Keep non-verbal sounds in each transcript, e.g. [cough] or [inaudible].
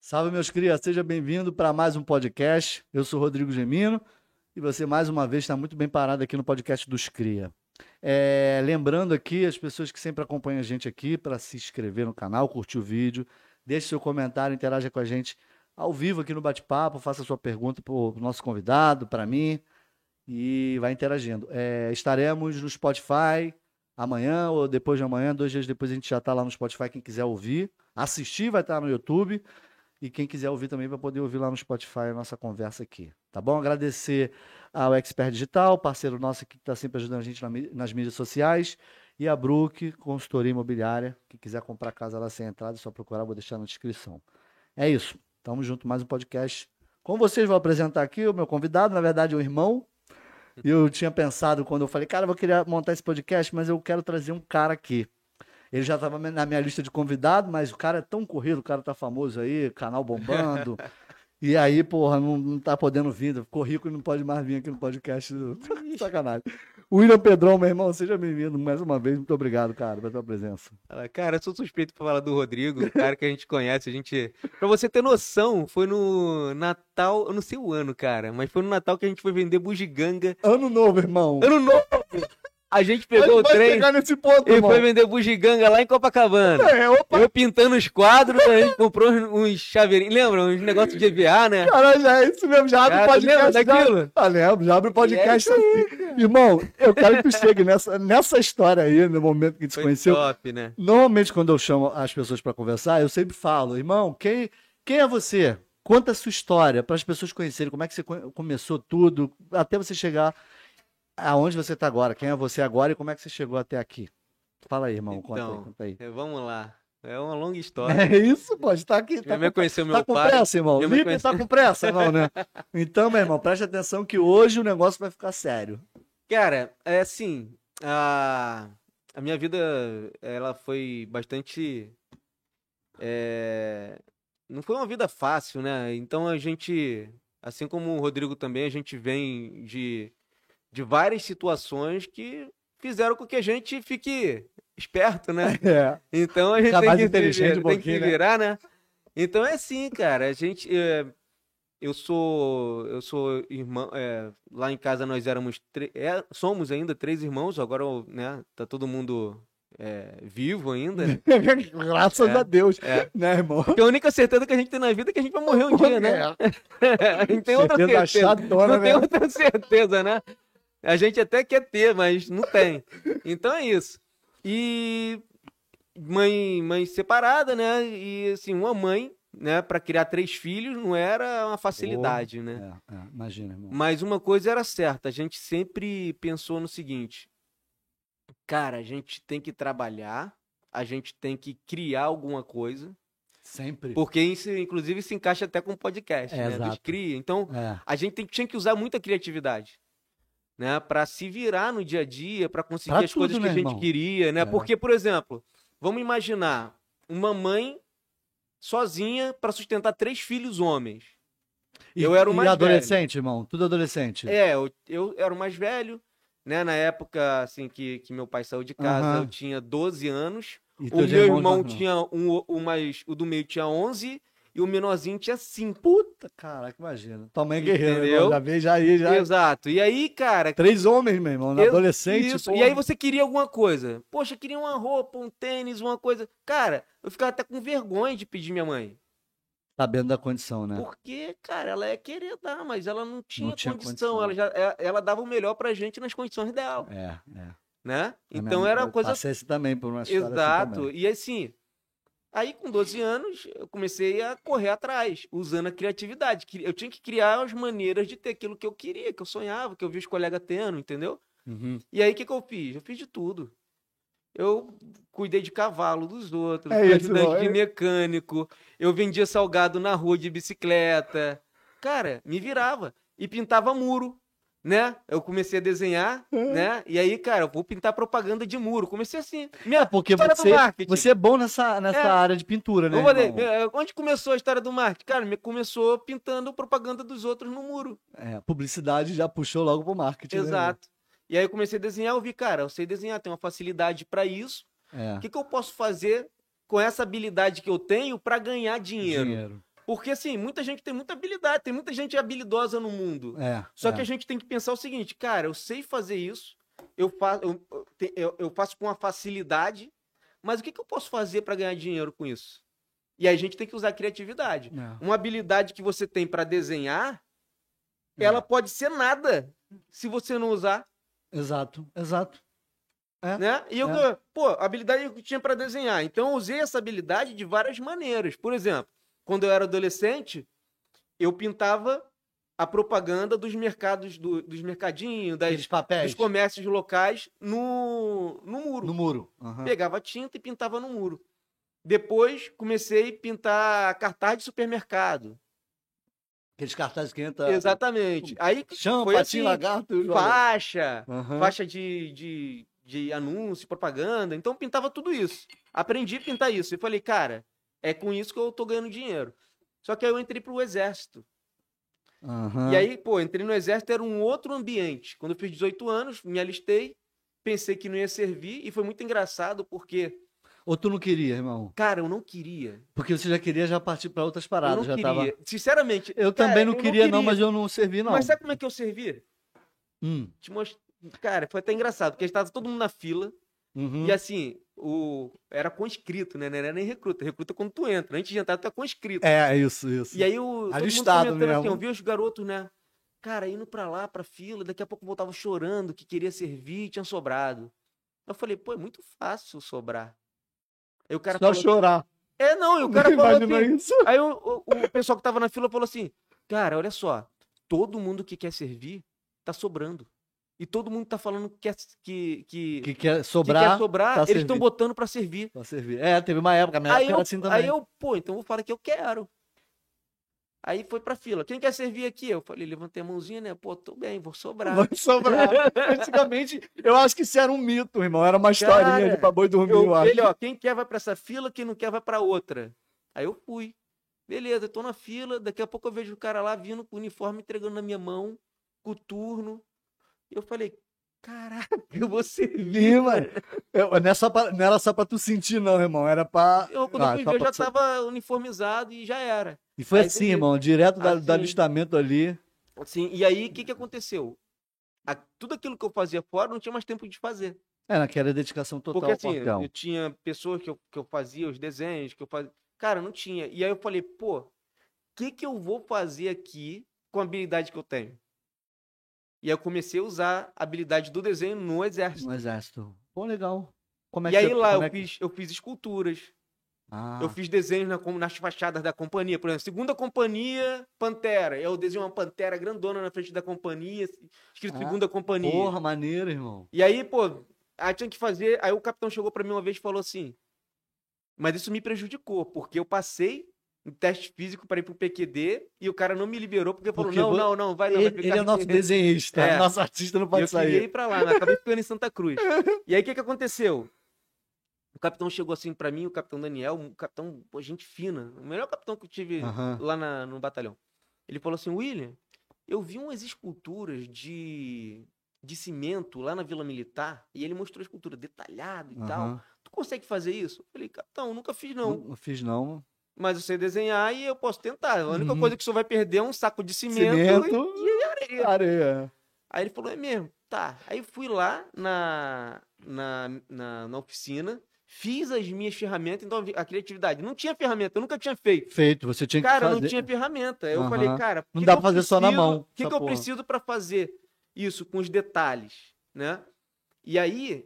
Salve, meus crias, seja bem-vindo para mais um podcast. Eu sou Rodrigo Gemino e você, mais uma vez, está muito bem parado aqui no podcast dos Cria. É, lembrando aqui as pessoas que sempre acompanham a gente aqui para se inscrever no canal, curtir o vídeo, deixe seu comentário, interaja com a gente ao vivo aqui no bate-papo, faça sua pergunta para o nosso convidado, para mim e vai interagindo. É, estaremos no Spotify amanhã ou depois de amanhã, dois dias depois a gente já está lá no Spotify. Quem quiser ouvir, assistir vai estar no YouTube. E quem quiser ouvir também vai poder ouvir lá no Spotify a nossa conversa aqui. Tá bom? Agradecer ao Expert Digital, parceiro nosso que está sempre ajudando a gente na mí- nas mídias sociais. E a Brook, consultoria imobiliária. Quem quiser comprar casa lá sem entrada, é só procurar, vou deixar na descrição. É isso. Tamo junto, mais um podcast. Com vocês, vou apresentar aqui o meu convidado, na verdade, o irmão. E Eu tinha pensado quando eu falei, cara, eu vou querer montar esse podcast, mas eu quero trazer um cara aqui. Ele já estava na minha lista de convidado, mas o cara é tão corrido, o cara tá famoso aí, canal [laughs] bombando. e aí, porra, não, não tá podendo vir. Corrico não pode mais vir aqui no podcast. [laughs] do- Sacanagem. William Pedrão, meu irmão, seja bem-vindo mais uma vez. Muito obrigado, cara, pela tua presença. Fala, Cara, eu sou suspeito pra falar do Rodrigo, o cara que a gente conhece, a gente... Pra você ter noção, foi no Natal, eu não sei o ano, cara, mas foi no Natal que a gente foi vender bugiganga. Ano novo, irmão. Ano novo! A gente pegou o Vai trem chegar nesse ponto, e irmão. foi vender bugiganga lá em Copacabana. É, opa, Eu pintando os quadros, a gente comprou uns- uns chaveirinhos, lembra? Uns negócios de EVA, né? caralho, já é isso mesmo. Já abre o Cara, tu lembra podcast. já- daquilo? é Ah, lembro, já abre o podcast assim. Irmão, eu quero que tu chegue nessa, nessa história aí, no momento que a gente se Foi conheceu. top, né? Normalmente, quando eu chamo as pessoas para conversar, eu sempre falo, irmão, quem, quem é você? Conta a sua história para as pessoas conhecerem como é que você co- começou tudo, até você chegar aonde você está agora, quem é você agora e como é que você chegou até aqui. Fala aí, irmão, conta aí, Então, conta aí. É, Vamos lá. É uma longa história. [laughs] É isso, pô, está aqui. Tá Minha mãe com, conheceu tá meu com pai. pressa, irmão. minha mãe Lipe tá com pressa, não, né? Então, meu irmão, preste atenção que hoje o negócio vai ficar sério. Cara, é assim, a, a minha vida, ela foi bastante, é, não foi uma vida fácil, né? Então a gente, assim como o Rodrigo também, a gente vem de, de várias situações que fizeram com que a gente fique esperto, né? É. Então a gente Ficar tem mais que se inteligente vir- um tem que se pouquinho, né? virar, né? Então é assim, cara. A gente, é, eu sou, eu sou irmão. é, lá em casa nós éramos, tre- é, somos ainda três irmãos. Agora, né? Tá todo mundo é, vivo [laughs] ainda. né? [laughs] Graças É. a Deus, É. né, irmão? Porque a única certeza que a gente tem na vida é que a gente vai morrer um dia, né? [laughs] [laughs] A gente tem outra é, Certeza certeza. achatona, não tem né? outra certeza, né? A gente até quer ter, mas não tem. Então é isso. E mãe, mãe separada, né? E assim, uma mãe, né, para criar três filhos não era uma facilidade, né? É, é, imagina, irmão. Mas uma coisa era certa, a gente sempre pensou no seguinte: cara, a gente tem que trabalhar, a gente tem que criar alguma coisa, Sempre. porque isso, inclusive, se encaixa até com o podcast, É, né? Dos exato. cria. Então, É. a gente tem- tinha que usar muita criatividade, né, Pra se virar no dia a dia, pra conseguir Pra as coisas tudo, que né, a gente irmão? queria, né? É. Porque, por exemplo, vamos imaginar uma mãe sozinha pra sustentar três filhos homens. Eu era o mais E velho. adolescente, irmão. Tudo adolescente. É, eu, eu era o mais velho, né? Na época assim que, que meu pai saiu de casa, Aham. eu tinha 12 anos. E O teus meu irmãos irmão mais novos. tinha um, o mais o do meio tinha 11 e o menorzinho tinha 5. Puta, caraca, imagina. Tua mãe é guerreira, Entendeu? irmão. Já veio, já ia, já. Exato. E aí, cara, Três homens, meu irmão. Ex- Adolescente, Isso. porra. E aí você queria alguma coisa. Poxa, eu queria uma roupa, um tênis, uma coisa. Cara, eu ficava até com vergonha de pedir minha mãe. Sabendo da condição, né? Porque, cara, ela ia querer dar, mas ela não tinha, tinha condição. condição. Ela, já, é- ela dava o melhor pra gente nas condições dela, É, é. né? A minha Então mãe- era eu coisa Passei esse também por uma história assim Exato. também. e assim, aí com 12 anos, eu comecei a correr atrás, usando a criatividade. Que- Eu tinha que criar as maneiras de ter aquilo que eu queria, que eu sonhava, que eu vi os colegas tendo, entendeu? Uhum. E aí o que, que eu fiz? Eu fiz de tudo. Eu cuidei de cavalo dos outros, É fui isso, ajudante de irmão. mecânico, eu vendia salgado na rua de bicicleta. Cara, me virava e pintava muro, né? Eu comecei a desenhar, É. né? E aí, cara, eu vou pintar propaganda de muro. Comecei assim. Minha Uhum. É, Porque História do você, marketing. você é bom nessa, nessa É. área de pintura, né? Ô, Valê, irmão? eh, onde começou a história do marketing? Cara, me- começou pintando propaganda dos outros no muro. É, publicidade já puxou logo pro marketing. né, irmão? Exato. E aí eu comecei a desenhar, eu vi, cara, eu sei desenhar, tenho uma facilidade pra isso. É. O que, que eu posso fazer com essa habilidade que eu tenho pra ganhar dinheiro? Dinheiro. Porque, assim, muita gente tem muita habilidade, tem muita gente habilidosa no mundo. É, Só é. que a gente tem que pensar o seguinte, cara, eu sei fazer isso, eu faço, eu, eu te- eu- eu faço com uma facilidade, mas o que, que eu posso fazer para ganhar dinheiro com isso? E aí a gente tem que usar a criatividade. É. Uma habilidade que você tem para desenhar, É. ela pode ser nada se você não usar, Exato, exato. né? E eu, pô, a habilidade é que eu tinha para desenhar. Então eu usei essa habilidade de várias maneiras. Por exemplo, quando eu era adolescente, eu pintava a propaganda dos mercados, do- dos mercadinhos, das, Aqueles papéis dos comércios locais no, no muro. no muro. Aham. Pegava tinta e pintava no muro. Depois comecei a pintar cartaz de supermercado. Aqueles cartazes que entra. Exatamente. Aí Chão, Foi patinho, assim, lagarto. joga. faixa, Aham. faixa de, de, de anúncio, propaganda. Então pintava tudo isso. Aprendi a pintar isso. E falei, cara, é com isso que eu tô ganhando dinheiro. Só que aí eu entrei pro exército. Aham. E aí, pô, entrei no exército, era um outro ambiente. Quando eu fiz 18 anos, me alistei, pensei que não ia servir, e foi muito engraçado porque, Ou tu não queria, irmão? cara, eu não queria. Porque você já queria já partir pra outras paradas. eu já não queria. É, tava... Sinceramente. Eu cara, também não, queria, não, mas eu não servi, não. Mas sabe como é que eu servi? Hum, Te most... Cara, foi até engraçado, porque estava todo mundo na fila, uhum. e assim, o... era conscrito, né? Não era nem recruta. Recruta quando tu entra. Antes de entrar, tu é conscrito. É, isso, isso. E aí o todo mundo Alistado comentando assim, mesmo. eu vi os garotos, né? Cara, indo pra lá, pra fila, daqui a pouco voltava chorando, que queria servir e tinha sobrado. Eu falei, pô, é muito fácil sobrar. Aí o cara Só falou, chorar. é não, e o cara [laughs] falou Imagina assim, isso. aí o, o- o pessoal que tava na fila falou assim, cara, olha só, todo mundo que quer servir tá sobrando. E todo mundo tá falando que quer, que, que, Que quer que sobrar tá quer sobrar, pra eles estão servir. botando pra servir. pra servir. É, teve uma época, minha Aí época eu, era assim também. aí eu, pô, então eu vou falar que eu quero. Aí foi pra fila. Quem quer servir aqui? Eu falei, levantei a mãozinha, né? Pô, tô bem, vou [laughs] sobrar. Vai [laughs] sobrar. Antigamente, eu acho que isso era um mito, irmão. Era uma historinha Cara, de pra boi dormir, eu, Eu, acho. ele, ó, quem quer vai pra essa fila, quem não quer vai pra outra. Aí eu fui. Beleza, tô na fila, daqui a pouco eu vejo o cara lá vindo com o uniforme entregando na minha mão, coturno. E eu falei, caraca, [laughs] eu vou servir. Ih, mano. Eu- não, é só pra- não era só pra tu sentir, não, irmão. Era pra. Eu, quando Ah, eu fui só ver, eu pra já tu- tava uniformizado e já era. E foi Aí assim, beleza. irmão. Direto da- do Assim. alistamento ali. Sim, e aí o que, que aconteceu? A- tudo aquilo que eu fazia fora eu não tinha mais tempo de fazer. É, naquela dedicação total Porque ao assim, quartel. eu tinha pessoas que eu, que eu fazia os desenhos, que eu fazia. Cara, não tinha. E aí eu falei, pô, o que, que eu vou fazer aqui com a habilidade que eu tenho? E aí eu comecei a usar a habilidade do desenho no exército. No Um exército. Pô, legal. Como é E que aí você- lá como eu é que- fiz, eu fiz esculturas, Ah, eu fiz desenhos na com- nas fachadas da companhia. Por exemplo, segunda companhia, Pantera. Eu desenhei uma pantera grandona na frente da companhia, assim, escrito Ah, segunda companhia. Porra, maneiro, irmão. E aí, pô, aí tinha que fazer. Aí o capitão chegou pra mim uma vez e falou assim: Mas isso me prejudicou, porque eu passei no teste físico pra ir pro PQD e o cara não me liberou porque falou: Porque Não, vo- não, não, vai não, vai Ele, ficar. assim ele é nosso desenhista. É. Nosso artista não E eu pode queria sair. ir pra lá, mas acabei ficando em [laughs] Santa Cruz. E aí o que, que aconteceu? O capitão chegou assim pra mim, o capitão Daniel, um capitão, pô, gente fina, o melhor capitão que eu tive Aham. lá na- no batalhão. Ele falou assim: William, eu vi umas esculturas de, de cimento lá na Vila Militar e ele mostrou a escultura detalhada e tal. Aham. Tu consegue fazer isso? Eu falei, capitão, nunca fiz não. Não fiz, não. Mas eu sei desenhar e eu posso tentar. A única Uhum. coisa que o senhor vai perder é um saco de cimento. Cimento. e- areia. areia. Aí ele falou, é mesmo, tá. Aí fui lá na, na, na, na oficina, fiz as minhas ferramentas, então a criatividade. Não tinha ferramenta, eu nunca tinha feito. Feito, você tinha Cara, que fazer. não tinha ferramenta. Eu Aham. falei, cara, o Não que dá que pra eu fazer só na preciso- mão, O que, essa que eu porra. preciso pra fazer isso com os detalhes, né? E aí,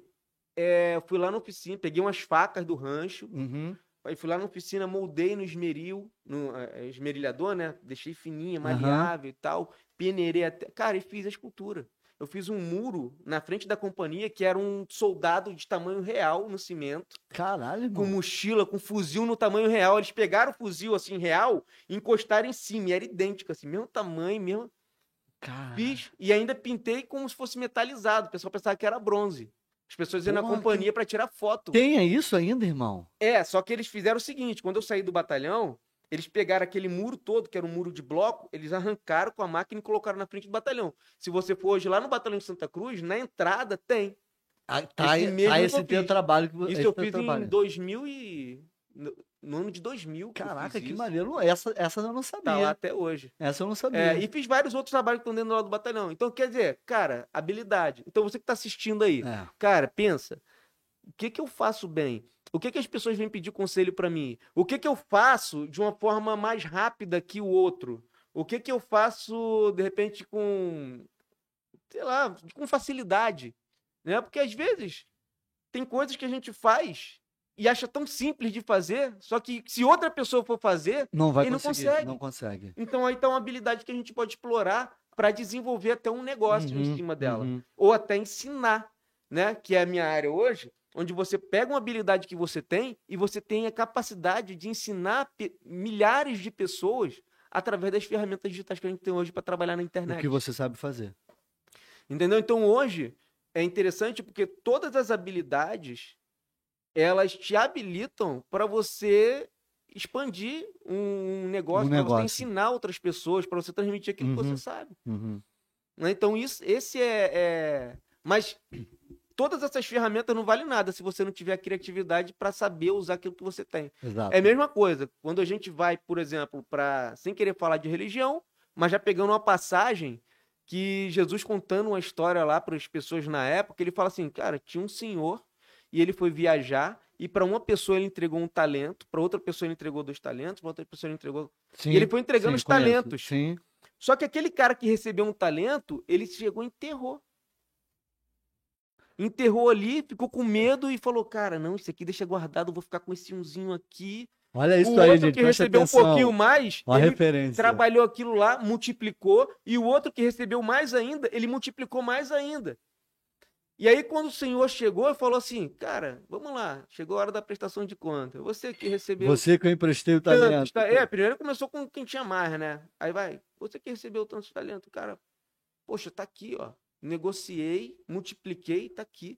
é, eu fui lá na oficina, peguei umas facas do rancho, Uhum. aí fui lá na oficina, moldei no esmeril, no eh, esmerilhador, né? Deixei fininha, Aham. maleável e tal, peneirei até. Cara, e fiz a escultura. Eu fiz um muro na frente da companhia que era um soldado de tamanho real no cimento, Caralho, com irmão. mochila, com fuzil no tamanho real. Eles pegaram o fuzil assim real e encostaram em cima, e era idêntico, assim, mesmo tamanho, mesmo. Cara. Fiz e ainda pintei como se fosse metalizado. O pessoal pensava que era bronze. As pessoas iam na Porra, que- companhia pra tirar foto. Tem isso ainda, irmão? É, só que eles fizeram o seguinte: quando eu saí do batalhão, eles pegaram aquele muro todo, que era um muro de bloco, eles arrancaram com a máquina e colocaram na frente do batalhão. Se você for hoje lá no batalhão de Santa Cruz, na entrada tem. Ah, tá Esse esse, mesmo tá que esse eu teu fiz. trabalho que você Isso eu fiz em trabalho. 2000 e. no- no ano de 2000. que eu Caraca, fiz que isso. maneiro. Essa, essa eu não Tá lá sabia. até hoje. Essa eu não sabia. É, e fiz vários outros trabalhos que estão dentro lá do batalhão. Então, quer dizer, cara, habilidade. Então, você que tá assistindo aí, É. cara, pensa. O que que eu faço bem? O que que as pessoas vêm pedir conselho pra mim? O que que eu faço de uma forma mais rápida que o outro? O que que eu faço, de repente, com... Sei lá, com facilidade, né? Porque, às vezes, tem coisas que a gente faz e acha tão simples de fazer, só que se outra pessoa for fazer, Não vai Ele não conseguir. consegue. Não consegue. então aí tá uma habilidade que a gente pode explorar para desenvolver até um negócio Uhum, em cima dela, uhum. ou até ensinar, né, que é a minha área hoje, onde você pega uma habilidade que você tem e você tem a capacidade de ensinar pe- milhares de pessoas através das ferramentas digitais que a gente tem hoje para trabalhar na O internet. que você sabe fazer. Entendeu? Então hoje é interessante porque todas as habilidades elas te habilitam para você expandir um um negócio, Um para você negócio. ensinar outras pessoas, para você transmitir aquilo que Uhum. você sabe. Uhum. né? Então isso, esse é, é- mas todas essas ferramentas não valem nada se você não tiver a criatividade para saber usar aquilo que você tem. Exato. É a mesma coisa. Quando a gente vai, por exemplo, para sem querer falar de religião, mas já pegando uma passagem que Jesus contando uma história lá para as pessoas na época, ele fala assim, cara, tinha um senhor e ele foi viajar e para uma pessoa ele entregou um talento, para outra pessoa ele entregou dois talentos, para outra pessoa ele entregou. Sim, e ele foi entregando sim, os conheço. talentos. Sim. Só que aquele cara que recebeu um talento, ele chegou e enterrou. Enterrou ali, ficou com medo e falou: Cara, não, isso aqui deixa guardado, eu vou ficar com esse unzinho aqui. Olha É isso O aí, outro gente. que presta recebeu atenção. um pouquinho mais, Olha a ele referência. trabalhou aquilo lá, multiplicou, e o outro que recebeu mais ainda, ele multiplicou mais ainda. E aí, quando o senhor chegou, falou assim: Cara, vamos lá, chegou a hora da prestação de conta. Você que recebeu. Você tá que eu emprestei o tantos talento. ta- É, primeiro começou com quem tinha mais, né? Aí vai, você que recebeu tanto talento, cara. Poxa, tá aqui, ó. Negociei, multipliquei, tá aqui.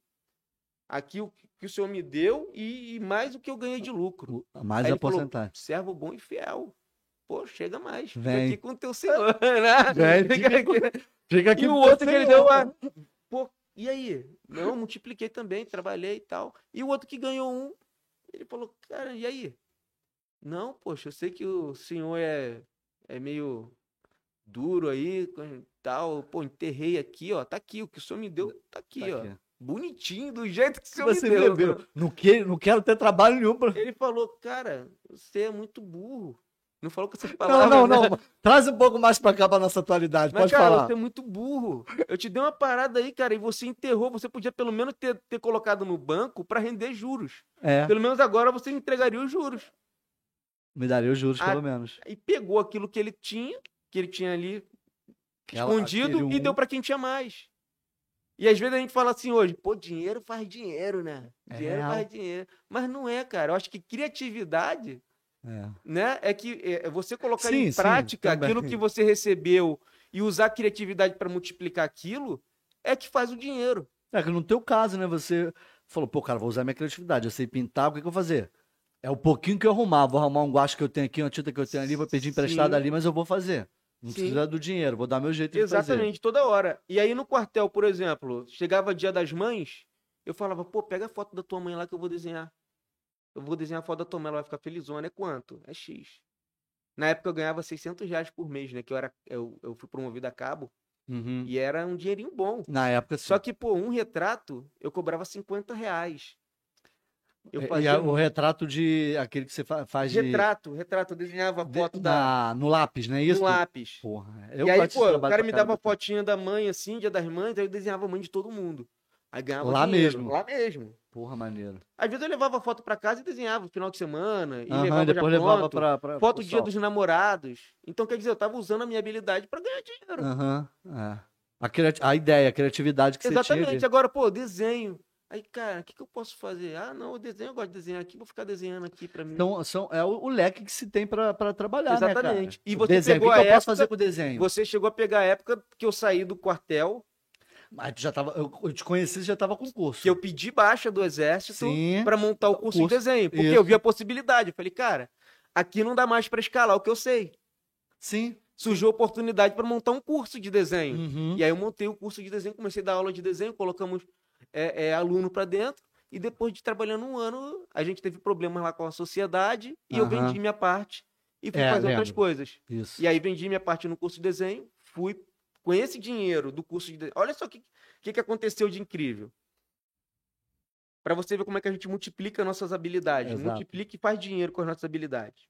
Aqui o que o senhor me deu e- e mais o que eu ganhei de lucro. Mais Aí a ele falou, porcentagem. Servo bom e fiel. Pô, chega mais. Vem. Fica aqui com o teu senhor, [laughs] né? Vem, Fica aqui. Chega E o outro que ele deu uma... Pô, e aí? Não, multipliquei também, trabalhei e tal. E o outro que ganhou um, ele falou, cara, e aí? Não, poxa, eu sei que o senhor é, é meio duro aí, com- tal. Pô, enterrei aqui, ó. Tá aqui, o que o senhor me deu, tá aqui, ó. Bonitinho, do jeito que o Se senhor você me deu. bebeu. Não, que- não quero ter trabalho nenhum pra. Ele falou, cara, você é muito burro. Não falou com essas Não, palavras. não, né? não. Traz um pouco mais pra cá pra nossa atualidade. Mas, Pode cara, falar. você é muito burro. Eu te dei uma parada aí, cara, e você enterrou. Você podia pelo menos ter, ter colocado no banco pra render juros. É, Pelo menos agora você entregaria os juros. me daria os juros, Ah, pelo menos. E pegou aquilo que ele tinha, que ele tinha ali Ela- escondido, aquele e um- deu pra quem tinha mais. E às vezes a gente fala assim hoje, pô, dinheiro faz dinheiro, né? É Dinheiro real. faz dinheiro. Mas não é, cara. Eu acho que criatividade É. né? É que é, é você colocar Sim, em sim, prática também. aquilo que você recebeu e usar a criatividade para multiplicar aquilo é que faz o dinheiro. É que no teu caso, né? Você falou, pô, cara, vou usar minha criatividade. Eu sei pintar, o que, que eu vou fazer? É o pouquinho que eu arrumar. Vou arrumar um guache que eu tenho aqui, uma tinta que eu tenho ali, vou pedir emprestado Sim. ali, mas eu vou fazer. Não Sim. precisa do dinheiro, vou dar meu jeito de fazer. Exatamente, toda hora. E aí no quartel, por exemplo, chegava dia das mães, eu falava, pô, pega a foto da tua mãe lá que eu vou desenhar. Eu vou desenhar a foto da tua mãe, ela vai ficar felizona. É quanto? É X. Na época eu ganhava 600 reais por mês, né? Que eu, era, eu, eu fui promovido a cabo Uhum. e era um dinheirinho bom. Na época, assim, sim. Só que, pô, um retrato eu cobrava 50 reais. Eu É, E- fazia um e o retrato de aquele que você fa- faz de, Retrato, retrato. Eu desenhava a de- foto da, na- no lápis, não é no isso? lápis. Porra, é, eu e aí, gosto desse pô, o trabalho cara pra me dava caramba. a fotinha da mãe, assim, dia das mães, aí eu desenhava a mãe de todo mundo. Aí ganhava Lá dinheiro, mesmo? Lá mesmo. Porra, maneiro. Às vezes eu levava a foto pra casa e desenhava no final de semana. E Aham, levava já depois levava pronto. pra, pra. Foto pro dia sol. dos namorados. Então, quer dizer, eu tava usando a minha habilidade pra ganhar dinheiro. Aham, é. A, criati- a ideia, a criatividade que você Exatamente. tinha. Agora, pô, desenho. Aí, cara, o que, que eu posso fazer? Ah, não, eu desenho, eu gosto de desenhar aqui, vou ficar desenhando aqui pra mim. Então, são, é o, o leque que se tem pra, pra trabalhar, né, cara? Exatamente. E O você desenho, pegou o que, que eu a posso época- fazer com o desenho? Você chegou a pegar a época que eu saí do quartel, Mas tu já tava, eu, eu te conheci, você já tava com curso. que eu pedi baixa do exército Sim, para montar o curso, Curso. de desenho, porque Isso. eu vi a possibilidade. Eu falei, cara, aqui não dá mais para escalar o que eu sei. sim. Surgiu a oportunidade para montar um curso de desenho. Uhum. E aí eu montei o curso de desenho, comecei a dar aula de desenho, colocamos é, é, aluno para dentro. E depois de trabalhando um ano, a gente teve problemas lá com a sociedade e eu Aham. vendi minha parte e fui É, fazer outras lembro. coisas. Isso. E aí vendi minha parte no curso de desenho, fui com esse dinheiro do curso de desenho. Olha só o que, que, que aconteceu de incrível. Para você ver como é que a gente multiplica nossas habilidades. Exato. Multiplica e faz dinheiro com as nossas habilidades.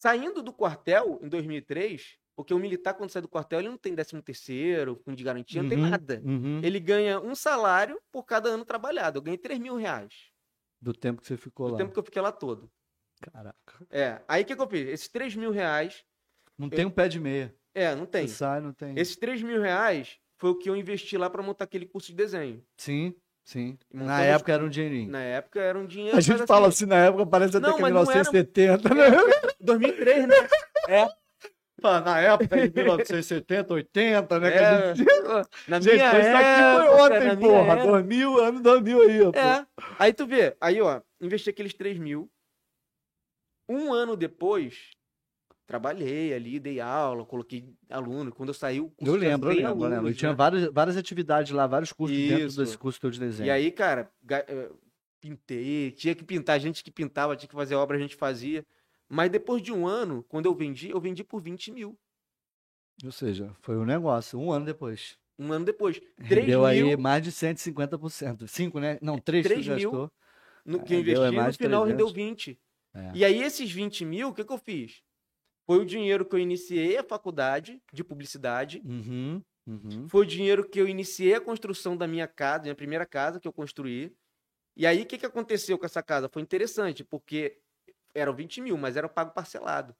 Saindo do quartel, em 2003, porque o militar, quando sai do quartel, ele não tem 13 terceiro, fundo de garantia, não tem Uhum. nada. Uhum. Ele ganha um salário por cada ano trabalhado. Eu ganhei 3 mil reais. Do tempo que você ficou O lá. tempo que eu fiquei lá todo. Caraca. É. Aí o que, que eu fiz? Esses 3 mil reais. Não tem um pé de meia. É, não tem. Você sai, não tem. Esses 3 mil reais foi o que eu investi lá pra montar aquele curso de desenho. Sim, sim. Montamos- Na época era um dinheirinho. Na época era um dinheiro. A mas gente fala assim, na época parece até Não, que é mas não era- É, 1970, né? 2003, né? Pá, Na época de 1970, 80, né? que a É, gente- na Gente, minha mas isso aqui foi época, na ontem, minha porra. época. 2000, ano 2000 aí, ó, pô. É. Aí tu vê, aí ó, investi aqueles 3 mil. Um ano depois, trabalhei ali, dei aula, coloquei aluno. Quando eu saí, o curso Eu tinha lembro, eu cem lembro, eu lembro. E alunos, tinha né? várias, várias atividades lá, vários cursos dentro Isso. desse curso teu de desenho. E aí, cara, ga- eh, pintei, tinha que pintar, a gente que pintava, tinha que fazer obra, a gente fazia. Mas depois de um ano, quando eu vendi, eu vendi por 20 mil. Ou seja, foi um negócio, um ano depois. Um ano [laughs] depois. 3 Deu mil aí mais de 150%. 5, né? Não, 3 que tu 3 mil. gastou. no que eu Rendeu, investi, é mais no de final 300. rendeu 20. É. E aí, esses 20 mil, o que, que eu fiz? Foi o dinheiro que eu iniciei a faculdade de publicidade. Uhum, uhum. Foi o dinheiro que eu iniciei a construção da minha casa, minha primeira casa que eu construí. E aí, o que, que aconteceu com essa casa? Foi interessante, porque eram 20 mil, mas era pago parcelado.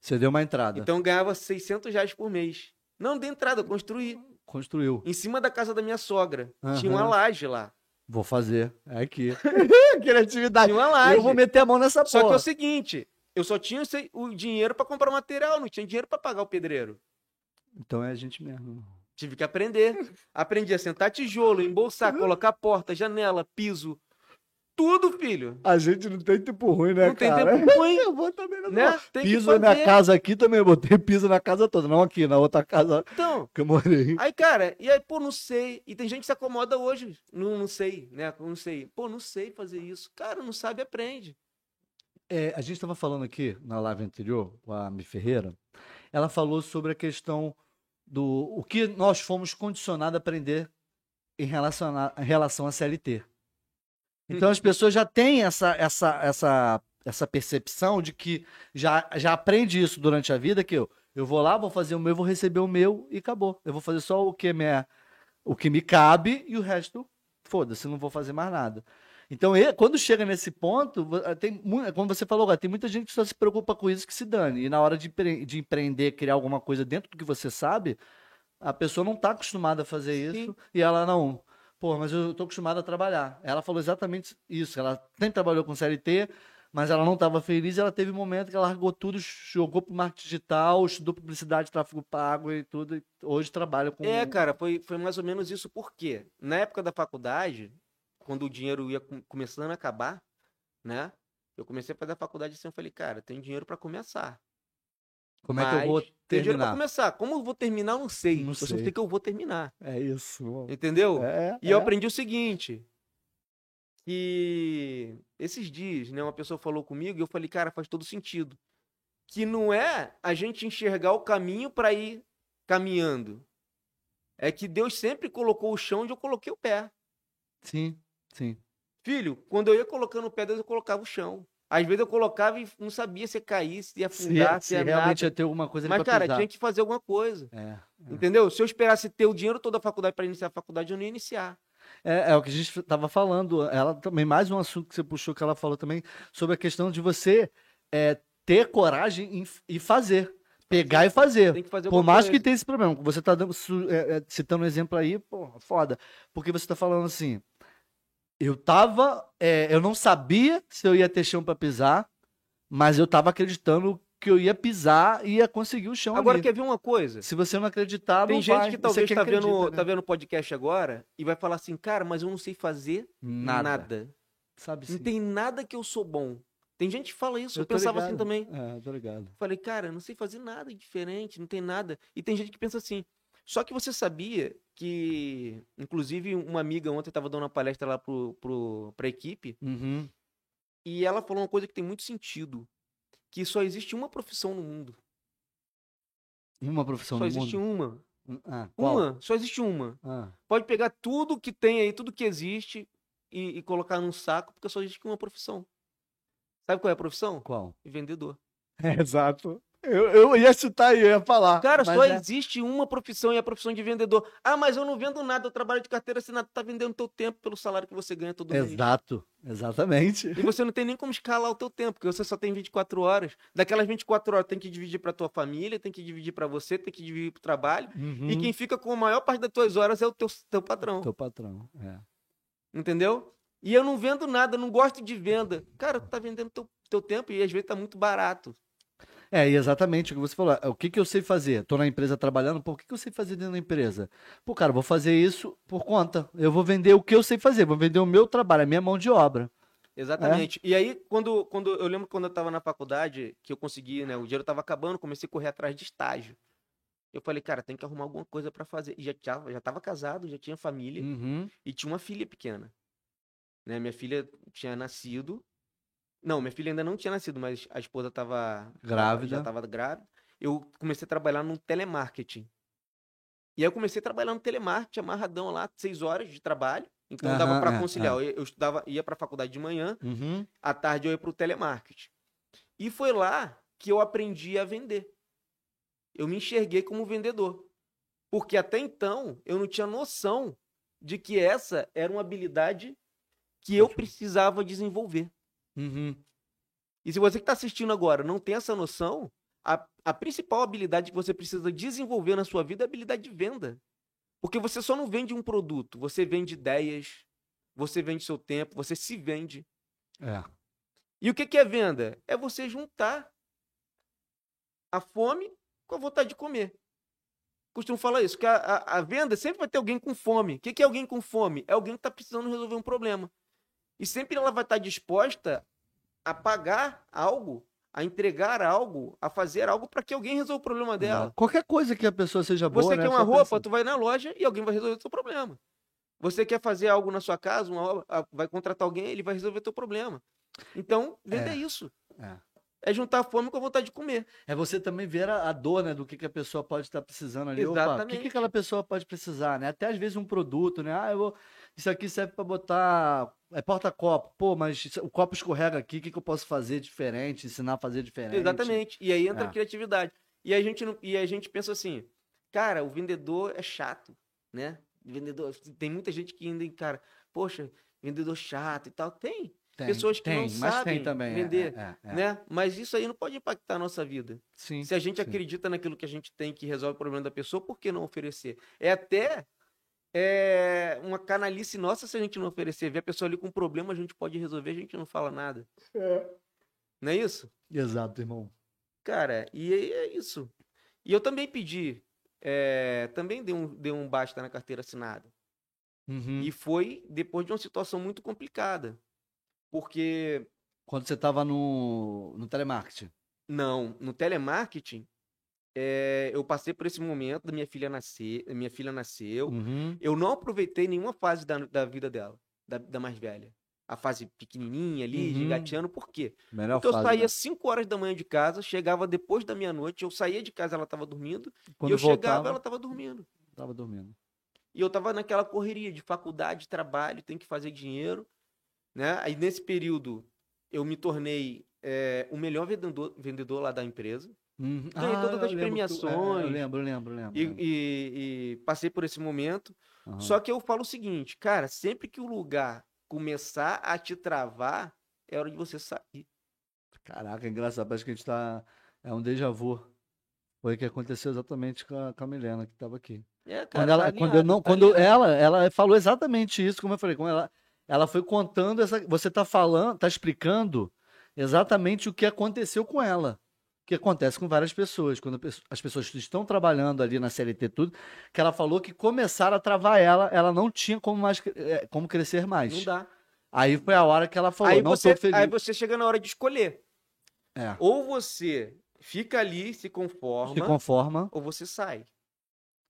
Você deu uma entrada. Então eu ganhava 600 reais por mês. Não de entrada, eu construí. Construiu. Em cima da casa da minha sogra. Aham. Tinha uma laje lá. Vou fazer. É [laughs] aqui. Criatividade. Tinha uma laje. Eu vou meter a mão nessa Só que é porra. o seguinte, eu só tinha esse- o dinheiro pra comprar o material, não tinha dinheiro pra pagar o pedreiro. Então é a gente mesmo. Tive que aprender. Aprendi a sentar tijolo, embolsar, colocar porta, janela, piso. Tudo, filho. A gente não tem tempo ruim, né, Não tem cara? tempo [laughs] ruim, Eu vou também não né? Tem que Piso na minha fazer. casa aqui também. Eu botei piso na casa toda. Não aqui, na outra casa Então, que eu morei. Aí, cara, e aí, pô, não sei. E tem gente que se acomoda hoje. Não, não sei, né? Não sei. Pô, não sei fazer isso. Cara, não sabe, aprende. É, a gente estava falando aqui na live anterior com a Mi Ferreira. Ela falou sobre a questão do o que nós fomos condicionados a aprender em relação a, em relação à CLT. Hum. Então as pessoas já têm essa essa essa essa percepção de que já já aprende isso durante a vida que eu eu vou lá, vou fazer o meu, vou receber o meu e acabou. Eu vou fazer só o que me é- o que me cabe e o resto foda-se, não vou fazer mais nada. Então, e- quando chega nesse ponto, vo- ah, tem, mu- é como você falou agora, tem muita gente que só se preocupa com isso que se dane. E na hora de, empre- de empreender, criar alguma coisa dentro do que você sabe, a pessoa não está acostumada a fazer Sim. isso. E ela não, pô, mas eu estou acostumada a trabalhar. Ela falou exatamente isso. Ela sempre trabalhou com CLT, mas ela não estava feliz. Ela teve um momento que ela largou tudo, jogou para o marketing digital, estudou publicidade, tráfego pago e tudo. E hoje trabalha com. É, cara, foi, foi mais ou menos isso. Por quê? Na época da faculdade, quando o dinheiro ia com- começando a acabar, né? Eu comecei a fazer a faculdade assim, eu falei, cara, tem dinheiro pra começar. Como é que eu mas vou Tem dinheiro pra terminar? começar. Como eu vou terminar, eu não sei. Não eu só sei. sei que eu vou terminar. É isso. Entendeu? É, E eu aprendi o seguinte, que esses dias, né, uma pessoa falou comigo e eu falei, cara, faz todo sentido. Que não é a gente enxergar o caminho para ir caminhando. É que Deus sempre colocou o chão onde eu coloquei o pé. Sim, sim. Filho, quando eu ia colocando o pé, Deus eu colocava o chão. Às vezes eu colocava e não sabia se ia cair, se ia se, afundar, se, se ia realmente nada. ia ter alguma coisa ali Mas, pra cara, pesar. tinha que fazer alguma coisa. É. Entendeu? Se eu esperasse ter o dinheiro todo da faculdade para iniciar a faculdade, eu não ia iniciar. É, é o que a gente tava falando. Ela também, mais um assunto que você puxou que ela falou também, sobre a questão de você é, ter coragem em- e fazer. Pegar e fazer. Tem que fazer Por alguma mais coisa. que tenha esse problema, que você tá dando, su- é, é, citando um exemplo aí, pô, foda. Porque você tá falando assim, eu tava, é, eu não sabia se eu ia ter chão pra pisar, mas eu tava acreditando que eu ia pisar e ia conseguir o chão Agora, ali. quer ver uma coisa? Se você não acreditar, Tem não gente vai. que Você talvez quem tá vendo, acredita, né? tá vendo o podcast agora e vai falar assim, cara, mas eu não sei fazer Nada. nada. Sabe Não sim. tem nada que eu sou bom. Tem gente que fala isso, Eu eu, tô pensava ligado. assim também. É, tô ligado. Falei, cara, eu não sei fazer nada diferente, não tem nada. E tem gente que pensa assim, Só que você sabia que, inclusive, uma amiga ontem estava dando uma palestra lá pro, pro, pra equipe Uhum. e ela falou uma coisa que tem muito sentido. Que só existe uma profissão no mundo. Uma profissão só no existe mundo. uma. Ah, qual? Uma. Só existe uma. Ah, Pode pegar tudo que tem aí, tudo que existe e, e colocar num saco, porque só existe uma profissão. Sabe qual é a profissão? [laughs] qual? Vendedor. exato. Eu, eu ia chutar e eu ia falar. É, Cara, mas só é- existe uma profissão e é a profissão de vendedor. Ah, mas eu não vendo nada, eu trabalho de carteira assinada. Tá vendendo teu tempo pelo salário que você ganha todo mês. Exato, exatamente. E você não tem nem como escalar o teu tempo, porque você só tem 24 horas. Daquelas 24 horas tem que dividir pra tua família, tem que dividir pra você, tem que dividir pro trabalho. E Uhum. quem fica com a maior parte das tuas horas é o teu, teu patrão, Teu patrão. é. entendeu? E eu não vendo nada, eu não gosto de venda. Cara, tu tá vendendo teu, teu tempo e às vezes tá muito barato. É, e exatamente o que você falou. é, O que, que eu sei fazer? Tô na empresa trabalhando, pô, o que, que eu sei fazer dentro da empresa? Pô, cara, vou fazer isso por conta. Eu vou vender o que eu sei fazer, vou vender o meu trabalho, a minha mão de obra. Exatamente. E aí, quando, quando eu lembro quando eu tava na faculdade, que eu consegui, né? O dinheiro tava acabando, comecei a correr atrás de estágio. Eu falei, cara, tem que arrumar alguma coisa pra fazer. E já tava, já tava casado, já tinha família Uhum. e tinha uma filha pequena. Né? Minha filha tinha nascido. Não, minha filha ainda não tinha nascido, mas a esposa tava Grávida. Já tava grávida. Eu comecei a trabalhar no telemarketing. E aí eu comecei a trabalhar no telemarketing, amarradão lá, seis horas de trabalho. Então dava Aham, pra é, conciliar. Eu, eu estudava, ia pra faculdade de manhã, Uhum. à tarde eu ia pro telemarketing. E foi lá que eu aprendi a vender. Eu me enxerguei como vendedor. Porque até então eu não tinha noção de que essa era uma habilidade que eu Ótimo. precisava desenvolver. Uhum. E se você que está assistindo agora não tem essa noção, a, a principal habilidade que você precisa desenvolver na sua vida é a habilidade de venda. Porque você só não vende um produto, você vende ideias, você vende seu tempo, você se vende. É. E o que que é venda? É você juntar a fome com a vontade de comer. Costumo falar isso, que a, a- a venda sempre vai ter alguém com fome. O que, que é alguém com fome? É alguém que está precisando resolver um problema. E sempre ela vai estar disposta a pagar algo, a entregar algo, a fazer algo para que alguém resolva o problema dela. Qualquer coisa que a pessoa seja boa. Você né? quer uma Só roupa, pensa- tu vai na loja e alguém vai resolver o seu problema. Você quer fazer algo na sua casa, uma obra, ah, vai contratar alguém, ele vai resolver o teu problema. Então, venda É. é isso. É. É juntar a fome com a vontade de comer. É você também ver a, a dor, né, do que, que a pessoa pode estar precisando ali. Opa, o que, que Exatamente. aquela pessoa pode precisar, né? Até às vezes um produto, né? Ah, eu vou... isso aqui serve para botar é porta-copo. Pô, mas isso- o copo escorrega aqui, o que, que eu posso fazer diferente, ensinar a fazer diferente? Exatamente. E aí entra É. a criatividade. E a gente não, e a gente pensa assim, cara, o vendedor é chato, né? Vendedor, tem muita gente que ainda, cara, poxa, vendedor chato e tal. Tem, Tem, Pessoas que tem, não mas tem sabem também, é, vender, é, é, é. né? Mas isso aí não pode impactar a nossa vida. Sim. Se a gente sim. acredita naquilo que a gente tem que resolve o problema da pessoa, por que não oferecer? É até é, uma canalice nossa se a gente não oferecer. Ver a pessoa ali com um problema, a gente pode resolver, a gente não fala nada. Não é isso? Exato, irmão. Cara, e aí é isso. E eu também pedi, é, também dei um, dei um basta na carteira assinada. Uhum. E foi depois de uma situação muito complicada. Porque, Quando você tava no, no telemarketing. não, no telemarketing, é, eu passei por esse momento da minha filha nascer, minha filha nasceu. Uhum. Eu não aproveitei nenhuma fase da, da vida dela, da, da mais velha. A fase pequenininha ali, Uhum. gigateando, por quê? Melhor Porque Então, eu fase, saía né? 5 horas da manhã de casa, chegava depois da meia-noite, eu saía de casa, ela estava dormindo, Quando assim, e eu voltava, chegava, ela estava dormindo. tava dormindo. E eu tava naquela correria de faculdade, trabalho, tem que fazer dinheiro, né? Aí nesse período eu me tornei é, o melhor vendedor, vendedor lá da empresa Uhum. Ganhei todas eu lembro que as tu- é, Eu premiações. lembro, eu lembro, eu lembro. e, lembro. e- e passei por esse momento. Aham. Só que eu falo o seguinte, cara, sempre que o lugar começar a te travar, é hora de você sair. Caraca, é engraçado. Parece que a gente tá. É um déjà vu. Foi o que aconteceu exatamente com a, com a Milena, que estava aqui. É, cara, Quando tá ela, quando eu alinhado, não, tá quando alinhado. ela, ela falou exatamente isso, como eu falei, como ela, ela foi contando essa, você tá falando, tá explicando exatamente o que aconteceu com ela. Que acontece com várias pessoas, quando a pesso- as pessoas estão trabalhando ali na CLT tudo, que ela falou que começaram a travar ela, ela não tinha como mais cre- eh, como crescer Não mais. dá. Aí foi a hora que ela falou, aí, não você, sou feliz. aí você chega na hora de escolher. É, Ou você fica ali, se conforma, se conforma. ou você sai.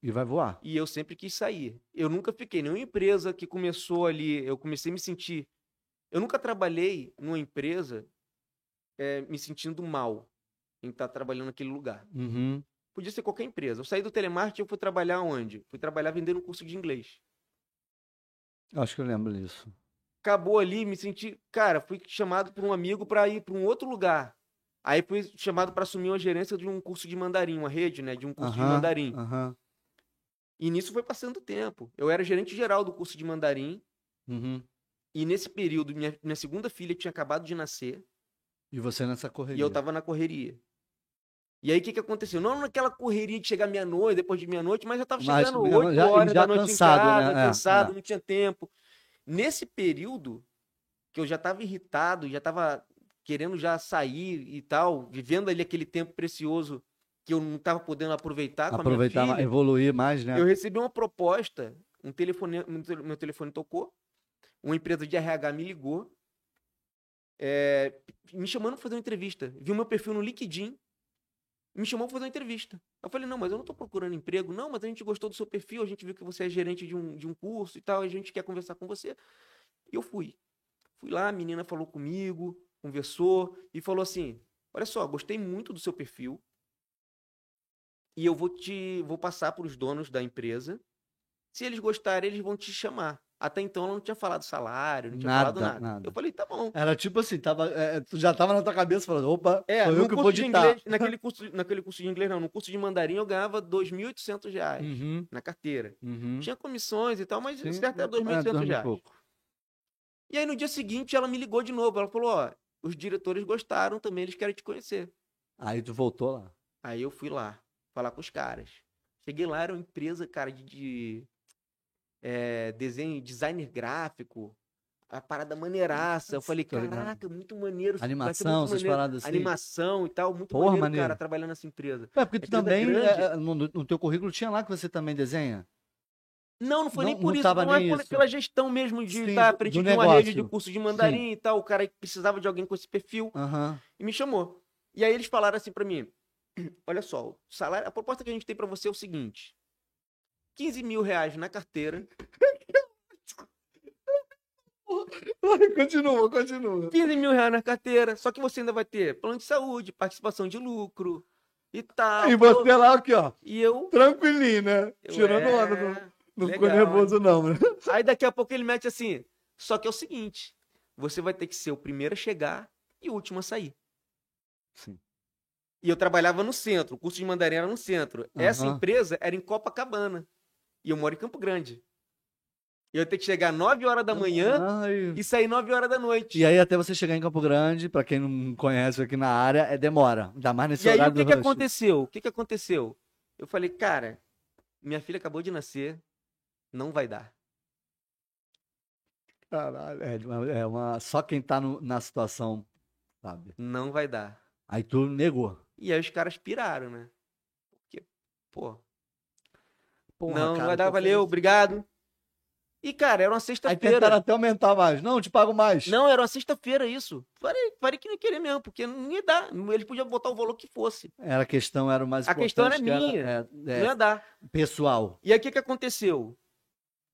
E vai voar. E eu sempre quis sair. Eu nunca fiquei em nenhuma empresa que começou ali. Eu comecei a me sentir. Eu nunca trabalhei numa empresa eh, me sentindo mal em estar trabalhando naquele lugar. Uhum. Podia ser qualquer empresa. Eu saí do telemarketing, eu fui trabalhar onde? Fui trabalhar vendendo um curso de inglês. Acho que eu lembro disso. Acabou ali, me senti. Cara, fui chamado por um amigo para ir para um outro lugar. Aí fui chamado para assumir uma gerência de um curso de mandarim, uma rede, né? De um curso de Aham, mandarim. Aham. E nisso foi passando o tempo. Eu era gerente geral do curso de mandarim. Uhum. E nesse período, minha, minha segunda filha tinha acabado de nascer E você nessa correria. e eu tava na correria. E aí o que, que aconteceu? Não naquela correria de chegar meia-noite, depois de meia-noite, mas já tava Mas, chegando meia-noite, oito já- horas já da noite cansado, em casa, né? É, cansado, é. não tinha tempo. Nesse período que eu já tava irritado, já tava querendo já sair e tal, vivendo ali aquele tempo precioso que eu não tava podendo aproveitar com Aproveitar, a minha ma- filha. evoluir mais, né? Eu recebi uma proposta, um telefone, um tele- meu telefone tocou, uma empresa de RH me ligou, é, me chamando para fazer uma entrevista. Viu meu perfil no LinkedIn, me chamou para fazer uma entrevista. Eu falei, não, mas eu não estou procurando emprego. Não, mas a gente gostou do seu perfil, a gente viu que você é gerente de um, de um curso e tal, a gente quer conversar com você. E eu fui. Fui lá, a menina falou comigo, conversou e falou assim: Olha só, gostei muito do seu perfil. E eu vou te vou passar para os donos da empresa. Se eles gostarem, eles vão te chamar. Até então ela não tinha falado salário, não tinha Nada, falado nada. nada. Eu falei, tá bom. Era tipo assim, tava, é, tu já tava na tua cabeça falando, opa, É, sou no eu que curso vou de ditar. inglês, naquele curso, naquele curso de inglês não, no curso de mandarim eu ganhava 2.800 reais Uhum, na carteira. uhum. Tinha comissões e tal, mas Sim, certo é, era 2.800 dorme reais. pouco. E aí no dia seguinte ela me ligou de novo. Ela falou: Ó, os diretores gostaram também, eles querem te conhecer. Aí tu voltou lá. Aí eu fui lá falar com os caras. Cheguei lá, era uma empresa, cara, de, de, é, desenho, designer gráfico. A parada maneiraça. Eu falei, Tô ligado. caraca, muito maneiro. vai ser muito Animação, essas maneiro." paradas assim. Animação e tal, muito Porra, maneiro, cara, maneiro. trabalhando nessa empresa. É, porque tu Empresa também, grande. é, é, no, no teu currículo tinha lá que você também desenha? Não, não foi Não- nem por não isso, tava não é nem por- isso. pela gestão mesmo de Sim, estar do- tá, de do uma rede de negócio. curso de mandarim e tal. O cara que precisava de alguém com esse perfil. [laughs] Aham. e me chamou. E aí eles falaram assim pra mim: [clears throat] olha só, o salário, a proposta que a gente tem pra você é o seguinte: 15 mil reais na carteira, Continua, continua. 15 mil reais na carteira, só que você ainda vai ter plano de saúde, participação de lucro e tal. E você lá aqui, ó, E eu. tranquilinho, né? eu Tirando é, onda, não, não ficou legal, nervoso não, né? Aí daqui a pouco ele mete assim: só que é o seguinte, você vai ter que ser o primeiro a chegar e o último a sair. Sim. E eu trabalhava no centro, o curso de mandarim era no centro. Essa Aham. empresa era em Copacabana. E eu moro em Campo Grande. E eu ia ter que chegar 9 horas da manhã Ai. e sair 9 horas da noite. E aí até você chegar em Campo Grande, pra quem não conhece aqui na área, é demora. Ainda mais nesse E aí o horário que, do que rush. aconteceu? O que, que aconteceu? Eu falei, cara, minha filha acabou de nascer, não vai dar. Caralho, é uma, é uma- Só quem tá no- na situação, sabe? Não vai dar. Aí tu negou. E aí os caras piraram, né? Porque, pô, Porra, não, cara, não vai dar, tô valeu, feliz. obrigado. E, cara, era uma Aí sexta-feira. tentaram até aumentar mais. Não, te pago mais. Não, era uma sexta-feira isso. Parei, parei que não ia querer mesmo, porque não ia dar. Eles podiam botar o valor que fosse. Era a questão, era o mais A importante. questão era que minha. é, é, Não ia dar. pessoal. E aí o que, que aconteceu?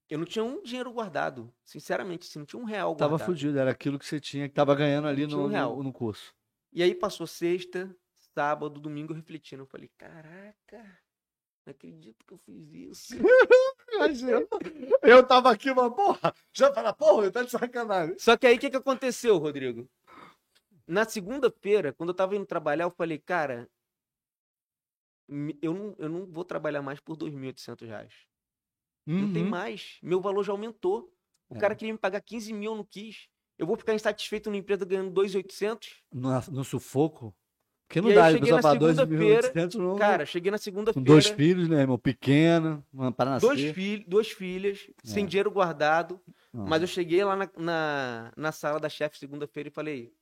Eu não tinha um dinheiro guardado. Sinceramente, assim, não tinha um real Tava guardado. fudido, era aquilo que você tinha, que tava ganhando ali Tinha um no, real. no, no curso. E aí passou sexta, sábado, domingo, eu refletindo. Eu falei, caraca, não acredito que eu fiz isso. Imagina. Eu tava aqui, uma porra. Já fala, porra, tá de sacanagem. Só que aí o que, que aconteceu, Rodrigo? Na segunda-feira, quando eu tava indo trabalhar, eu falei, cara, me- eu não, eu não vou trabalhar mais por 2.800 reais. Não tem Uhum. mais. Meu valor já aumentou. O É. cara queria me pagar 15 mil, eu não quis. Eu vou ficar insatisfeito numa empresa ganhando 2,800? Na- No, sufoco? Porque não E aí dá, cheguei pessoal na fala segunda-feira, 2.800 não. Cara, cheguei na com dois segunda-feira, filhos, né, irmão? Pequena, uma para nascer. dois filhos, duas filhas, sem É. dinheiro guardado. Não. Mas eu cheguei lá na, na, na sala da chefe segunda-feira e falei,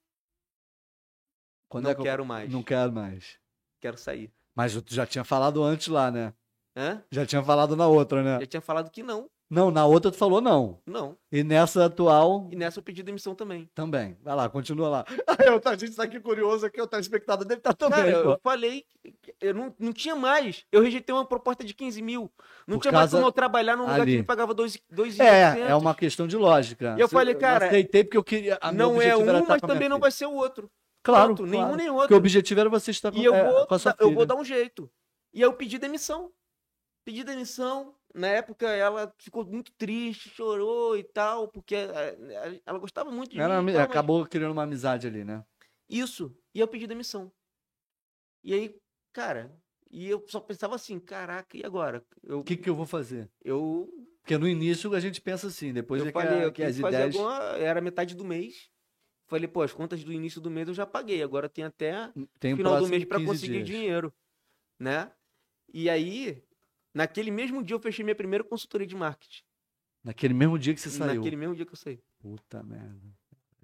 Quando não é que eu- quero mais. Não quero mais. quero sair. Mas tu já tinha falado antes lá, né? Hã? Já tinha falado na outra, né? Já tinha falado que não. Não, na outra tu falou não. Não. E nessa atual E nessa eu pedi demissão também. também. Vai lá, continua [laughs] lá. Aí, eu, a gente tá aqui curioso aqui, o telespectador deve estar também. Cara, eu, pô. eu falei, que eu não, não tinha mais. Eu rejeitei uma proposta de 15 mil. Não Por tinha mais causa- como eu trabalhar num lugar ali. que me pagava 2 dois, É, é uma questão de lógica. E eu Se- falei, cara, Eu aceitei porque eu queria. a- meu Não é objetivo era um, estar mas com a minha também não filha. vai ser o outro. Claro, claro. Pronto, nenhum nem Porque o outro. objetivo era você estar com, E eu é, vou, com a sua dar- eu vou filha. dar um jeito. E aí eu pedi demissão. Pedi demissão. Na época ela ficou muito triste, chorou e tal, porque eh, eh, ela gostava muito de Era mim. uma- e tal, mas- acabou criando uma amizade ali, né? Isso. E eu pedi demissão. E aí, cara, e eu só pensava assim, caraca, e agora? Eu, O que, que eu vou fazer? eu, Porque no início a gente pensa assim, depois eu é que, a- falei, eu que tenho as que fazer ideias. alguma... Era metade do mês. Falei, pô, as contas do início do mês eu já paguei, agora tem até Tem um final do próximo mês para 15 conseguir dias. dinheiro, né? E aí, naquele mesmo dia eu fechei minha primeira consultoria de marketing. Naquele mesmo dia que você saiu. Naquele mesmo dia que eu saí. Puta merda.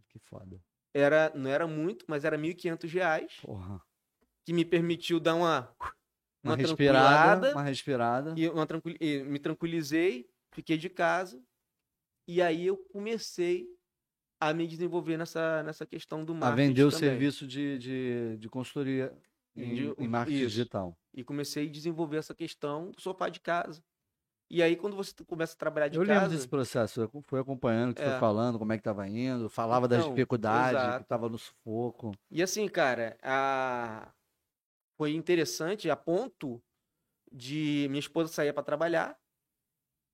Que foda. Era, não era muito, mas era 1.500 reais, Porra. que me permitiu dar uma Uma, Uma respirada. tranquilada. Uma respirada. E uma tranquili- e me tranquilizei, fiquei de casa. E aí eu comecei a me desenvolver nessa, nessa questão do a marketing. vender o também. Tá serviço de, de, de consultoria em, De- em marketing isso. digital. E comecei a desenvolver essa questão do sofá de casa. E aí, quando você começa a trabalhar É de eu lembro casa. desse processo, eu fui acompanhando o que você foi É. falando, como é que tava indo, falava das Então, dificuldades, exato. que tava no sufoco. E assim, cara, a- foi interessante a ponto de minha esposa saía para trabalhar,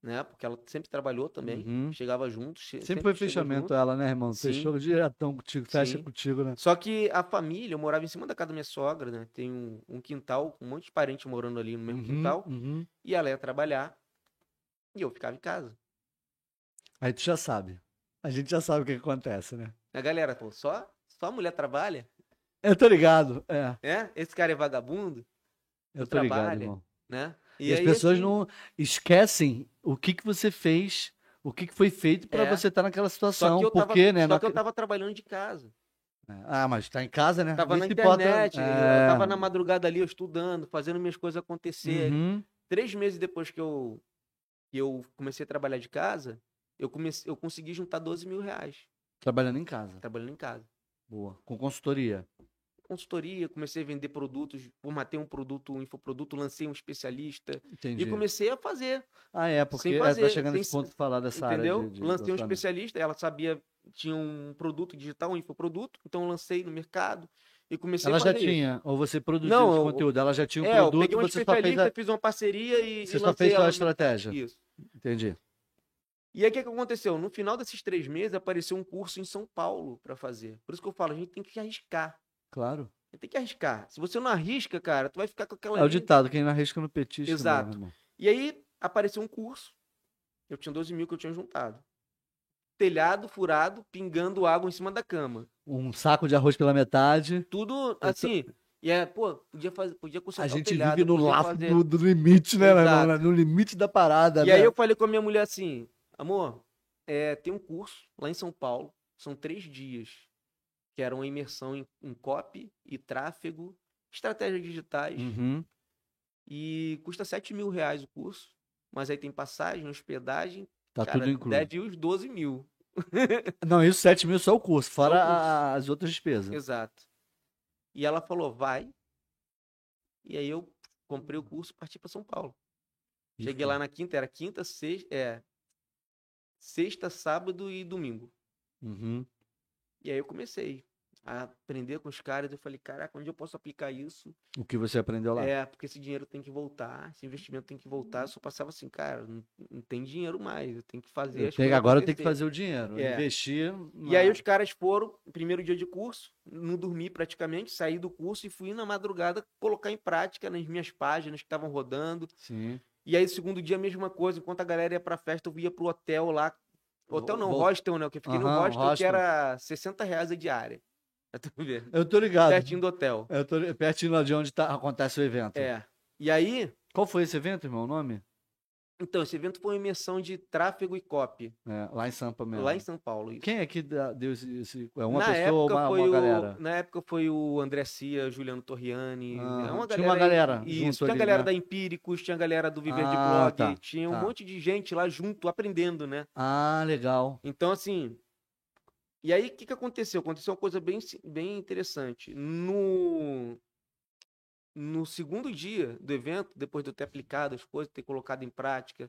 né? Porque ela sempre trabalhou também. Uhum. Chegava junto. che- Sempre foi chegou junto. fechamento ela, né, irmão? Sim. Fechou diretão contigo, fecha Sim. contigo, né? Só que a família, eu morava em cima da casa da minha sogra, né? Tem um, um quintal, com um monte de parente morando ali no mesmo Uhum, quintal. uhum. E ela ia trabalhar. E eu ficava em casa. Aí tu já sabe. A gente já sabe o que que acontece, né? A galera falou, só, só a mulher trabalha? Eu tô ligado, é. É? Esse cara é vagabundo, Eu tô ligado, Trabalha. irmão. né? E, as aí, pessoas assim, não esquecem o que, que você fez, o que, que foi feito pra É. você estar naquela Só situação. que eu tava, Porque, né? só não que eu ac- tava trabalhando de casa. Ah, mas tá em casa, né? Tava na Não se importa- internet, É. eu tava na madrugada ali, eu estudando, fazendo minhas coisas acontecerem. Uhum. Três meses depois que eu, que eu comecei a trabalhar de casa, eu, comecei, eu consegui juntar 12 mil reais Trabalhando em casa. trabalhando em casa. Boa. Com consultoria. consultoria, comecei a vender produtos, formatei um produto, um infoproduto, lancei um especialista Entendi. e comecei a fazer, Ah, é, porque sem é, fazer, tá chegando tem nesse se- ponto de falar dessa área. entendeu? de- de lancei um lançamento. especialista, ela sabia, tinha um produto digital, um infoproduto, então eu lancei no mercado e comecei Ela a fazer. já tinha, ou você produziu Não, esse eu- conteúdo, ela já tinha isso. um É, eu produto, peguei um você só fez especialista, a, fiz uma parceria e você e só lancei fez ela sua no estratégia. mercado. Isso. Entendi. E aí o que, que aconteceu? No final desses três meses apareceu um curso em São Paulo para fazer. Por isso que eu falo, a gente tem que arriscar. Claro. Tem que arriscar. Se você não arrisca, cara, tu vai ficar com aquela É o linha- ditado, quem não arrisca no petisco. né, Então, Exato. meu irmão? E aí apareceu um curso. Eu tinha 12 mil que eu tinha juntado. Telhado furado, pingando água em cima da cama. Um saco de arroz pela metade. Tudo assim. E é, pô, podia fazer, podia consertar Então, A gente o é telhado, vive no podia laço fazer. do, do limite, né, meu irmão? Exato. No limite da parada, E né? aí eu falei com a minha mulher assim, amor, é, tem um curso lá em São Paulo, são três dias, que era uma imersão em, em copy e tráfego, estratégias digitais, Uhum. e custa 7 mil reais o curso, mas aí tem passagem, hospedagem, Tá cara, tudo incluído. deve os 12 mil. Não, isso 7 mil é só o curso, fora o curso. a- as outras despesas. Exato. E ela falou, vai. E aí eu comprei o Uhum. curso e parti para São Paulo. E Cheguei foi. lá na quinta, era quinta, sexta, é, sexta, sábado e domingo. Uhum. E aí eu comecei a aprender com os caras. Eu falei, caraca, onde eu posso aplicar isso? O que você aprendeu lá? Uhum. É, porque esse dinheiro tem que voltar, esse investimento tem que voltar. Eu só passava assim, cara, não, não tem dinheiro mais, eu tenho que fazer Eu as tenho- coisas agora eu tenho que acontecer. fazer o dinheiro, É. investir. E aí na- os caras foram, primeiro dia de curso, não dormi praticamente, saí do curso e fui na madrugada colocar em prática nas minhas páginas que estavam rodando. Sim. E aí segundo dia a mesma coisa, enquanto a galera ia pra festa, eu ia pro hotel lá. Hotel não, Vou- hostel, né? Que eu fiquei no Aham, hostel, que hostel. era 60 reais a diária. [laughs] Pra tu ver. Eu tô ligado. Pertinho do hotel. Eu tô li- pertinho lá de onde tá- acontece o evento. É. E aí, Qual foi esse evento, irmão? O nome? Então, esse evento foi uma imersão de tráfego e copy, É, lá em Sampa mesmo. lá em São Paulo. isso. Quem é que dá- deu esse. esse- é uma na pessoa ou época uma, foi uma o, galera? Na época foi o André Cia, Juliano Torriani. Ah, é tinha uma galera uma galera Isso, junto tinha ali, a galera né? da Empíricos, tinha a galera do Viver de Ah, Blog, tá, tinha tá. um monte de gente lá junto, aprendendo, né? Ah, legal. Então, assim. E aí, o que, que aconteceu? Aconteceu uma coisa bem, si- bem interessante. No. No segundo dia do evento, depois de eu ter aplicado as coisas, ter colocado em prática,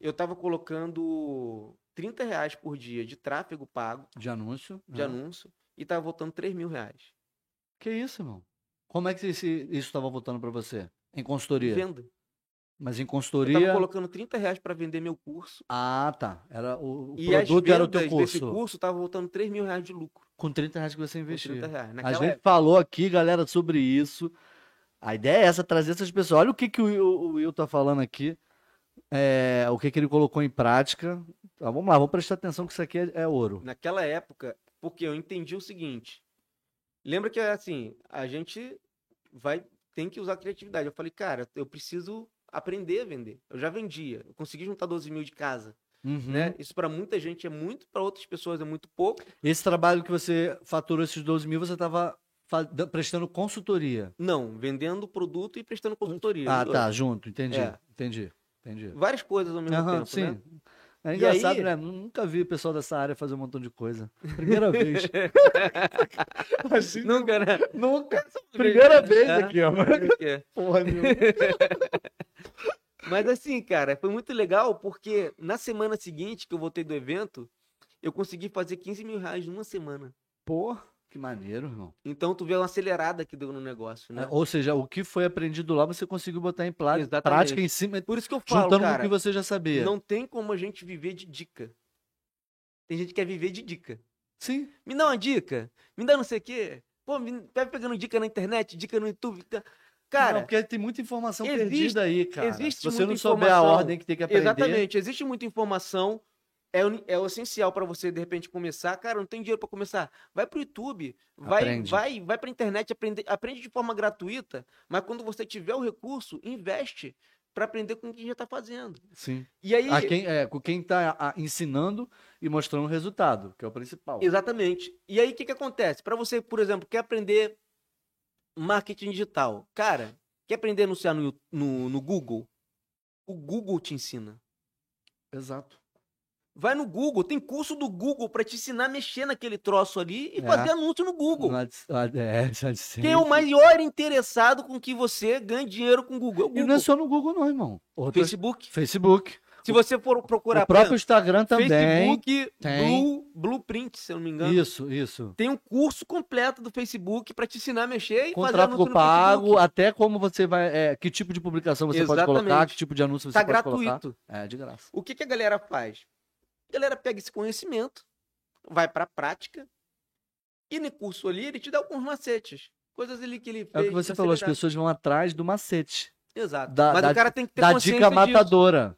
eu estava colocando 30 reais por dia de tráfego pago, De anúncio. de né? anúncio, e estava voltando 3 mil reais. Que isso, irmão? Como é que esse- isso estava voltando para você? Em consultoria. Venda. Mas em Eu tava consultoria. colocando 30 reais para vender meu curso. Ah, tá. Era o o E as produto vendas era o teu desse curso. curso tava voltando 3 mil reais de lucro. Com 30 reais que você com 30 investiu. reais. A Naquela gente época. falou aqui, galera, sobre isso. A ideia é essa, trazer essas pessoas. Olha o que, que o, Will, o Will tá falando aqui. é, o que, que ele colocou em prática. Tá, vamos lá, vamos prestar atenção que isso aqui é, é ouro. Naquela época, porque eu entendi o seguinte. Lembra que assim, a gente vai tem que usar criatividade. Eu falei, cara, eu preciso aprender a vender. Eu já vendia, eu consegui juntar 12 mil de casa, Uhum. né? Isso para muita gente é muito, para outras pessoas é muito pouco. Esse trabalho que você faturou esses 12 mil, você estava prestando consultoria. Não, vendendo produto e prestando consultoria. Ah, os dois. tá, junto, entendi. É. Entendi, entendi. Várias coisas ao mesmo Aham, tempo, sim. né? É E engraçado, aí- né? Nunca vi pessoal dessa área fazer um montão de coisa. Primeira [laughs] vez. Assim, Nunca, né? nunca. Primeira vez É. aqui, ó. É. Porra, nenhuma. Mas assim, cara, foi muito legal porque na semana seguinte que eu voltei do evento, eu consegui fazer 15 mil reais numa semana. Porra, que maneiro, irmão. Então tu vê uma acelerada que deu no negócio, né? É, Ou seja, o que foi aprendido lá, você conseguiu botar em plá- Exatamente. prática em cima, Por isso que eu falo, juntando com o cara, que você já sabia. não tem como a gente viver de dica. Tem gente que quer viver de dica. Sim. Me dá uma dica, me dá não sei o quê. Pô, me... vai pegando dica na internet, dica no YouTube. tá? Não, Cara, porque tem muita informação existe- perdida aí, cara. existe Se você muita não souber a informação. ordem que tem que aprender. Exatamente, existe muita informação. É, uni- é o essencial para você, de repente, começar. Cara, não tem dinheiro para começar. Vai pro YouTube, vai, Aprende. vai, vai pra internet, aprende, aprende de forma gratuita, mas quando você tiver o recurso, investe para aprender com quem já tá fazendo. Sim. E aí. A quem, é, com quem tá a, ensinando e mostrando o resultado, que é o principal. Exatamente. E aí, o que, que acontece? Para você, por exemplo, quer aprender marketing digital. Cara, quer aprender a anunciar no, Yu- no, no Google? O Google te ensina. Exato. Vai no Google, tem curso do Google pra te ensinar a mexer naquele troço ali e É. fazer anúncio no Google. Ad- ad- é, [laughs] já disse. Quem é o maior interessado com que você ganhe dinheiro com o Google? É o E Google. não é só no Google, não, irmão. Outras- Facebook. Facebook. Se você for procurar O próprio Instagram por exemplo, também. Facebook tem. Blue, Blueprint, se eu não me engano. Isso, isso. Tem um curso completo do Facebook pra te ensinar a mexer e Com fazer anúncio tráfego no pago, Facebook. até como você vai. é, que tipo de publicação você pode Exatamente. colocar, que tipo de anúncio você Tá pode colocar. gratuito. É, de graça. O que, que a galera faz? A galera pega esse conhecimento, vai pra prática, e no curso ali ele te dá alguns macetes. Coisas ali que ele É o que fez, você falou, as facilidade. pessoas vão atrás do macete. Exato. Da- Mas da- o cara tem que ter Da dica consciência disso. matadora.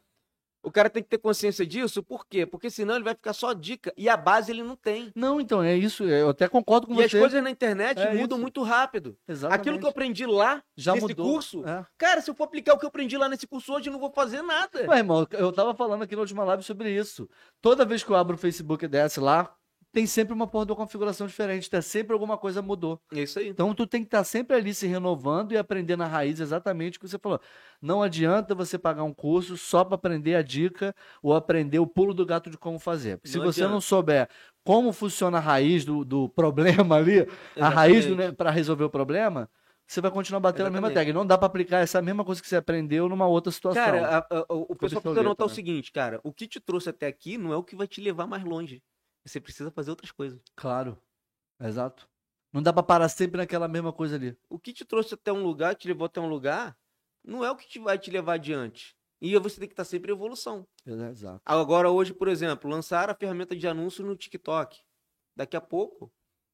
O cara tem que ter consciência disso, por quê? Porque senão ele vai ficar só dica e a base ele não tem. Não, então, é isso. Eu até concordo com e você. as coisas na internet É mudam isso. muito rápido. Exatamente. Aquilo que eu aprendi lá, Já nesse mudou. curso, É. cara, se eu for aplicar o que eu aprendi lá nesse curso hoje, eu não vou fazer nada. Ué, irmão, eu tava falando aqui na última live sobre isso. Toda vez que eu abro o Facebook e desce lá, tem sempre uma porra de uma configuração diferente, tá sempre alguma coisa mudou. É isso aí. Então tu tem que estar sempre ali se renovando e aprendendo a raiz exatamente o que você falou. Não adianta você pagar um curso só para aprender a dica ou aprender o pulo do gato de como fazer. Porque se Não você adianta. não souber como funciona a raiz do, do problema ali, a Exatamente. raiz do, né, para resolver o problema, você vai continuar batendo a mesma Exatamente. tecla. Não dá para aplicar essa mesma coisa que você aprendeu numa outra situação. Cara, a- a- o pessoal precisa obsoleto, notar o né? seguinte, cara, o que te trouxe até aqui não é o que vai te levar mais longe. Você precisa fazer outras coisas. Claro, exato. Não dá pra parar sempre naquela mesma coisa ali. O que te trouxe até um lugar, te levou até um lugar, não é o que te vai te levar adiante. E você tem que estar sempre em evolução. Exato. Agora, hoje, por exemplo, lançaram a ferramenta de anúncio no TikTok. Daqui a pouco,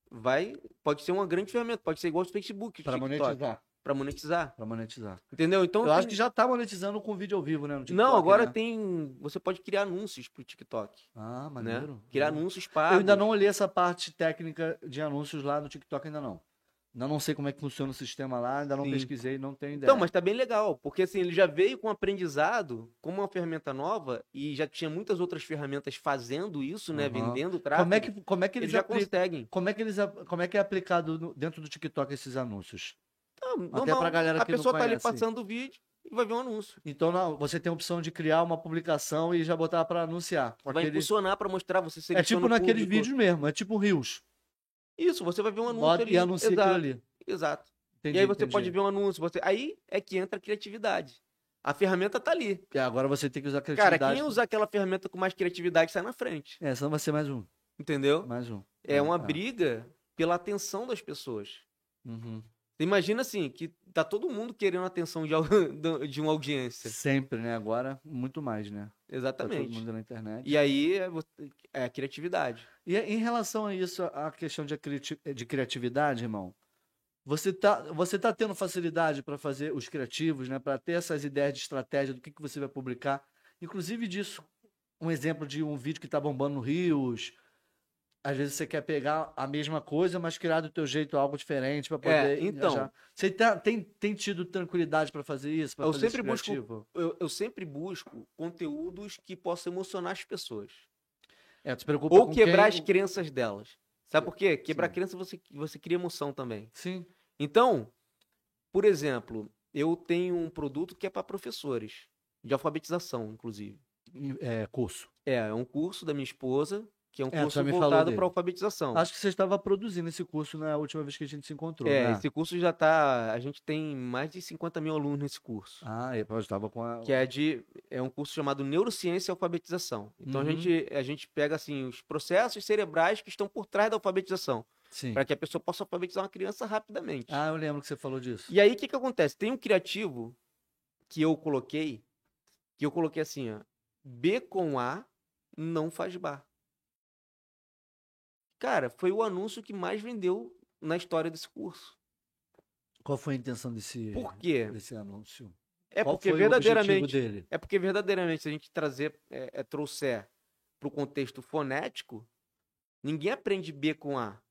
vai, pode ser uma grande ferramenta, pode ser igual ao Facebook, o Pra TikTok, monetizar. pra monetizar. Pra monetizar. Entendeu? Então, Eu acho tem- que já tá monetizando com vídeo ao vivo, né? no TikTok, não, agora né? tem, você pode criar anúncios pro TikTok, Ah, né? maneiro. Criar Maneiro. anúncios Eu pagos. ainda não olhei essa parte técnica de anúncios lá no TikTok, ainda não. Ainda não sei como é que funciona o sistema lá, ainda não Sim. pesquisei, não tenho ideia. Então, mas tá bem legal, porque assim, ele já veio com aprendizado, com uma ferramenta nova, e já tinha muitas outras ferramentas fazendo isso, né? Aham. Vendendo tráfego. como é que, como é que eles eles, já apli- conseguem? como é que eles a- como é que é aplicado no- dentro do TikTok esses anúncios? Então, Tá, Até pra galera a que não pessoa tá ali conhece. passando o vídeo e vai ver um anúncio. Então não, você tem a opção de criar uma publicação e já botar pra anunciar. Com Vai aquele- impulsionar pra mostrar você É seleciona tipo o naqueles público. vídeos mesmo, é tipo um Rios. Isso, você vai ver um anúncio Bota ali. e anuncia Exato, aquilo ali. exato. Entendi, e aí você entendi. pode ver um anúncio. Você... Aí é que entra a criatividade. A ferramenta tá ali. E agora você tem que usar Cara, criatividade. tá- quem usar aquela ferramenta com mais criatividade sai na frente. É, senão vai ser mais um. Entendeu? Mais um. É uma tá. briga pela atenção das pessoas. Uhum. Você Imagina assim, que tá todo mundo querendo a atenção de, al- [laughs] do- de uma audiência. Sempre, né? Agora, muito mais, né? Tá todo Exatamente. mundo na internet. E aí é, vo- é a criatividade. E em relação a isso, a questão de, criati- de criatividade, irmão, você tá, você tá tendo facilidade para fazer os criativos, né? Para ter essas ideias de estratégia do que, que você vai publicar, inclusive disso, um exemplo de um vídeo que tá bombando no Rios. Às vezes você quer pegar a mesma coisa, mas criar do teu jeito algo diferente para poder. É, então. engajar. Você tá- tem, tem tido tranquilidade para fazer isso? Pra Eu fazer esse sempre busco- criativo? Eu, eu sempre busco conteúdos que possam emocionar as pessoas. É, tu se preocupa Ou com quebrar quem... as crenças delas. Sabe por quê? Quebrar Sim. crença você, você cria emoção também. Sim. Então, por exemplo, eu tenho um produto que é para professores, de alfabetização, inclusive. É, curso. É, é um curso da minha esposa, que é um É, curso tu já me falou voltado dele. Ah, para alfabetização. Acho que você estava produzindo esse curso na última vez que a gente se encontrou. é, né? esse curso já tá. A gente tem mais de 50 mil alunos nesse curso. Ah, eu estava com a. Que é de. É um curso chamado Neurociência e Alfabetização. Então Uhum. a, gente, a gente pega assim os processos cerebrais que estão por trás da alfabetização. Sim. Para que a pessoa possa alfabetizar uma criança rapidamente. Ah, eu lembro que você falou disso. E aí, o que que acontece? Tem um criativo que eu coloquei, que eu coloquei assim, ó. B com A não faz bar. Cara, foi o anúncio que mais vendeu na história desse curso. Qual foi a intenção desse, Por quê? desse anúncio? É Qual porque foi o objetivo verdadeiramente, dele? é porque verdadeiramente se a gente trazer, é, é, trouxer para o contexto fonético, ninguém aprende B com A,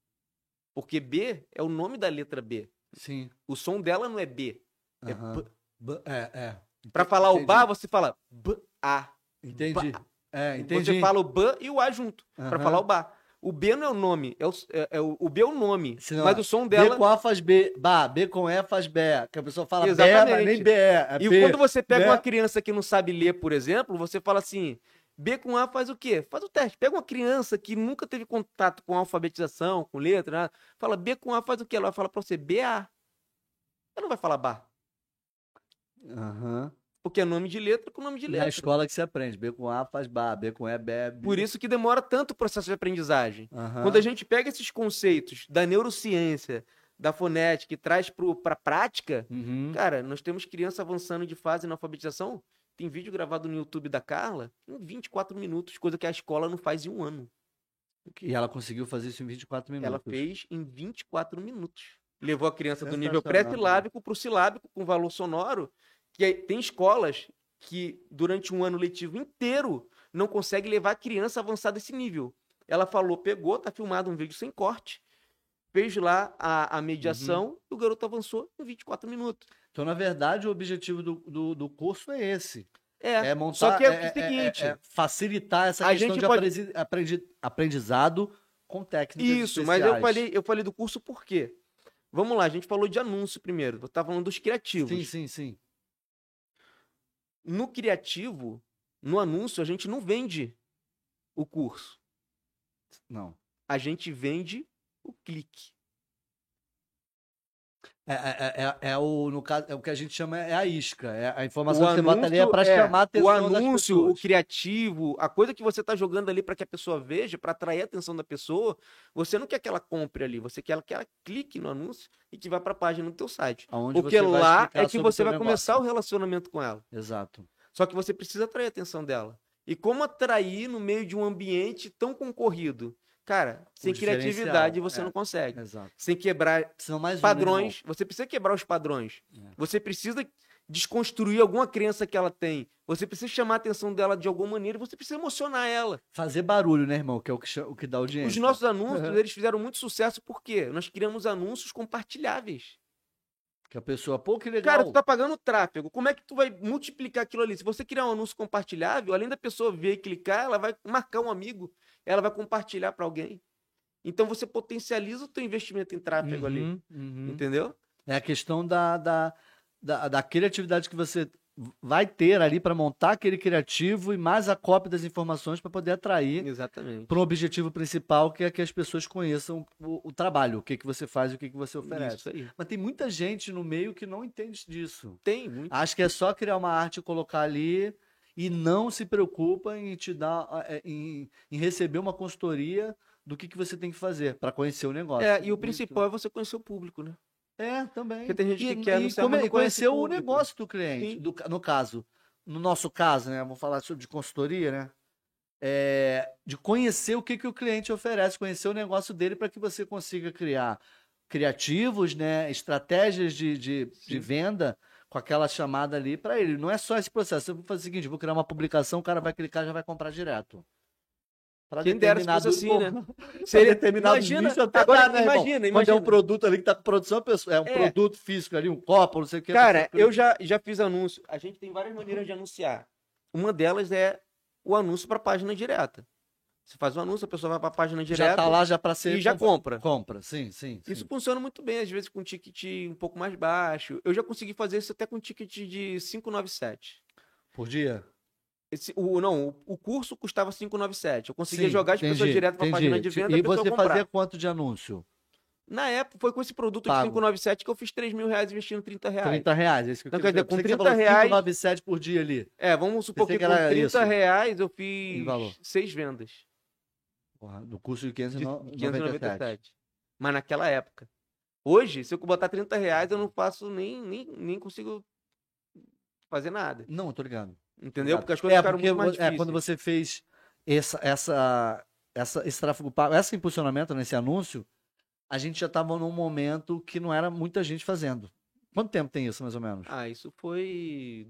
porque B é o nome da letra B. Sim. O som dela não é B. É aham. B. B- É, é. Para falar o entendi. bar, você fala B A. Entendi. É, entendi. Você fala o ban e o A junto, pra Aham. falar o ba. O B não é o nome, é o, é- é o, o B é o nome, Senão, mas o som B dela... com A faz B. Bah, B com E faz B. Que a pessoa fala B, mas Exatamente. nem B. É E B. quando você pega né? uma criança que não sabe ler, por exemplo, você fala assim, B com A faz o quê? Faz o teste. Pega uma criança que nunca teve contato com alfabetização, com letra, nada, fala B com A faz o quê? Ela vai falar pra você, BA. Ela não vai falar bar, Aham. porque é nome de letra com nome de Na letra. escola que você aprende. B com A faz B. B com E, B. B. Por isso que demora tanto o processo de aprendizagem. Aham. Quando a gente pega esses conceitos da neurociência, da fonética e traz para a prática, Uhum. cara, nós temos criança avançando de fase na alfabetização. Tem vídeo gravado no YouTube da Carla em 24 minutos, coisa que a escola não faz em um ano. E ela conseguiu fazer isso em 24 minutos. Ela fez em 24 minutos. Levou a criança do nível Sensacional, pré-silábico para o silábico com valor sonoro. Que aí tem escolas que, durante um ano letivo inteiro, não consegue levar a criança a avançar desse nível. Ela falou, pegou, tá filmado um vídeo sem corte, fez lá a, a mediação e o garoto avançou em 24 minutos. Então, na verdade, o objetivo do, do, do curso é esse. É, É montar. só que é o seguinte. facilitar essa A questão gente de pode- apresi- aprendi- aprendizado com técnicas. isso, mas eu especiais. falei, eu falei do curso por quê? Vamos lá, a gente falou de anúncio primeiro, eu tava falando dos criativos. Sim, sim, sim. no criativo, no anúncio, a gente não vende o curso. Não. A gente vende o clique. É, é- é- é- é o, no caso, é o que a gente chama é a isca. É a informação O que você bota ali é para anúncio, é, chamar a O atenção. das anúncio, o pessoas. criativo, a coisa que você está jogando ali para que a pessoa veja, para atrair a atenção da pessoa, você não quer que ela compre ali, você quer que ela clique no anúncio e que vá para a página do teu site. Aonde Porque você vai lá explicar é que sobre o você teu vai começar o negócio. relacionamento com ela. Exato. Só que você precisa atrair a atenção dela. E como atrair no meio de um ambiente tão concorrido? Cara, sem diferencial, criatividade você é. não consegue. Exato. Sem quebrar São mais um, né, padrões. Você precisa quebrar os padrões. É. Você precisa desconstruir alguma crença que ela tem Você precisa chamar a atenção dela de alguma maneira e você precisa emocionar ela. Fazer barulho, né, irmão? Que é o que, cha- o que dá audiência. Os nossos anúncios, Uhum. eles fizeram muito sucesso porque nós criamos anúncios compartilháveis. Que a pessoa, pô, que legal. Cara, tu tá pagando tráfego. Como é que tu vai multiplicar aquilo ali? Se você criar um anúncio compartilhável, além da pessoa ver e clicar, ela vai marcar um amigo, ela vai compartilhar para alguém. Então você potencializa o teu investimento em tráfego ali, Uhum, uhum. entendeu? É a questão da, da, da, da criatividade que você vai ter ali para montar aquele criativo e mais a cópia das informações para poder atrair Exatamente. para o objetivo principal, que é que as pessoas conheçam o, o trabalho, o que, que você faz e o que, que você oferece. Isso aí. Mas tem muita gente no meio que não entende disso. Tem muito. Acho que é só criar uma arte e colocar ali e não se preocupa em te dar eh, em, em receber uma consultoria do que, que você tem que fazer para conhecer o negócio. É, e o Muito. principal é você conhecer o público, né? É, também. Porque tem gente e, que quer e anunciar, come- mas não e conhecer conhece o público. negócio do cliente, Sim. do ca- no caso. No nosso caso, né? Vamos falar sobre de consultoria, né? É, de conhecer o que, que o cliente oferece, conhecer o negócio dele para que você consiga criar criativos, né? Estratégias de, de, de Sim. venda com aquela chamada ali para ele. Não é só esse processo. Eu vou fazer o seguinte, vou criar uma publicação, o cara vai clicar, já vai comprar direto. Pra Quem dera se fosse assim, né? Seria determinado Imagina- nicho até agora, dá, né, irmão? imagina, Quando é um imagina. produto ali que tá com produção, a pessoa- é um É. produto físico ali, um copo, não sei o que. a Cara, pessoa- eu já, já fiz anúncio. A gente tem várias maneiras de anunciar. Uma delas é o anúncio para página direta. Você faz o anúncio, a pessoa vai para a página direta já tá lá já pra ser... e já compra. compra. Compra, sim, sim. sim. Isso funciona muito bem, às vezes com ticket um pouco mais baixo. Eu já consegui fazer isso até com ticket de 597. Por dia? Esse, o, não, o, o curso custava 597. Eu conseguia Sim, jogar as pessoas entendi, direto para a entendi. página de venda E a pessoa você comprar. fazia quanto de anúncio? Na época, foi com esse produto de Pago. 597 que eu fiz 3 mil reais investindo 30 reais. 30 reais, é isso que eu Não, queria quer dizer, saber. com Você que 30 reais- 597 por dia ali. É, vamos supor Pensei que, que com era 30 isso. reais eu Em valor. fiz seis vendas Porra, do custo de de 597. 597. Mas naquela época. Hoje, se eu botar 30 reais, eu não faço nem, nem, nem consigo fazer nada. Não, eu tô ligado. Entendeu? Exato. Porque as coisas é, ficaram porque muito mais vo- é, difíceis. quando você fez essa, essa, essa, esse tráfego pago, esse impulsionamento nesse anúncio, a gente já estava num momento que não era muita gente fazendo. Quanto tempo tem isso, mais ou menos? Ah, isso foi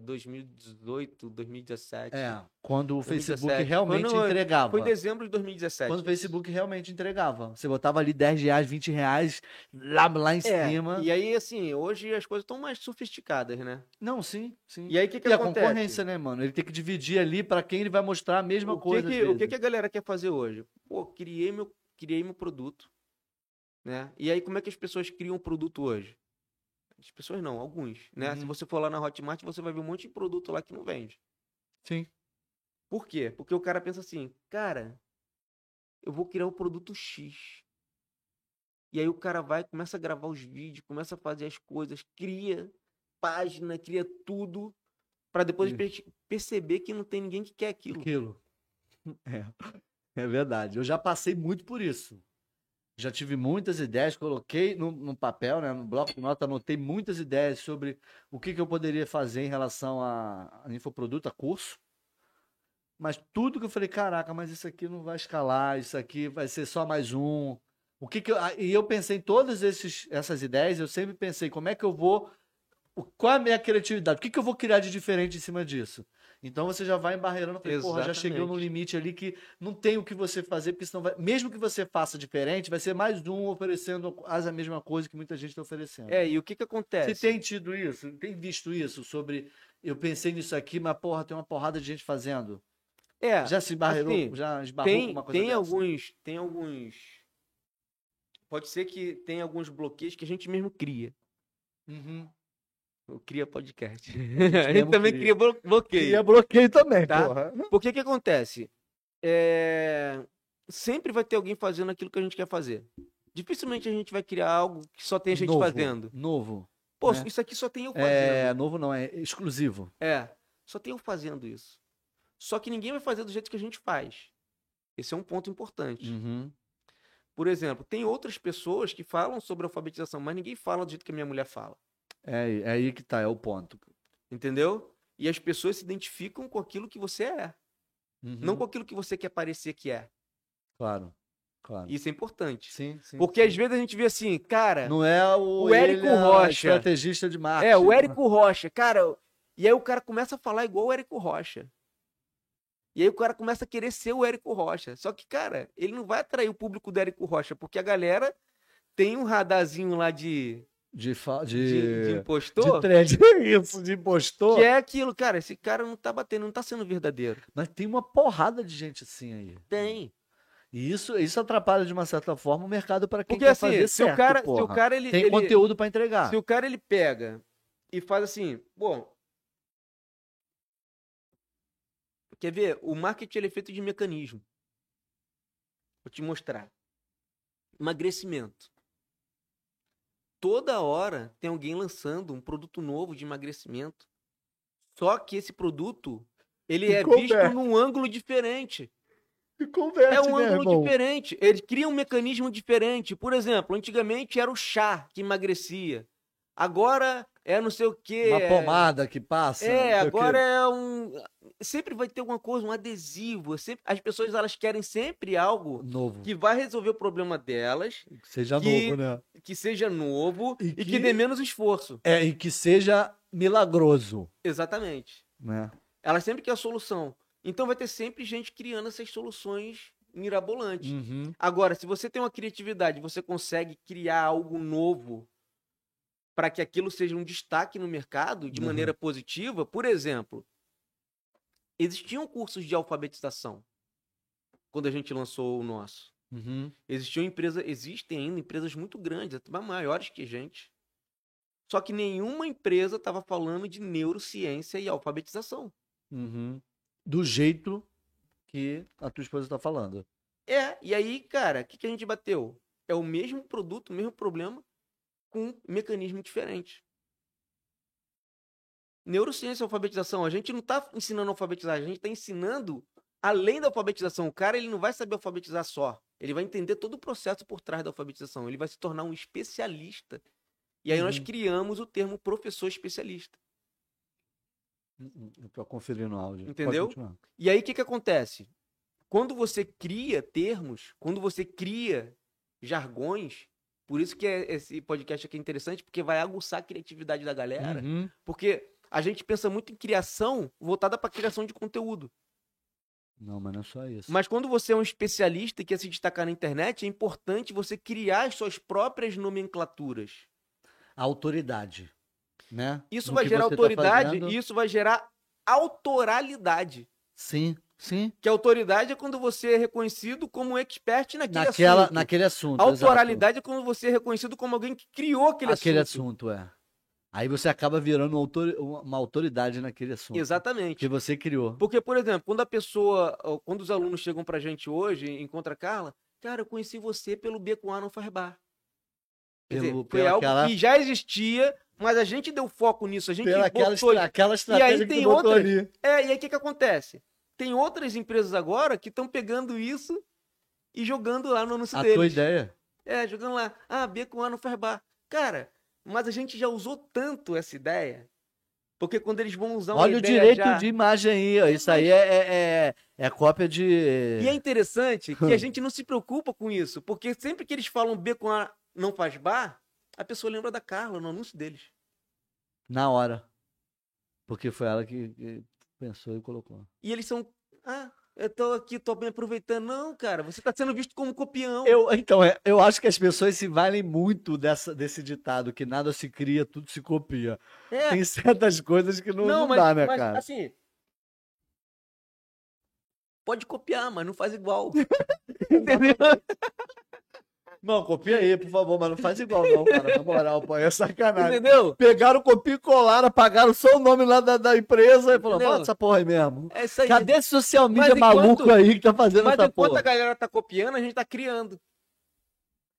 2018, 2017. é, quando o Facebook 2017. realmente Quando- entregava. Foi em dezembro de 2017. Quando o Facebook realmente entregava. Você botava ali 10 reais, 20 reais, lá, lá em É, cima. E aí, assim, hoje as coisas estão mais sofisticadas, né? Não, sim, sim. E aí, o que, que E a acontece? concorrência, né, mano? Ele tem que dividir ali para quem ele vai mostrar a mesma o que coisa. às que- o que, vezes. que a galera quer fazer hoje? Pô, criei meu, criei meu produto, né? E aí, como é que as pessoas criam o produto hoje? As pessoas não, alguns, né? Se Uhum. você for lá na Hotmart, você vai ver um monte de produto lá que não vende. Sim. Por quê? Porque o cara pensa assim, cara, eu vou criar o produto X. E aí o cara vai, começa a gravar os vídeos, começa a fazer as coisas, cria página, cria tudo, pra depois Isso. perce- perceber que não tem ninguém que quer aquilo. Aquilo. [laughs] É, é verdade. Eu já passei muito por isso. Já tive muitas ideias, coloquei no, no papel, né, no bloco de nota, anotei muitas ideias sobre o que, que eu poderia fazer em relação a, a infoproduto, a curso. Mas tudo que eu falei, caraca, mas isso aqui não vai escalar, isso aqui vai ser só mais um. O que que eu, ah, e eu pensei em todas esses, essas ideias, eu sempre pensei, como é que eu vou. o- Qual é a minha criatividade? O que, que eu vou criar de diferente em cima disso? Então você já vai embarreirando, falei, porra, já chegou no Exatamente. limite ali que não tem o que você fazer, porque senão vai, mesmo que você faça diferente, vai ser mais um oferecendo quase a mesma coisa que muita gente está oferecendo. É, e o que que Você acontece? um tem tido isso? Tem visto isso sobre eu pensei nisso aqui, mas porra, tem uma porrada de gente fazendo. É, Já se barreirou, assim, já esbarrou com tem, alguma coisa tem dessa? alguns, tem alguns. Pode ser que tem alguns bloqueios que a gente mesmo cria. Uhum. Eu cria podcast. [laughs] a mesmo gente também cria. cria, blo- bloqueio. E é bloqueio também, Tá? porra. Porque que acontece? É, Sempre vai ter alguém fazendo aquilo que a gente quer fazer. Dificilmente a gente vai criar algo que só tem gente Novo, fazendo. Novo. Pô, né? isso aqui só tem eu É, fazendo. novo não, é exclusivo. É... só tem eu fazendo isso. Só que ninguém vai fazer do jeito que a gente faz. Esse é um ponto importante. Uhum. Por exemplo, tem outras pessoas que falam sobre alfabetização, mas ninguém fala do jeito que a minha mulher fala. É, aí- é aí que tá, é o ponto. Entendeu? E as pessoas se identificam com aquilo que você é, Uhum. não com aquilo que você quer parecer que é. Claro, claro. Isso é importante. Sim, sim. Porque às vezes a gente vê assim, cara, Não é o, O Érico ele é [laughs] Rocha. estrategista de marketing. é o Érico É, Rocha, cara, E aí o cara começa a falar igual o Érico Rocha. E aí o cara começa a querer ser o Érico Rocha. Só que, cara, ele não vai atrair o público do Érico Rocha, porque a galera tem um radarzinho lá de, De, fa... de, de É, de... impostor. trend. [laughs] Isso, de impostor. que é aquilo, cara, esse cara não tá batendo, não tá sendo verdadeiro. Mas tem uma porrada de gente assim aí. Tem. E isso, isso atrapalha, de uma certa forma, o mercado para quem Porque quer assim, fazer se o certo, cara, se porra. o cara ele, Tem ele- conteúdo para entregar. se o cara ele pega e faz assim, bom, quer ver? O marketing ele é feito de mecanismo. Vou te mostrar. Emagrecimento. Toda hora tem alguém lançando um produto novo de emagrecimento. Só que esse produto ele E é converte. visto num ângulo diferente. [laughs] E converte, né, É um ângulo diferente. Ele cria um mecanismo diferente. Por exemplo, antigamente era o chá que emagrecia. Agora é não sei o quê. Uma é- pomada que passa. não sei É, o quê. agora é um. Sempre vai ter alguma coisa, um adesivo. Sempre... As pessoas elas querem sempre algo Novo. é que vai resolver o problema delas, Que seja que- novo, né? que seja novo E e, que... que- dê menos esforço. É, e que seja milagroso, Exatamente. né? Elas sempre querem a solução. Então vai ter sempre gente criando essas soluções mirabolantes. Uhum. Agora, se você tem uma criatividade, você consegue criar algo novo para que aquilo seja um destaque no mercado de Uhum. maneira positiva. Por exemplo, existiam cursos de alfabetização quando a gente lançou o nosso. Uhum. Existiam empresas, existem ainda empresas muito grandes, até maiores que a gente. Só que nenhuma empresa estava falando de neurociência e alfabetização. Uhum. Do jeito que a tua esposa tá falando. É, e aí, cara, o que, que a gente bateu? É o mesmo produto, o mesmo problema, com um mecanismo diferente. Neurociência e alfabetização, a gente não tá ensinando a alfabetizar, a gente tá ensinando além da alfabetização. O cara, ele não vai saber alfabetizar só. Ele vai entender todo o processo por trás da alfabetização. Ele vai se tornar um especialista. E aí nós Uhum. criamos o termo professor especialista. Uhum. Eu tô conferindo o áudio. Pode Entendeu? continuar. E aí o que, que acontece? Quando você cria termos, quando você cria jargões, por isso que é- esse podcast aqui é interessante, porque vai aguçar a criatividade da galera. Uhum. Porque a gente pensa muito em criação voltada para criação de conteúdo. Não, mas não é só isso. Mas quando você é um especialista e quer se destacar na internet, é importante você criar as suas próprias nomenclaturas. A autoridade, né? Isso No vai que gerar você tá autoridade fazendo. e isso vai gerar autoralidade. Sim, sim. Que autoridade é quando você é reconhecido como expert naquele Naquela, assunto. naquele assunto. Autoralidade é quando você é reconhecido como alguém que criou aquele, exato. Aquele assunto. assunto. é. Aí você acaba virando uma, autori- uma- uma autoridade naquele assunto. Exatamente. Que você criou. Porque, por exemplo, quando a pessoa, ou quando os alunos chegam pra gente hoje, encontra a Carla, cara, eu conheci você pelo Beco Não Faz Bar. Quer dizer, Pelo- foi pela algo aquela- que já existia, mas a gente deu foco nisso, a gente Pela aquela, botou... estra- aquela estratégia que tem tu botou outras- ali. É, e aí o que, que acontece? Tem outras empresas agora que estão pegando isso e jogando lá no anúncio A deles. tua ideia. É, jogando lá. Ah, B com A não faz bar. Cara, mas a gente já usou tanto essa ideia. Porque quando eles vão usar uma Olha o ideia direito já... de imagem aí. ó. Isso aí é, é, é, é cópia de. E é interessante que a gente não se preocupa com isso. Porque sempre que eles falam B com A não faz bar, a pessoa lembra da Carla no anúncio deles. Na hora. Porque foi ela que, que pensou e colocou. E eles são... Ah, eu tô aqui, tô me aproveitando. Não, cara, você tá sendo visto como copião. Eu, então, é, eu acho que as pessoas se valem muito dessa, desse ditado que nada se cria, tudo se copia. É, Tem certas coisas que não, não, não mas, dá, né, mas, cara? assim... Pode copiar, mas não faz [laughs] igual. é Não, copia aí, por favor, mas não faz igual, não, cara. Na moral, pô, é sacanagem. Entendeu? Pegaram, copia e colaram, apagaram só o nome lá da, da empresa e falaram, Entendeu? bota essa porra aí mesmo. É isso aí. Cadê esse social Mas media enquanto- maluco aí que tá fazendo Mas essa enquanto porra? a galera tá copiando, a gente tá criando.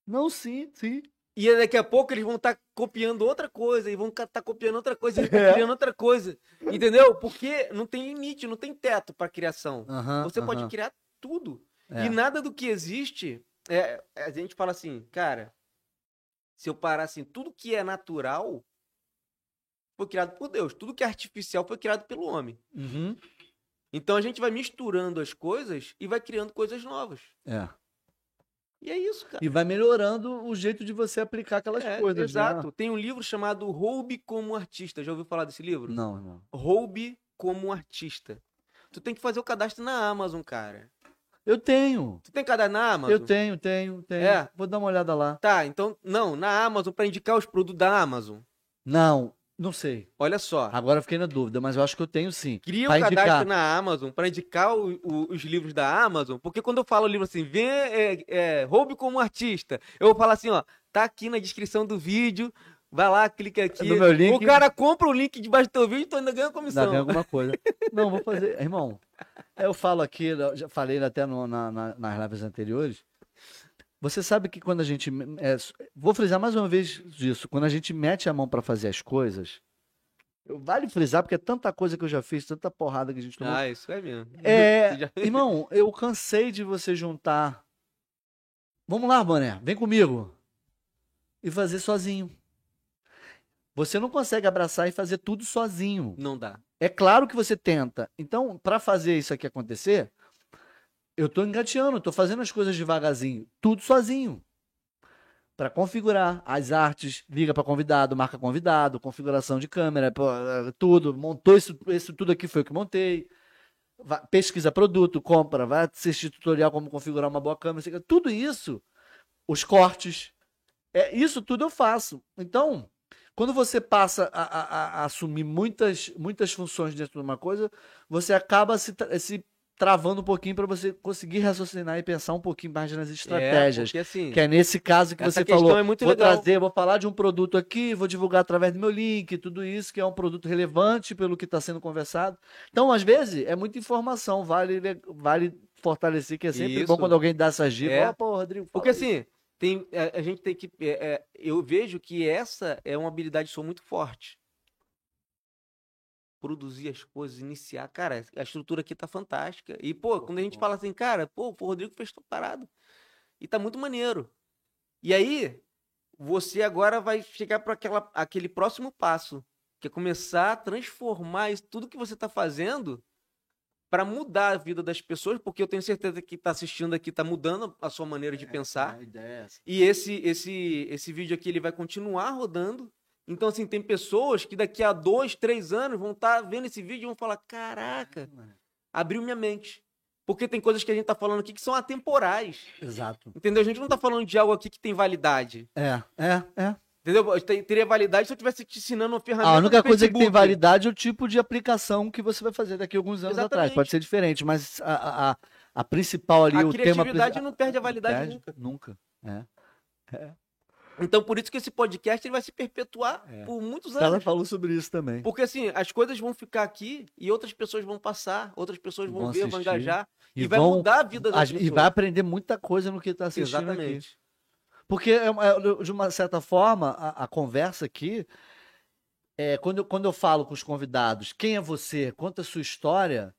Não, sim, sim. E aí daqui a pouco eles vão estar copiando outra coisa, e vão estar copiando outra coisa, e [laughs] É. tá criando outra coisa. Entendeu? Porque não tem limite, não tem teto pra criação. Aham, Você pode aham. criar tudo. É. E nada do que existe. é- a gente fala assim, cara, se eu parar assim, tudo que é natural foi criado por Deus, tudo que é artificial foi criado pelo homem. Uhum. Então a gente vai misturando as coisas e vai criando coisas novas. É. E é isso, cara. E vai melhorando o jeito de você aplicar aquelas É, coisas. né? exato. Tem um livro chamado Roube como Artista. Já ouviu falar desse livro? Não, não. Roube como Artista. Tu tem que fazer o cadastro na Amazon, cara. Eu tenho. Tu tem cadastro na Amazon? Eu tenho, tenho, tenho. É. Vou dar uma olhada lá. Tá, então, não, na Amazon, pra indicar os produtos da Amazon. Não, não sei. Olha só. Agora eu fiquei na dúvida, mas eu acho que eu tenho sim. Cria um Ah, pra cadastro indicar. na Amazon pra indicar o- o- os livros da Amazon, porque quando eu falo livro assim, vê, é, é, roube como artista, eu vou falar assim, ó, tá aqui na descrição do vídeo, vai lá, clica aqui. No meu link. O cara compra o link debaixo do teu vídeo e tu ainda ganha comissão. Ainda tem alguma coisa. [laughs] Não, vou fazer. Irmão, eu falo aqui, eu já falei até no- na- na- nas lives anteriores. Você sabe que quando a gente. é, vou frisar mais uma vez disso. Quando a gente mete a mão pra fazer as coisas. eu- Vale frisar, porque é tanta coisa que eu já fiz, tanta porrada que a gente tomou. Ah, isso é mesmo. É, Tu já- Irmão, eu cansei de você juntar. Vamos lá, Boné, vem comigo. E fazer sozinho. Você não consegue abraçar e fazer tudo sozinho. Não dá. É claro que você tenta. Então, para fazer isso aqui acontecer, eu tô engateando, tô fazendo as coisas devagarzinho, tudo sozinho. Para configurar as artes, liga para convidado, marca convidado, configuração de câmera, pô, eh, tudo, montou isso, isso tudo aqui foi o que montei. Vai- pesquisa produto, compra, vai assistir tutorial como configurar uma boa câmera, sei lá, tudo isso, os cortes, é isso tudo eu faço. Então, quando você passa a, a- a- a assumir muitas, muitas funções dentro de uma coisa, você acaba se, tra- se travando um pouquinho para você conseguir raciocinar e pensar um pouquinho mais nas É, estratégias. porque assim, Que é nesse caso que essa você questão falou. é muito vou legal. trazer, vou falar de um produto aqui, vou divulgar através do meu link, tudo isso, que é um produto relevante pelo que está sendo conversado. Então, às vezes, é muita informação, vale, le- vale fortalecer, que é sempre Isso. bom quando alguém dá essas dicas. É. Ó, pô, Rodrigo, fala Porque isso. assim, tem, a, a gente tem que. é, é, eu vejo que essa é uma habilidade sua muito forte. Produzir as coisas, iniciar. Cara, a estrutura aqui tá fantástica. E, pô, quando a gente fala assim, cara, pô, o Rodrigo fez tua parada. E tá muito maneiro. E aí, você agora vai chegar para aquele próximo passo, que é começar a transformar isso, tudo que você tá fazendo para mudar a vida das pessoas, porque eu tenho certeza que tá assistindo aqui tá mudando a sua maneira de pensar. A ideia é essa. E esse, esse, esse vídeo aqui ele vai continuar rodando. Então, assim, tem pessoas que daqui a dois, três anos vão estar vendo esse vídeo e vão falar: Caraca, abriu minha mente. Porque tem coisas que a gente tá falando aqui que são atemporais. Exato. Entendeu? A gente não tá falando de algo aqui que tem validade. É, é, é. Entendeu? Eu te- Teria validade se eu estivesse te ensinando uma ferramenta. Ah, a única do coisa que tem Facebook. validade é o tipo de aplicação que você vai fazer daqui a alguns anos atrás. Exatamente. Pode ser diferente, mas a- a, a, a principal ali, A o tema. criatividade não perde a validade nunca. Nunca. É. Então, por isso que esse podcast ele vai se perpetuar É. por muitos O anos. cara falou sobre isso também. Porque assim, as coisas vão ficar aqui e outras pessoas vão passar, outras pessoas vão, Vão ver, vão assistir. engajar. E, E, vai vão, mudar a vida das as- pessoas. e vai aprender muita coisa no que está assistindo aqui. Exatamente. Porque, é uma- é, de uma certa forma, a, a conversa aqui, é, quando, eu, quando eu falo com os convidados, quem é você, conta a sua história,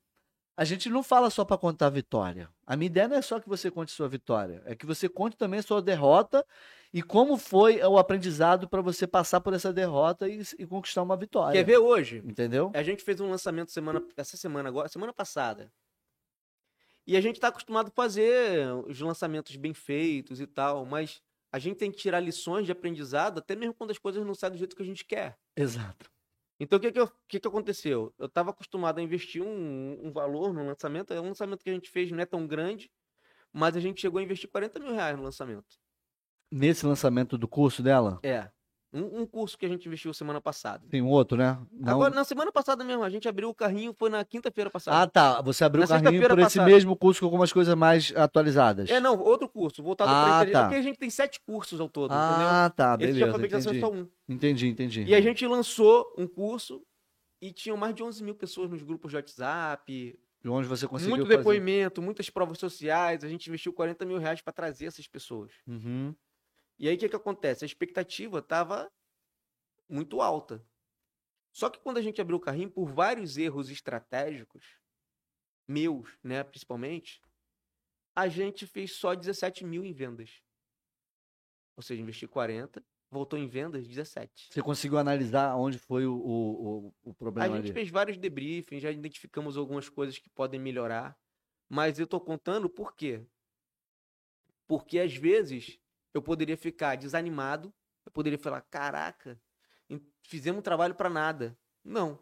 a gente não fala só para contar a vitória. A minha ideia não é só que você conte sua vitória, é que você conte também a sua derrota e como foi o aprendizado para você passar por essa derrota e, e conquistar uma vitória. Quer ver hoje? Entendeu? A gente fez um lançamento semana, essa semana agora, semana passada. E a gente está acostumado a fazer os lançamentos bem feitos e tal, mas a gente tem que tirar lições de aprendizado, até mesmo quando as coisas não saem do jeito que a gente quer. Exato. Então, o que que, eu- o que que aconteceu? Eu estava acostumado a investir um, um valor no lançamento. É um lançamento que a gente fez, não é tão grande, mas a gente chegou a investir 40 mil reais no lançamento. Nesse lançamento do curso dela, É. Um, um curso que a gente investiu semana passada. tem um outro, né? Não- Agora, na semana passada mesmo, a gente abriu o carrinho, foi na quinta-feira Ah, passada. tá. Você abriu Na o carrinho sexta-feira por esse passada. mesmo curso com algumas coisas mais atualizadas. é, não, outro curso, voltado Ah, para inteligência. tá. Porque a gente tem sete cursos ao todo, entendeu? Ah, tá, Esse já beleza. foi aplicação Entendi. só um. entendi, entendi. E a gente lançou um curso e tinham mais de 11 mil pessoas nos grupos de WhatsApp, De onde você conseguiu muito fazer? depoimento, muitas provas sociais. A gente investiu 40 mil reais para trazer essas pessoas. Uhum. E aí o que, que acontece? A expectativa estava muito alta. Só que quando a gente abriu o carrinho, por vários erros estratégicos, meus, né, principalmente, a gente fez só 17 mil em vendas. Ou seja, investi 40, voltou em vendas 17. Você conseguiu analisar onde foi o, o, o, o A problema gente ali? fez vários debriefings, já identificamos algumas coisas que podem melhorar, mas eu tô contando por quê? Porque às vezes eu poderia ficar desanimado, eu poderia falar, caraca, em- fizemos um trabalho pra nada. Não.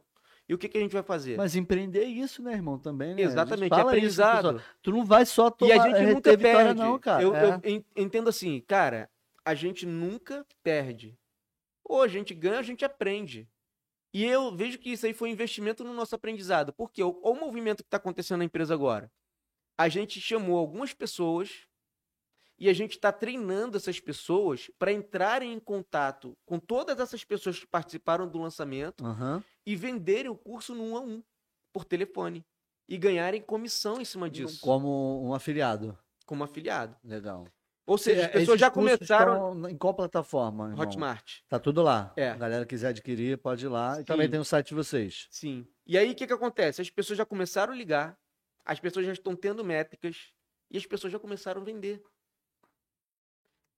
E o que, que a gente vai fazer? Mas empreender é isso, né, irmão? Também, né? A gente Exatamente, é fala isso pro aprendizado. pessoal. tu não vai só tomar E a gente é, nunca ter perde. vitória, não, cara. Eu, É. eu en- entendo assim, cara, a gente nunca perde. Ou a gente ganha, ou a gente aprende. E eu vejo que isso aí foi um investimento no nosso aprendizado. Porque o, o movimento que está acontecendo na empresa agora, a gente chamou algumas pessoas e a gente está treinando essas pessoas para entrarem em contato com todas essas pessoas que participaram do lançamento Aham. e venderem o curso no um a um, por telefone. E ganharem comissão em cima disso, Como um afiliado. como afiliado. Legal. Ou seja, É, as pessoas esses já cursos começaram estão Em qual plataforma? irmão? Hotmart. Tá tudo lá. É. A galera quiser adquirir, pode ir lá. E Sim. também tem o site de vocês. Sim. E aí o que, que acontece? As pessoas já começaram a ligar, as pessoas já estão tendo métricas e as pessoas já começaram a vender.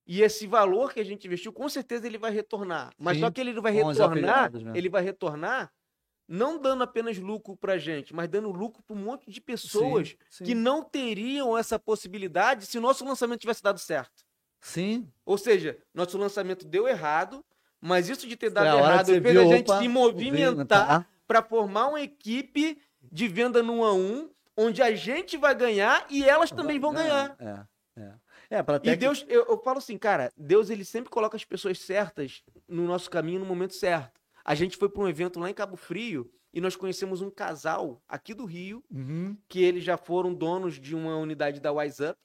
E esse valor que a gente investiu, com certeza ele vai retornar. Mas Sim, só que ele vai com os retornar, afiliados, né? ele vai retornar não dando apenas lucro pra gente, mas dando lucro para um monte de pessoas Sim, que sim. não teriam essa possibilidade se o nosso lançamento tivesse dado certo. Sim, Ou seja, nosso lançamento deu errado, mas isso de ter foi dado É a hora errado que você fez viu, a gente opa, se tá? movimentar para formar uma equipe de venda no 1 a 1 onde a gente vai ganhar e elas também vão ganhar. É, é. É, pra E técnica- Deus, eu, eu falo assim, cara, Deus ele sempre coloca as pessoas certas no nosso caminho no momento certo. A gente foi para um evento lá em Cabo Frio e nós conhecemos um casal aqui do Rio Uhum. que eles já foram donos de uma unidade da Wise Up.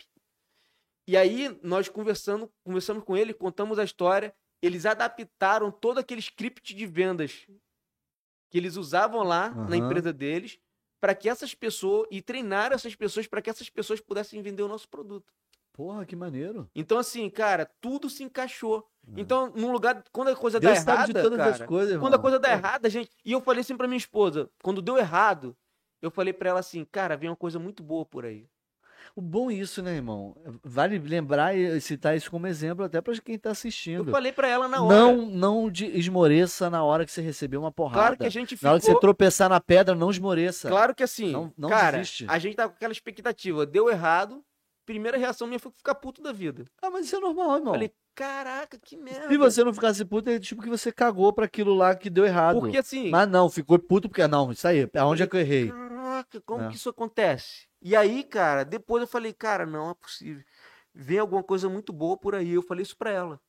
E aí nós conversando, conversamos com ele, contamos a história, eles adaptaram todo aquele script de vendas que eles usavam lá Aham. na empresa deles para que essas pessoas e treinaram essas pessoas para que essas pessoas pudessem vender o nosso produto. Porra, que maneiro. Então assim, cara, tudo se encaixou. É. Então, num lugar quando a coisa Deus dá sabe errada, de todas cara, as coisas, irmão. É. quando a coisa dá errada, gente. E eu falei assim pra minha esposa, quando deu errado, eu falei pra ela assim, cara, vem uma coisa muito boa por aí. O bom é isso, né, irmão? Vale lembrar e citar isso como exemplo até pra quem tá Eu assistindo. falei pra ela na hora. Não, não de- esmoreça na hora que você receber uma porrada. claro que a gente Na ficou. hora que você tropeçar na pedra, não esmoreça. Claro que assim, Não- não cara, desiste. a gente tá com aquela expectativa, deu errado, primeira reação minha foi ficar puto da vida. Ah, mas isso é normal, irmão. Falei, caraca, que merda. Se você não ficasse puto, é tipo que você cagou pra aquilo lá que deu errado. Porque assim, Mas não, ficou puto porque não, isso aí, aonde é que eu errei? caraca, como É. que isso acontece? E aí, cara, depois eu falei, cara, não é possível. Vem alguma coisa muito boa por aí. Eu falei isso pra ela.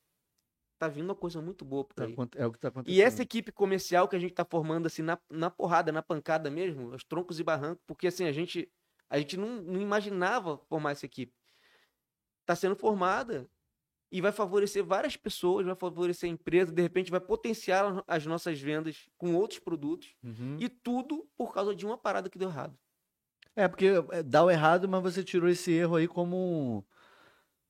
Tá vindo uma coisa muito boa por Tá aí. aconte- É o que tá acontecendo. E essa equipe comercial que a gente tá formando, assim, na, na porrada, na pancada mesmo, os troncos e barrancos, porque, assim, a gente, a gente não, não imaginava formar essa equipe. Tá sendo formada e vai favorecer várias pessoas, vai favorecer a empresa, de repente vai potenciar as nossas vendas com outros produtos. Uhum. E tudo por causa de uma parada que deu errado. É, porque é, dá o errado, mas você tirou esse erro aí como um,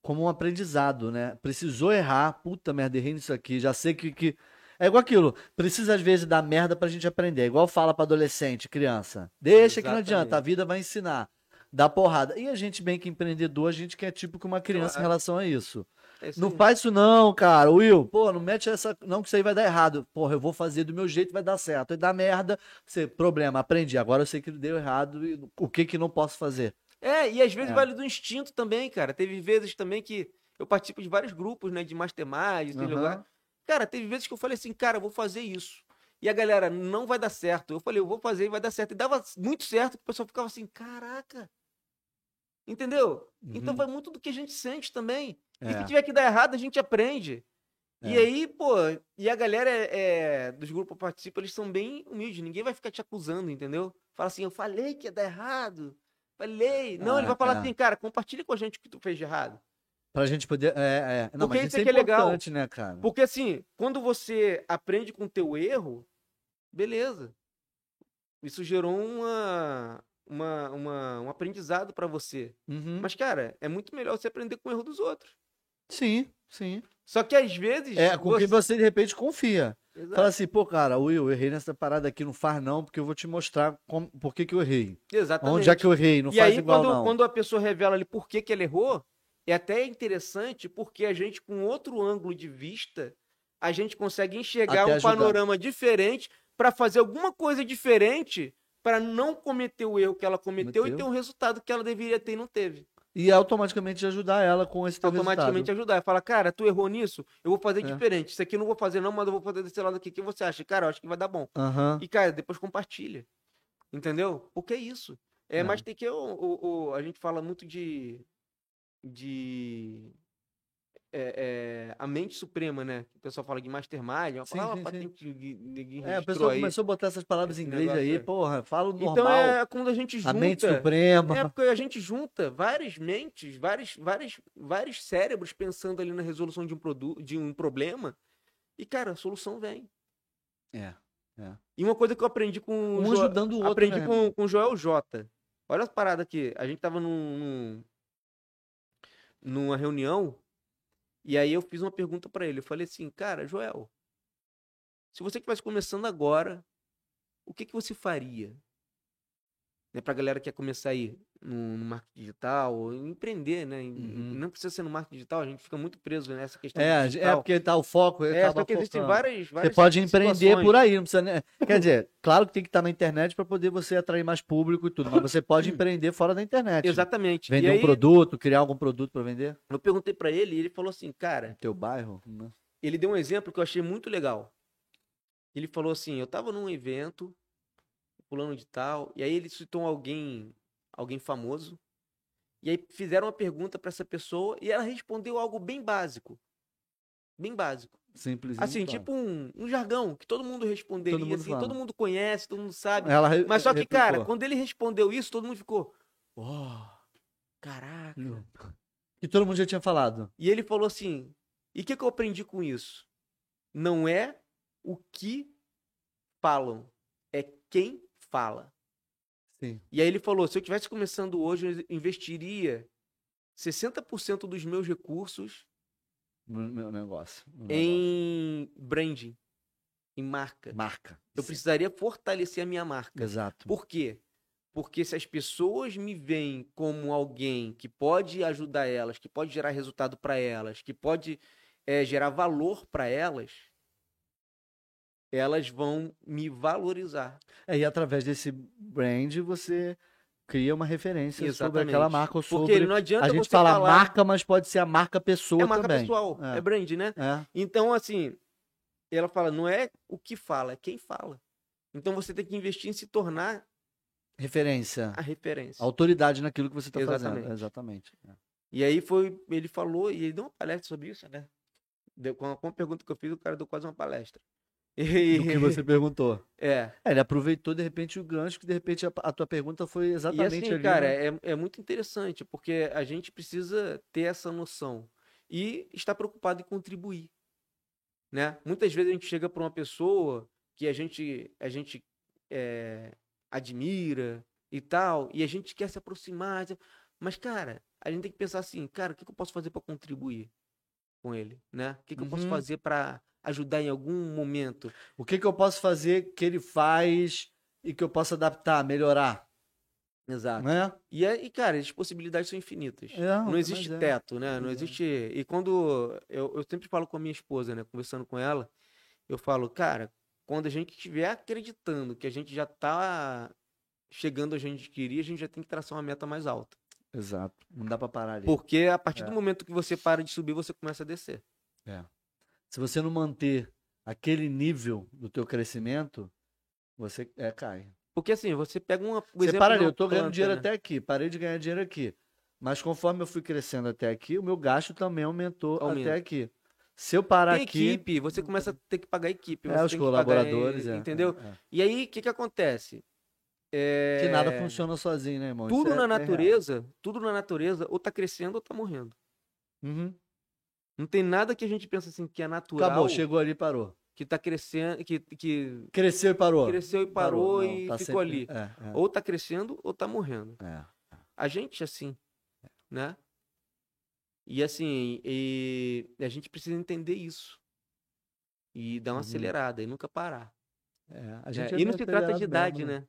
como um aprendizado, né? Precisou errar, puta merda, errei nisso aqui, já sei que... que... É igual aquilo, precisa às vezes dar merda pra gente aprender, é igual fala pra adolescente, criança. Deixa que não adianta, Exatamente. a vida vai ensinar. Dá porrada. E a gente, bem que empreendedor, a gente que é tipo que uma criança em Claro. relação a isso. É isso Não aí. faz isso não, cara. Will, pô, não mete essa. Não, que isso aí vai dar errado. Porra, eu vou fazer do meu jeito, vai dar certo. Aí dá merda. Você, problema, aprendi. Agora eu sei que deu errado e o que que não posso fazer. É, e às vezes É. vale do instinto também, cara. Teve vezes também que eu participo de vários grupos, né, de mastermind, de Aham. lugar. Cara, teve vezes que eu falei assim, cara, eu vou fazer isso. E a galera, não vai dar certo. Eu falei, eu vou fazer e vai dar certo. E dava muito certo, que o pessoal ficava assim, caraca. Entendeu? Então Uhum. vai muito do que a gente sente também. E É. se tiver que dar errado, a gente aprende. E É. aí, pô, e a galera é, é, dos grupos que participa, eles são bem humildes, ninguém vai ficar te acusando, entendeu? Fala assim, eu falei que ia dar errado, falei. Não, Ah, ele vai falar é. assim, cara, compartilha com a gente o que tu fez de errado. Pra gente poder. É, é. Não, Porque mas isso isso é é que é legal. importante, né, cara? Porque assim, quando você aprende com o teu erro, beleza. Isso gerou uma, uma, uma- um aprendizado pra você. Uhum. Mas, cara, é muito melhor você aprender com o erro dos outros. Sim, sim. Só que às vezes. É, com quem você- você de repente confia. Exa- Fala assim, pô, cara, Will, eu errei nessa parada aqui, não faz não, porque eu vou te mostrar como, por que, que eu errei. Exatamente. Onde é que eu errei? Não e faz aí, igual, quando, não. quando a pessoa revela ali por que, que ela errou, é até interessante porque a gente, com outro ângulo de vista, a gente consegue enxergar Até um ajudar. panorama diferente para fazer alguma coisa diferente para não cometer o erro que ela cometeu Cometeu. e ter um resultado que ela deveria ter e não teve. e automaticamente ajudar ela com esse teu automaticamente resultado. ajudar. Fala, cara, tu errou nisso, eu vou fazer É. diferente. Isso aqui eu não vou fazer, não, mas eu vou fazer desse lado aqui. O que você acha? Cara, eu acho que vai dar bom. Aham. E, cara, depois compartilha. Entendeu? Porque é isso. É, É. mas tem que. O, o- o- a gente fala muito de. De. é, é, a mente suprema, né? O pessoal fala de mastermind, é uma Sim, palavra sim, sim. patente de, de, de É, a registrou pessoa aí. começou a botar essas palavras em um Esse inglês negócio aí, aí. porra, fala o normal. Então é quando a gente junta. A mente suprema. É porque a gente junta várias mentes, vários, vários, vários cérebros pensando ali na resolução de um, produ- de um problema. E, cara, a solução vem. É. E uma coisa que eu aprendi com o Um Jo- ajudando o outro. aprendi né? com, com o Joel Jota. Olha as paradas aqui. A gente tava num, num- numa reunião e aí eu fiz uma pergunta pra ele. Eu falei assim, cara, Joel, se você estivesse começando agora, o que, que você faria? Né, pra galera que quer começar aí no, no marketing digital, ou empreender, né? Em- Uhum. Não precisa ser no marketing digital, a gente fica muito preso né, nessa questão do É, é digital. porque tá o foco. ele É, tava só que existem focando. várias, Você várias pode empreender situações. por aí, não precisa. né? Quer dizer, claro que tem que estar na internet para poder você atrair mais público e tudo, mas você pode empreender fora da internet. Exatamente. Vender Hum. e um aí, produto, criar algum produto para vender eu perguntei pra ele e ele falou assim, cara, no teu bairro. né? ele deu um exemplo que eu achei muito legal. Ele falou assim: eu tava num evento, fulano de tal, e aí ele citou alguém, alguém famoso, e aí fizeram uma pergunta pra essa pessoa e ela respondeu algo bem básico. Bem básico. Simples. Assim, tipo um, um jargão que todo mundo responderia, então. Todo mundo assim, fala. É, todo mundo conhece, todo mundo sabe. Ela re- Mas só que, replicou. cara, quando ele respondeu isso, todo mundo ficou: "Oh, caraca". Que todo mundo já tinha falado. E ele falou assim: e o que, que eu aprendi com isso? Não é o que falam, é quem fala. Sim. E aí ele falou: se eu estivesse começando hoje, eu investiria 60% dos meus recursos No meu negócio. Um no negócio. em branding, em marca. Marca. Eu precisaria fortalecer a minha marca. Exato. Por quê? Porque se as pessoas me veem como alguém que pode ajudar elas, que pode gerar resultado para elas, que pode eh, gerar valor para elas, elas vão me valorizar. É, e através desse brand você cria uma referência sobre Exatamente. aquela marca ou sobre. Porque não adianta A gente você fala falar marca, mas pode ser a marca pessoa é marca também. pessoal, É. é. brand, né? É. Então assim, ela fala, não é o que fala, é quem fala. Então você tem que investir em se tornar Referência. a referência. Autoridade naquilo que você está fazendo. Exatamente. Exatamente. É. E aí foi, ele falou, e ele deu uma palestra sobre isso, né? Deu, com, a, com a pergunta que eu fiz, o cara deu quase uma palestra. [laughs] E, Do que você perguntou. É. É, ele aproveitou de repente o gancho, que de repente a, a tua pergunta foi E exatamente assim, ali, cara, né? é, é muito interessante, porque a gente precisa ter essa noção e estar preocupado em contribuir, né? Muitas vezes a gente chega para uma pessoa que a gente, a gente é, admira e tal, e a gente quer se aproximar, mas, cara, a gente tem que pensar assim, cara, o que, que eu posso fazer para contribuir com ele, né? O que, que eu posso Uhum. fazer para ajudar em algum momento? O que, que eu posso fazer que ele faz e que eu posso adaptar, melhorar? Exato. Né? E, é- e, cara, as possibilidades são infinitas. É, não mas existe é. teto, né? Não Pois é. existe. E quando eu, eu sempre falo com a minha esposa, né? Conversando com ela, eu falo, cara, quando a gente estiver acreditando que a gente já tá chegando onde a gente queria, a gente já tem que traçar uma meta mais alta. Exato. Não dá pra parar ali. Porque a partir É. do momento que você para de subir, você começa a descer. Se você não manter aquele nível do teu crescimento, você é, cai. Porque assim, você pega uma. o Você exemplo para de ali, uma eu tô ganhando planta, dinheiro né? até aqui, parei de ganhar dinheiro aqui. Mas conforme eu fui crescendo até aqui, o meu gasto também aumentou Aumenta. até aqui. Se eu parar Tem aqui, equipe, você começa a ter que pagar a equipe. é, você os tem que pagar, colaboradores, é, entendeu? é, é. E aí, o que que acontece? É... Que nada funciona sozinho, né, irmão? Isso tudo é- na é real. natureza, tudo na natureza, ou tá crescendo ou tá morrendo. Uhum. Não tem nada que a gente pensa assim que é natural, Acabou, chegou ali e parou. que tá crescendo, que, que Cresceu e parou. cresceu e parou não, e tá ficou sempre- ali. É, é, Ou tá crescendo ou tá morrendo. é. A gente é assim, né? E assim, e a gente precisa entender isso. E dar uma Uhum. acelerada e nunca parar. É, A né? gente é e não meio se trata acelerado de idade, mesmo, né?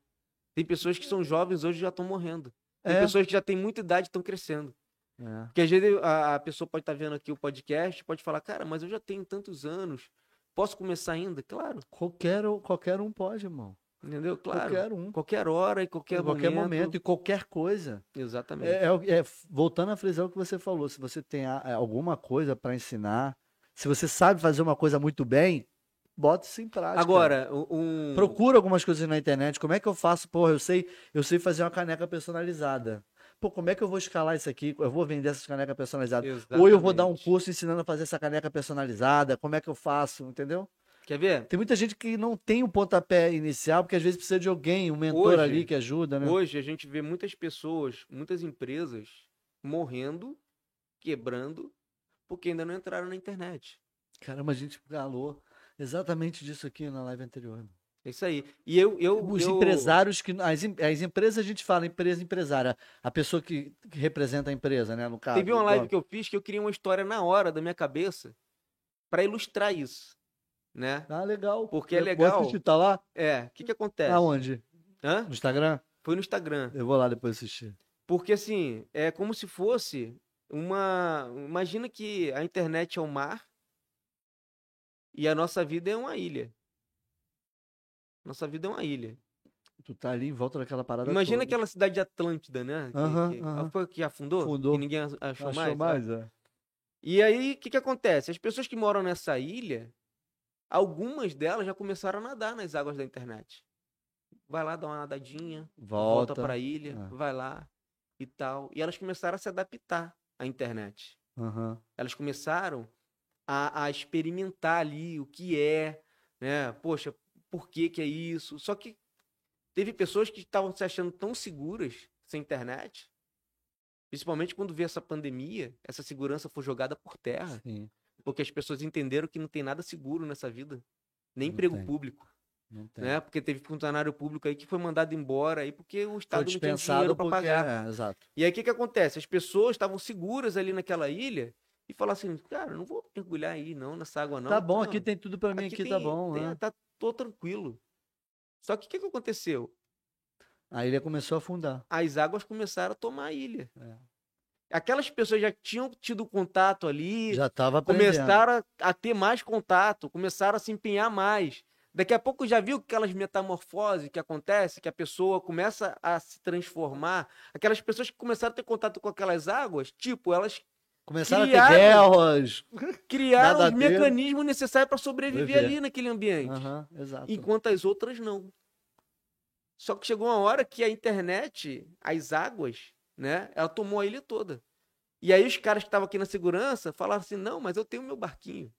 Tem pessoas que são jovens hoje e já estão morrendo. Tem É, pessoas que já têm muita idade e estão crescendo. é. Porque às vezes a, a pessoa pode estar vendo aqui o podcast, pode falar, cara, mas eu já tenho tantos anos, posso começar ainda? Claro, Qualquer, um- qualquer um pode, irmão. Entendeu? Claro. Qualquer, Qualquer um. hora e qualquer, Hum. Em qualquer momento, e qualquer coisa. Exatamente. É, é o- é, voltando a frisar o que você falou, se você tem a- é, alguma coisa para ensinar, se você sabe fazer uma coisa muito bem, bota isso em prática. Agora, u- um. procura algumas coisas na internet. Como é que eu faço? Porra, eu sei, eu sei fazer uma caneca personalizada. Pô, como é que eu vou escalar isso aqui? Eu vou vender essas canecas personalizadas. Ou eu vou dar um Exatamente. curso ensinando a fazer essa caneca personalizada. Como é que eu faço? Entendeu? Quer ver? Tem muita gente que não tem o pontapé inicial, porque às vezes precisa de alguém, um mentor Hoje- ali que ajuda, né? Hoje a gente vê muitas pessoas, muitas empresas morrendo, quebrando, porque ainda não entraram na internet. Caramba, a gente falou exatamente disso aqui na live anterior. É isso aí. E eu. eu Os eu- empresários que. As, em- as empresas, a gente fala empresa, empresária. A pessoa que, que representa a empresa, né? No caso. Teve uma o live dono. que eu fiz que eu criei uma história na hora da minha cabeça pra ilustrar isso, né? Ah, legal. Porque é Eu vou legal. assistir, tá lá? É, o que que acontece? Aonde? Hã? No Instagram? Foi no Instagram. Eu vou lá depois assistir. Porque assim, é como se fosse uma, imagina que a internet é o mar e a nossa vida é uma ilha. Nossa vida é uma ilha. Tu tá ali em volta daquela parada. Imagina toda. aquela cidade de Atlântida, né? Que, Aham, que- aham. foi que afundou? Afundou. Que ninguém a- achou, Achou mais? mais, é. E aí, o que, que acontece? As pessoas que moram nessa ilha, algumas delas já começaram a nadar nas águas da internet. Vai lá, dá uma nadadinha, volta, Volta. pra ilha, Ah. vai lá e tal. E elas começaram a se adaptar à internet. Aham. Elas começaram a, a experimentar ali o que é, né? Poxa, por que que é isso? Só que teve pessoas que estavam se achando tão seguras sem internet, principalmente quando veio essa pandemia, essa segurança foi jogada por terra, Sim. porque as pessoas entenderam que não tem nada seguro nessa vida, nem Não emprego tem. público, Não tem. né? Porque teve funcionário público aí que foi mandado embora aí porque o Foi Estado não tinha dispensado dinheiro para porque. pagar. É, exato. E aí o que, que acontece? As pessoas estavam seguras ali naquela ilha e falaram assim, cara, eu não vou mergulhar aí não, nessa água não. tá bom, Não, aqui tem tudo pra mim, aqui, tá tem- bom. tem- né? Tá, tô tranquilo. Só que o que, que aconteceu? Aí ele começou a afundar. As águas começaram a tomar a ilha. É. Aquelas pessoas já tinham tido contato ali, Já tava aprendendo. começaram a, a ter mais contato, começaram a se empenhar mais. Daqui a pouco já viu aquelas metamorfoses que acontece, que a pessoa começa a se transformar. Aquelas pessoas que começaram a ter contato com aquelas águas, tipo, elas Começaram a ter criaram- guerras. criaram os Nadadeira. mecanismos necessários para sobreviver Viver. ali naquele ambiente, Aham, exato. enquanto as outras não. Só que chegou uma hora que a internet, as águas, né, ela tomou a ilha toda. E aí os caras que estavam aqui na segurança falaram assim: "Não, mas eu tenho meu barquinho.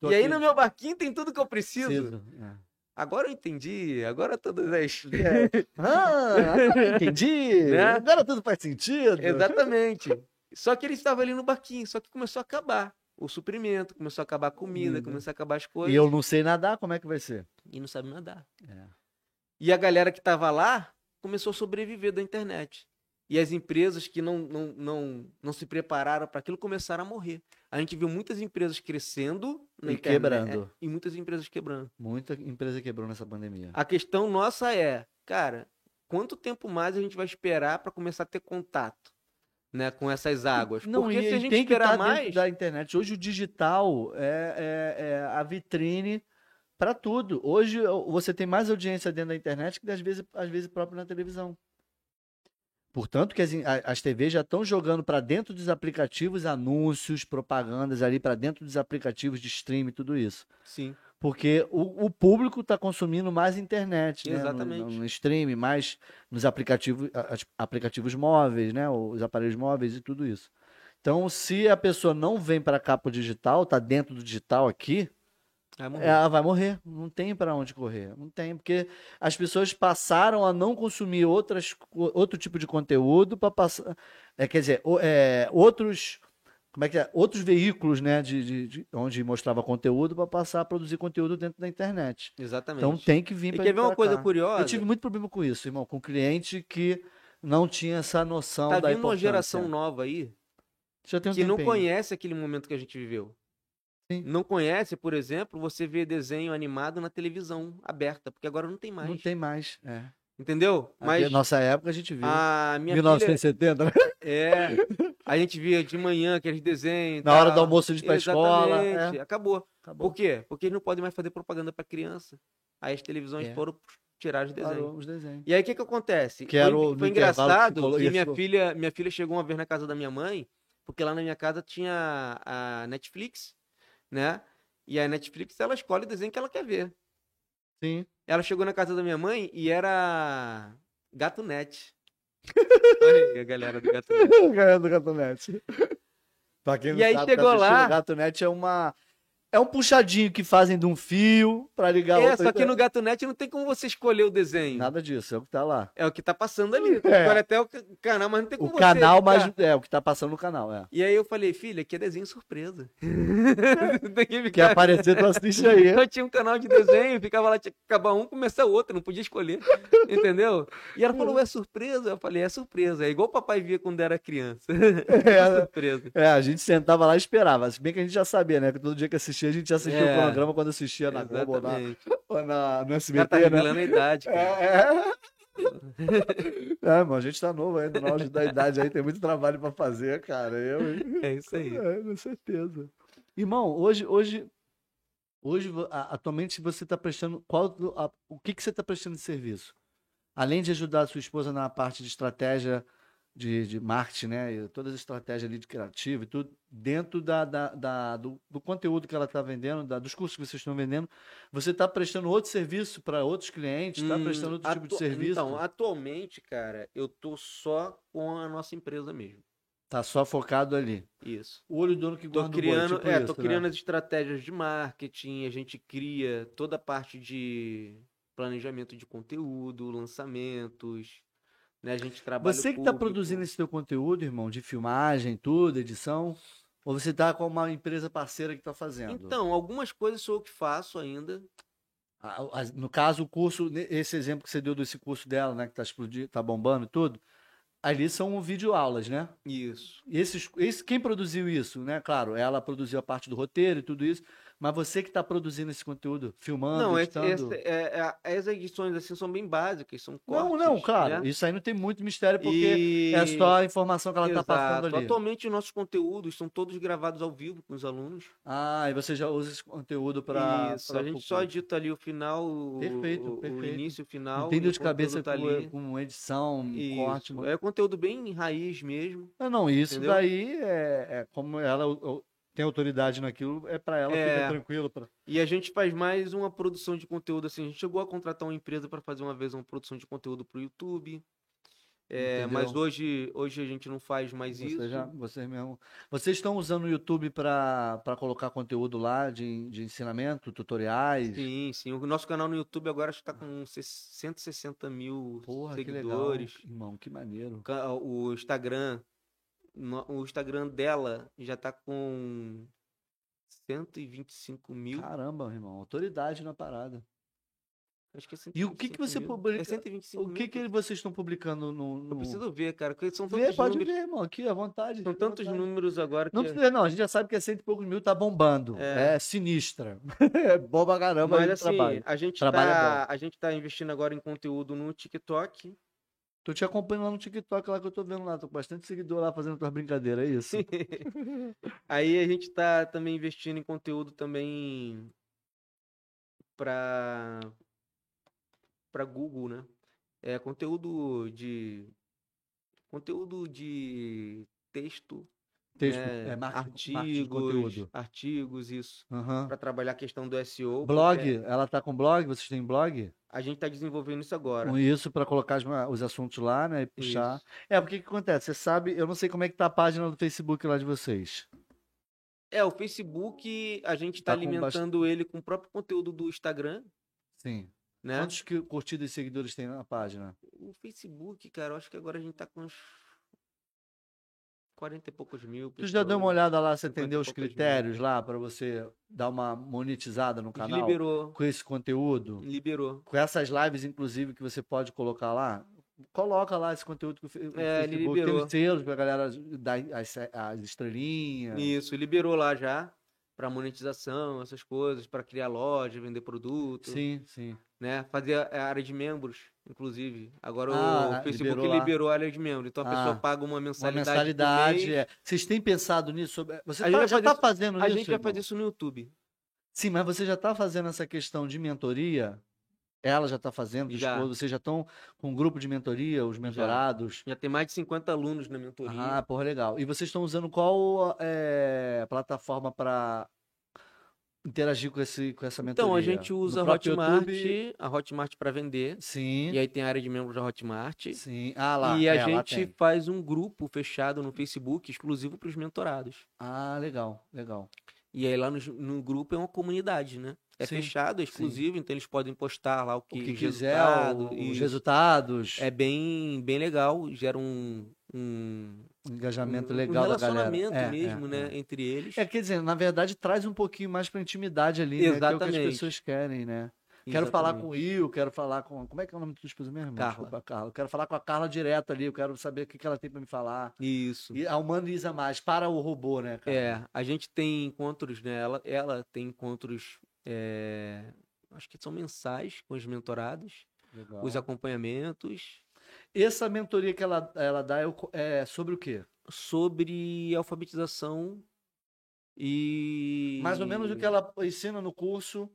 Tô e aí aqui, no meu barquinho tem tudo que eu preciso. preciso. É. Agora eu entendi, agora é todas [laughs] [laughs] as Ah, agora eu entendi. [laughs] Né? Agora tudo faz sentido. Exatamente. Só que eles estavam ali no barquinho, só que começou a acabar o suprimento, começou a acabar a comida, Comida. começou a acabar as coisas. E Uhum. eu não sei nadar, como é que vai ser? e não sabe nadar. É. E a galera que tava lá começou a sobreviver da internet. E as empresas que não, não, não, não se prepararam para aquilo começaram a morrer. A gente viu muitas empresas crescendo na E internet, quebrando. e muitas empresas quebrando. Muita empresa quebrou nessa pandemia. A questão nossa é, cara, quanto tempo mais a gente vai esperar para começar a ter contato né, com essas águas? Porque e se a e gente tem que esperar estar mais, dentro da internet. Hoje o digital é, é- é a vitrine para tudo. Hoje o- você tem mais audiência dentro da internet que às vezes, às vezes próprio na televisão. Portanto, que as, in- a- as TVs já estão jogando para dentro dos aplicativos anúncios, propagandas ali para dentro dos aplicativos de streaming, tudo isso. sim, Porque o, o público está consumindo mais internet, né? No- Exatamente. No, no streaming, mais nos aplicativos, a- as- aplicativos móveis, né? Os aparelhos móveis e tudo isso. Então, se a pessoa não vem para cá pro digital, tá dentro do digital aqui, vai morrer. ela vai morrer. Não tem para onde correr. Não tem, porque as pessoas passaram a não consumir outras, co- outro tipo de conteúdo para passar. é, quer dizer, o- é, outros. Como é que é? Outros veículos, né? De, de- de- onde mostrava conteúdo para passar a produzir conteúdo dentro da internet. Exatamente. Então tem que vir e para quer ver uma coisa curiosa? Eu tive muito problema com isso, irmão, com cliente que não tinha essa noção Tá da vindo uma importância. geração nova aí Já tem um que não tempinho. conhece aquele momento que a gente viveu. Sim. Não conhece, por exemplo, você vê desenho animado na televisão aberta, porque agora não tem mais. Não tem mais. É. Entendeu? Mas... Mas nossa época a gente viu. a minha 1970, né? filha, é, a gente via de manhã aqueles desenhos. e na hora do tal. almoço de ir pra escola. Ah, Exatamente, é. Acabou. Acabou. Por quê? Porque eles não podem mais fazer propaganda pra criança. Aí as televisões É. foram tirar os desenhos. Parou os desenhos. E aí o que que acontece? Que era foi o- no foi intervalo que engraçado falou que minha isso. filha, minha filha chegou uma vez na casa da minha mãe, porque lá na minha casa tinha a Netflix, né? E a Netflix ela escolhe o desenho que ela quer ver. [laughs] Sim. Ela chegou na casa da minha mãe e era [laughs] Gato Net. Olha aí a galera do Gato Net. Galera do Gatonete. pra quem não E aí sabe, chegou tá assistindo, lá- o Gatonete é uma... É um puxadinho que fazem de um fio pra ligar É, outro. só que no Gato Net não tem como você escolher o desenho. Nada disso, é o que tá lá. É o que tá passando ali. Tu É. escolhe até o ca- canal, mas não tem O como você canal, ficar. mas... É, o que tá passando no canal, é. E aí eu falei, filha, aqui é desenho surpresa. [laughs] tem que é. ficar... Quer aparecer, tu assiste aí. [laughs] Eu tinha um canal de desenho, ficava lá, tinha que acabar um, começar o outro, não podia escolher, entendeu? E ela falou, é surpresa? Eu falei, é surpresa, é igual o papai via quando era criança. [laughs] É É, surpresa. é, a gente sentava lá e esperava. Se bem que a gente já sabia, né? Que todo dia que assistia, a gente já assistia É. o programa quando assistia na Globo ou na, Exatamente. ou na, no O cara tá SBT, né? revelando a idade, cara. É, [laughs] é. é, mano, a gente tá novo ainda, na auge da idade aí, tem muito trabalho pra fazer, cara. Eu, hein? É isso aí. é, com certeza. Irmão, hoje, hoje, hoje vo- a- atualmente você tá prestando, qual, do- a- o que que você tá prestando de serviço? Além de ajudar a sua esposa na parte de estratégia de, de marketing, né, e todas as estratégias ali de criativo e tudo, dentro da, da- da- do, do conteúdo que ela tá vendendo, da- dos cursos que vocês estão vendendo, você tá prestando outro serviço para outros clientes, tá Hum, prestando outro tipo de atu- serviço? Então, atualmente, cara, eu tô só com a nossa empresa mesmo. Tá só focado ali. Isso. O olho do dono que Tô guarda criando, o boi, tipo é, isso, tô né? criando as estratégias de marketing, a gente cria toda a parte de planejamento de conteúdo, lançamentos, né? A gente trabalha o Você que está público. produzindo esse teu conteúdo, irmão, de filmagem, tudo, edição, ou você tá com uma empresa parceira que tá fazendo? Então, algumas coisas sou eu que faço ainda. A- a- no caso, o curso, ne- esse exemplo que você deu desse curso dela, né, que tá explodindo, tá bombando e tudo, ali são videoaulas, né? Isso. E esses, esse, quem produziu isso, né? Claro, ela produziu a parte do roteiro e tudo isso, mas você que está produzindo esse conteúdo, filmando, não, esse- editando... esse- é- é- as edições assim são bem básicas, são Não, cortes. não, claro, né? isso aí não tem muito mistério, porque E- é só a informação que ela tá passando Exato. ali. Atualmente, os nossos conteúdos são todos gravados ao vivo com os alunos. Ah, e você já usa esse conteúdo para... Isso, a gente só edita ali o final, o, Perfeito, o- o perfeito. início, o final. Não tem e dor o de conteúdo cabeça tá com, ali. com edição, um Isso. corte. É conteúdo bem raiz mesmo. Não, não, isso Entendeu? daí é, é como ela o- o- tem autoridade naquilo, é pra ela, É. fica tranquilo. Pra... E a gente faz mais uma produção de conteúdo assim. A gente chegou a contratar uma empresa para fazer uma vez uma produção de conteúdo pro YouTube. É, mas Entendeu? hoje, hoje a gente não faz mais isso. Você já, vocês, mesmo... vocês estão usando o YouTube pra pra colocar conteúdo lá de, de ensinamento, tutoriais? Sim, sim. O nosso canal no YouTube agora está com 160 mil Porra, que legal, seguidores. irmão, que maneiro. O ca- O Instagram, no- o Instagram dela já tá com 125 mil. Caramba, irmão, autoridade na parada. Acho que é E o que que 125 você mil. publica- É 125 O que mil. que vocês estão publicando no... no... Eu preciso ver, cara, porque são Vê, tantos pode números. ver, irmão, aqui, à vontade. São fica à tantos vontade. números agora que. Não precisa, não. A gente já sabe que é cento e poucos mil, tá bombando. É, É. sinistra. [laughs] É boba caramba aí Mas de assim, trabalho. a gente, Trabalho é tá, a gente tá investindo agora em conteúdo no TikTok. Tô te acompanhando lá no TikTok, lá que eu tô vendo lá. Tô com bastante seguidor lá fazendo tuas brincadeiras, é [laughs] isso? Aí a gente tá também investindo em conteúdo também pra, pra Google, né? É conteúdo de. Conteúdo de texto, Texto, né? é, marketing, marketing de artigos, conteúdo. artigos, isso. Aham. Pra é. trabalhar a questão do SEO. porque Blog, ela tá com blog? Vocês têm blog? A gente tá desenvolvendo isso agora. Com isso, pra colocar as ma- os assuntos lá, né? E puxar. Isso. É, porque o que acontece? Você sabe, eu não sei como é que tá a página do Facebook lá de vocês. É, o Facebook, a gente Tá tá, com bast- alimentando ele com o próprio conteúdo do Instagram, Sim. né? Quantos que- curtidas e seguidores tem na página? O Facebook, cara, eu acho que agora a gente tá com uns 40 e poucos mil. Tu já deu uma pessoas. olhada lá, você cinquenta e entendeu os poucas mil. critérios lá pra você dar uma monetizada no A gente canal? Liberou, Com esse conteúdo? liberou. Com essas lives, inclusive, que você pode colocar lá? Coloca lá esse conteúdo que o Fe- o É, ele Facebook tem liberou. os selos pra galera dar as, as estrelinhas. Isso, liberou lá já para monetização, essas coisas, para criar loja, vender produto, Sim, sim. né? Fazer a a área de membros, inclusive. Agora Ah, o Facebook liberou liberou, lá. a área de membros, então a Ah, pessoa paga uma Uma mensalidade. por mensalidade. mês. é. Vocês têm pensado nisso? Sobre- Você A tá- gente vai já fazer está isso- fazendo A isso? gente vai irmão? fazer isso no YouTube. tá Sim, mas você já está fazendo essa questão de mentoria Ela já está fazendo, Já. esposa, vocês já estão com um grupo de mentoria, os mentorados. Já tem mais de 50 alunos na mentoria. Ah, porra, legal. E vocês estão usando qual é, plataforma para interagir com, esse, com essa mentoria? então, a gente usa a No próprio Hotmart, YouTube? a Hotmart para vender. Sim, E aí tem a área de membros da Hotmart. sim. Ah, lá. e a é, lá gente tem. faz um grupo fechado no Facebook exclusivo para os mentorados. Ah, legal, legal. E aí lá no, no grupo é uma comunidade, né? É Sim, fechado, é sim. exclusivo, então eles podem postar lá o O que, que os quiser, resultados, o- os isso. resultados, É bem, bem legal, gera um, um, o engajamento um- um legal da galera. relacionamento É, é, mesmo, é. né? Entre eles. É, quer dizer, na verdade, traz um pouquinho mais pra intimidade ali, né? Que é o que as Exatamente. pessoas querem, né? Quero falar com Exatamente. o Will, quero falar com. Como é que é o nome do esposa mesmo? Carla. Desculpa, Carla. Quero falar com a Carla direto ali, eu quero saber o que que ela tem pra me falar. Isso. E a humaniza mais, para o robô, né, cara? É, a gente tem encontros, né? Ela, ela tem encontros, é, acho que são mensais com os mentorados, Legal. os acompanhamentos Essa mentoria que ela, ela dá é o- é sobre o quê? sobre alfabetização e Mais ou menos o que ela ensina no curso,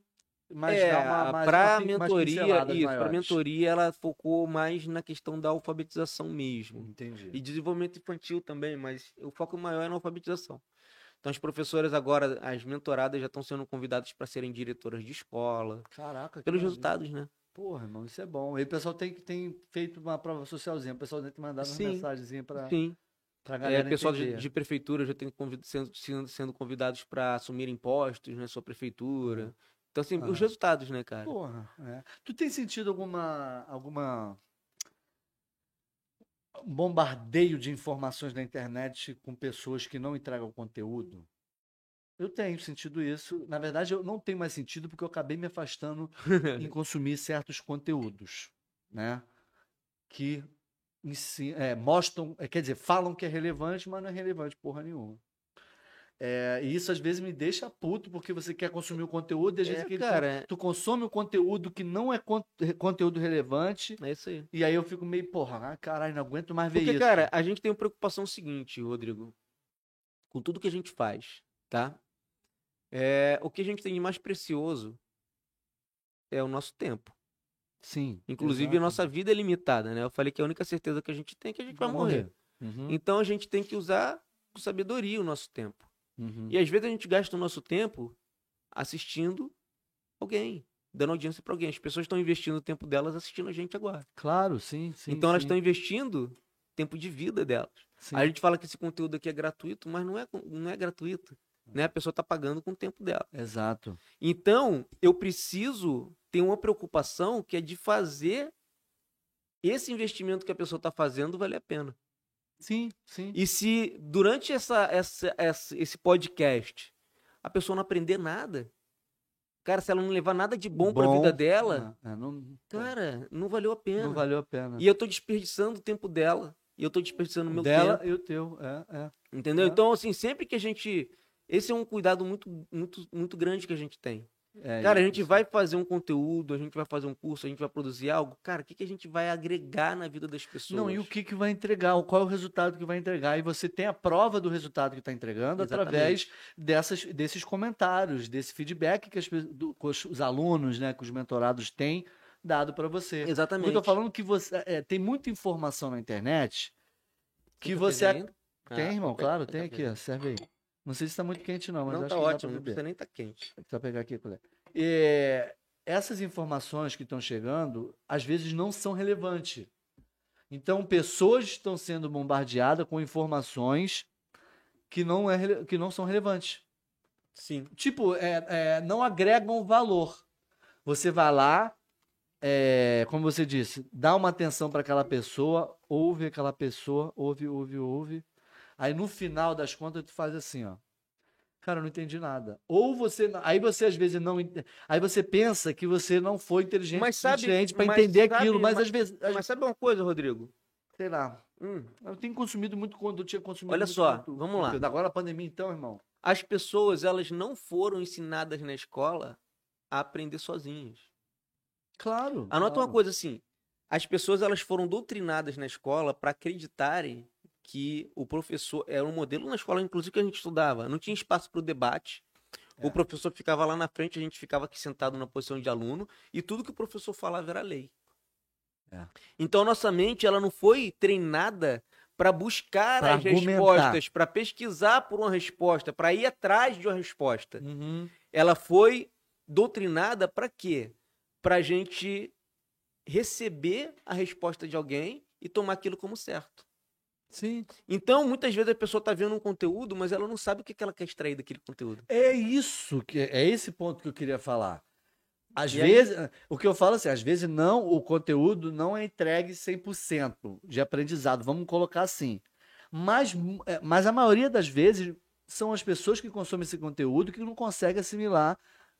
mas é, dá uma, mais para uma, mentoria, isso, para mentoria ela focou mais na questão da alfabetização mesmo. Entendi. E desenvolvimento infantil também, mas o foco maior é na alfabetização. Então as professoras agora, as mentoradas já estão sendo convidadas para serem diretoras de escola, Caraca, que pelos maravilha. resultados, né? Porra, irmão, isso é bom. E o pessoal tem, tem feito uma prova socialzinha. O pessoal tem mandado uma Sim. mensagenzinha pra, Sim. pra É, galera. pessoal de, entender. de prefeitura já tem convid- sendo, sendo, sendo convidados para assumir impostos na né, sua prefeitura. Então, assim, Aham. os resultados, né, cara? Porra, é. Tu tem sentido alguma. alguma. um bombardeio de informações na internet com pessoas que não entregam conteúdo? Eu tenho sentido isso. Na verdade, eu não tenho mais sentido porque eu acabei me [laughs] afastando em consumir certos conteúdos, né? Que ensi- é, mostram, é, quer dizer, falam que é relevante, mas não é relevante porra nenhuma. É, e isso às vezes me deixa puto porque você quer consumir o conteúdo e às vezes É, aquele cara, é- tu consome o conteúdo que não é con- conteúdo relevante é isso aí. e aí eu fico meio, porra, ah, caralho, não aguento mais ver Porque, isso. cara, a gente tem uma preocupação seguinte, Rodrigo, com tudo que a gente faz, tá? É, o que a gente tem de mais precioso é o nosso tempo. Sim. Inclusive, exato. a nossa vida é limitada, né? Eu falei que a única certeza que a gente tem é que a gente vai Vai morrer. Uhum, Então, a gente tem que usar com sabedoria o nosso tempo. uhum. E às vezes a gente gasta o nosso tempo assistindo alguém, dando audiência para alguém. As pessoas estão investindo o tempo delas assistindo a gente agora. Claro, sim, sim. então elas sim, estão investindo tempo de vida delas. sim. Aí a gente fala que esse conteúdo aqui é gratuito, mas não é, não é gratuito. Né? A pessoa está pagando com o tempo dela. Exato. Então, eu preciso ter uma preocupação que é de fazer esse investimento que a pessoa está fazendo valer a pena. Sim, sim. E se durante essa, essa, essa- esse podcast a pessoa não aprender nada, cara, se ela não levar nada de bom, pra Bom, vida dela, É, é, não, cara, não valeu a pena. não valeu a pena. Então é E eu tô desperdiçando o tempo dela. E eu tô desperdiçando o meu dela tempo. e o teu, é, é. Entendeu? é. Então, assim, sempre que a gente. Esse é um cuidado muito, muito, muito grande que a gente tem. É, Cara, a e- gente vai fazer um conteúdo, a gente vai fazer um curso, a gente vai produzir algo. Cara, o que, que a gente vai agregar na vida das pessoas? Não, e o que, que vai entregar? Qual é o resultado que vai entregar? E você tem a prova do resultado que está entregando através dessas, desses comentários, desse feedback que, as pe- do- que os, os alunos, né, que os mentorados têm dado para você. Exatamente. Eu tô falando que você é, tem muita informação na internet que tá você ac- fervendo? Ah, tem, irmão, tá claro, fervendo, tem tá aqui, ó, serve aí. Não sei se está muito quente não, mas Não acho tá que ótimo, dá não para beber. precisa nem tá quente. Só pegar aqui, colega. É, essas informações que estão chegando, às vezes não são relevantes. Então, pessoas estão sendo bombardeadas com informações que não, é, rele- que não são relevantes. Sim. Tipo, é, é, não agregam valor. Você vai lá, é, como você disse, dá uma atenção para aquela pessoa, ouve aquela pessoa, ouve, ouve, ouve. Aí no final das contas tu faz assim, ó. Cara, eu não entendi nada. Ou você, aí você às vezes não, ent- aí você pensa que você não foi inteligente Mas sabe- para mas entender sabe- aquilo, mas, mas- às vezes, às- Mas sabe uma coisa, Rodrigo? sei lá, Hum, eu tenho consumido muito quando eu tinha consumido. Olha muito só, conteúdo. vamos lá. Agora a pandemia então, irmão. As pessoas, elas não foram ensinadas na escola a aprender sozinhas. Claro. Anota claro. uma coisa assim. As pessoas, elas foram doutrinadas na escola para acreditarem que o professor era um modelo na escola, inclusive que a gente estudava. Não tinha espaço para o debate. É. O professor ficava lá na frente, a gente ficava aqui sentado na posição de aluno e tudo que o professor falava era lei. É. Então a nossa mente ela não foi treinada para buscar Pra as argumentar. respostas, para pesquisar por uma resposta, para ir atrás de uma resposta. Uhum. Ela foi doutrinada para quê? Para a gente receber a resposta de alguém e tomar aquilo como certo. Sim. Então, muitas vezes a pessoa está vendo um conteúdo, mas ela não sabe o que que ela quer extrair daquele conteúdo. É isso que é esse ponto que eu queria falar. Às E aí- vezes, o que eu falo assim, às vezes não, o conteúdo não é entregue 100% de aprendizado, vamos colocar assim. Mas, mu- é, mas a maioria das vezes são as pessoas que consomem esse conteúdo que não conseguem assimilar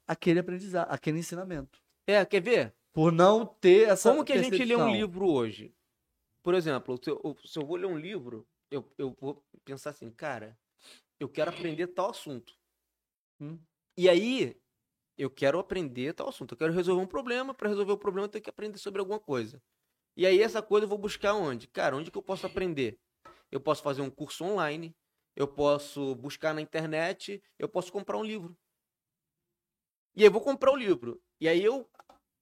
aquele aprendizado, aquele ensinamento. É, quer ver? Por não ter essa Como que a gente lê um percepção. livro hoje? Por exemplo, se eu, se eu vou ler um livro, eu, eu vou pensar assim, cara, eu quero aprender tal assunto. Hum. E aí, eu quero aprender tal assunto. Eu quero resolver um problema. Para resolver o problema, eu tenho que aprender sobre alguma coisa. E aí, essa coisa eu vou buscar onde? Cara, onde que eu posso aprender? Eu posso fazer um curso online. Eu posso buscar na internet. Eu posso comprar um livro. E aí, eu vou comprar o livro. E aí, eu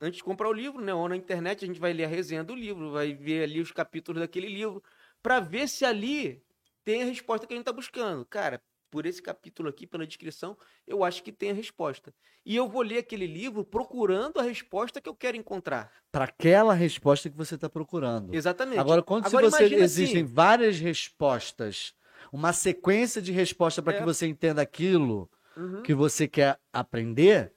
antes de comprar o livro, né? Ou na internet a gente vai ler a resenha do livro, vai ver ali os capítulos daquele livro, para ver se ali tem a resposta que a gente tá buscando. Cara, por esse capítulo aqui, pela descrição, eu acho que tem a resposta. E eu vou ler aquele livro procurando a resposta que eu quero encontrar. Para aquela resposta que você está procurando. Exatamente. Agora, quando se Agora, você imagina assim. existem várias respostas, uma sequência de resposta para É. que você entenda aquilo Uhum. que você quer aprender,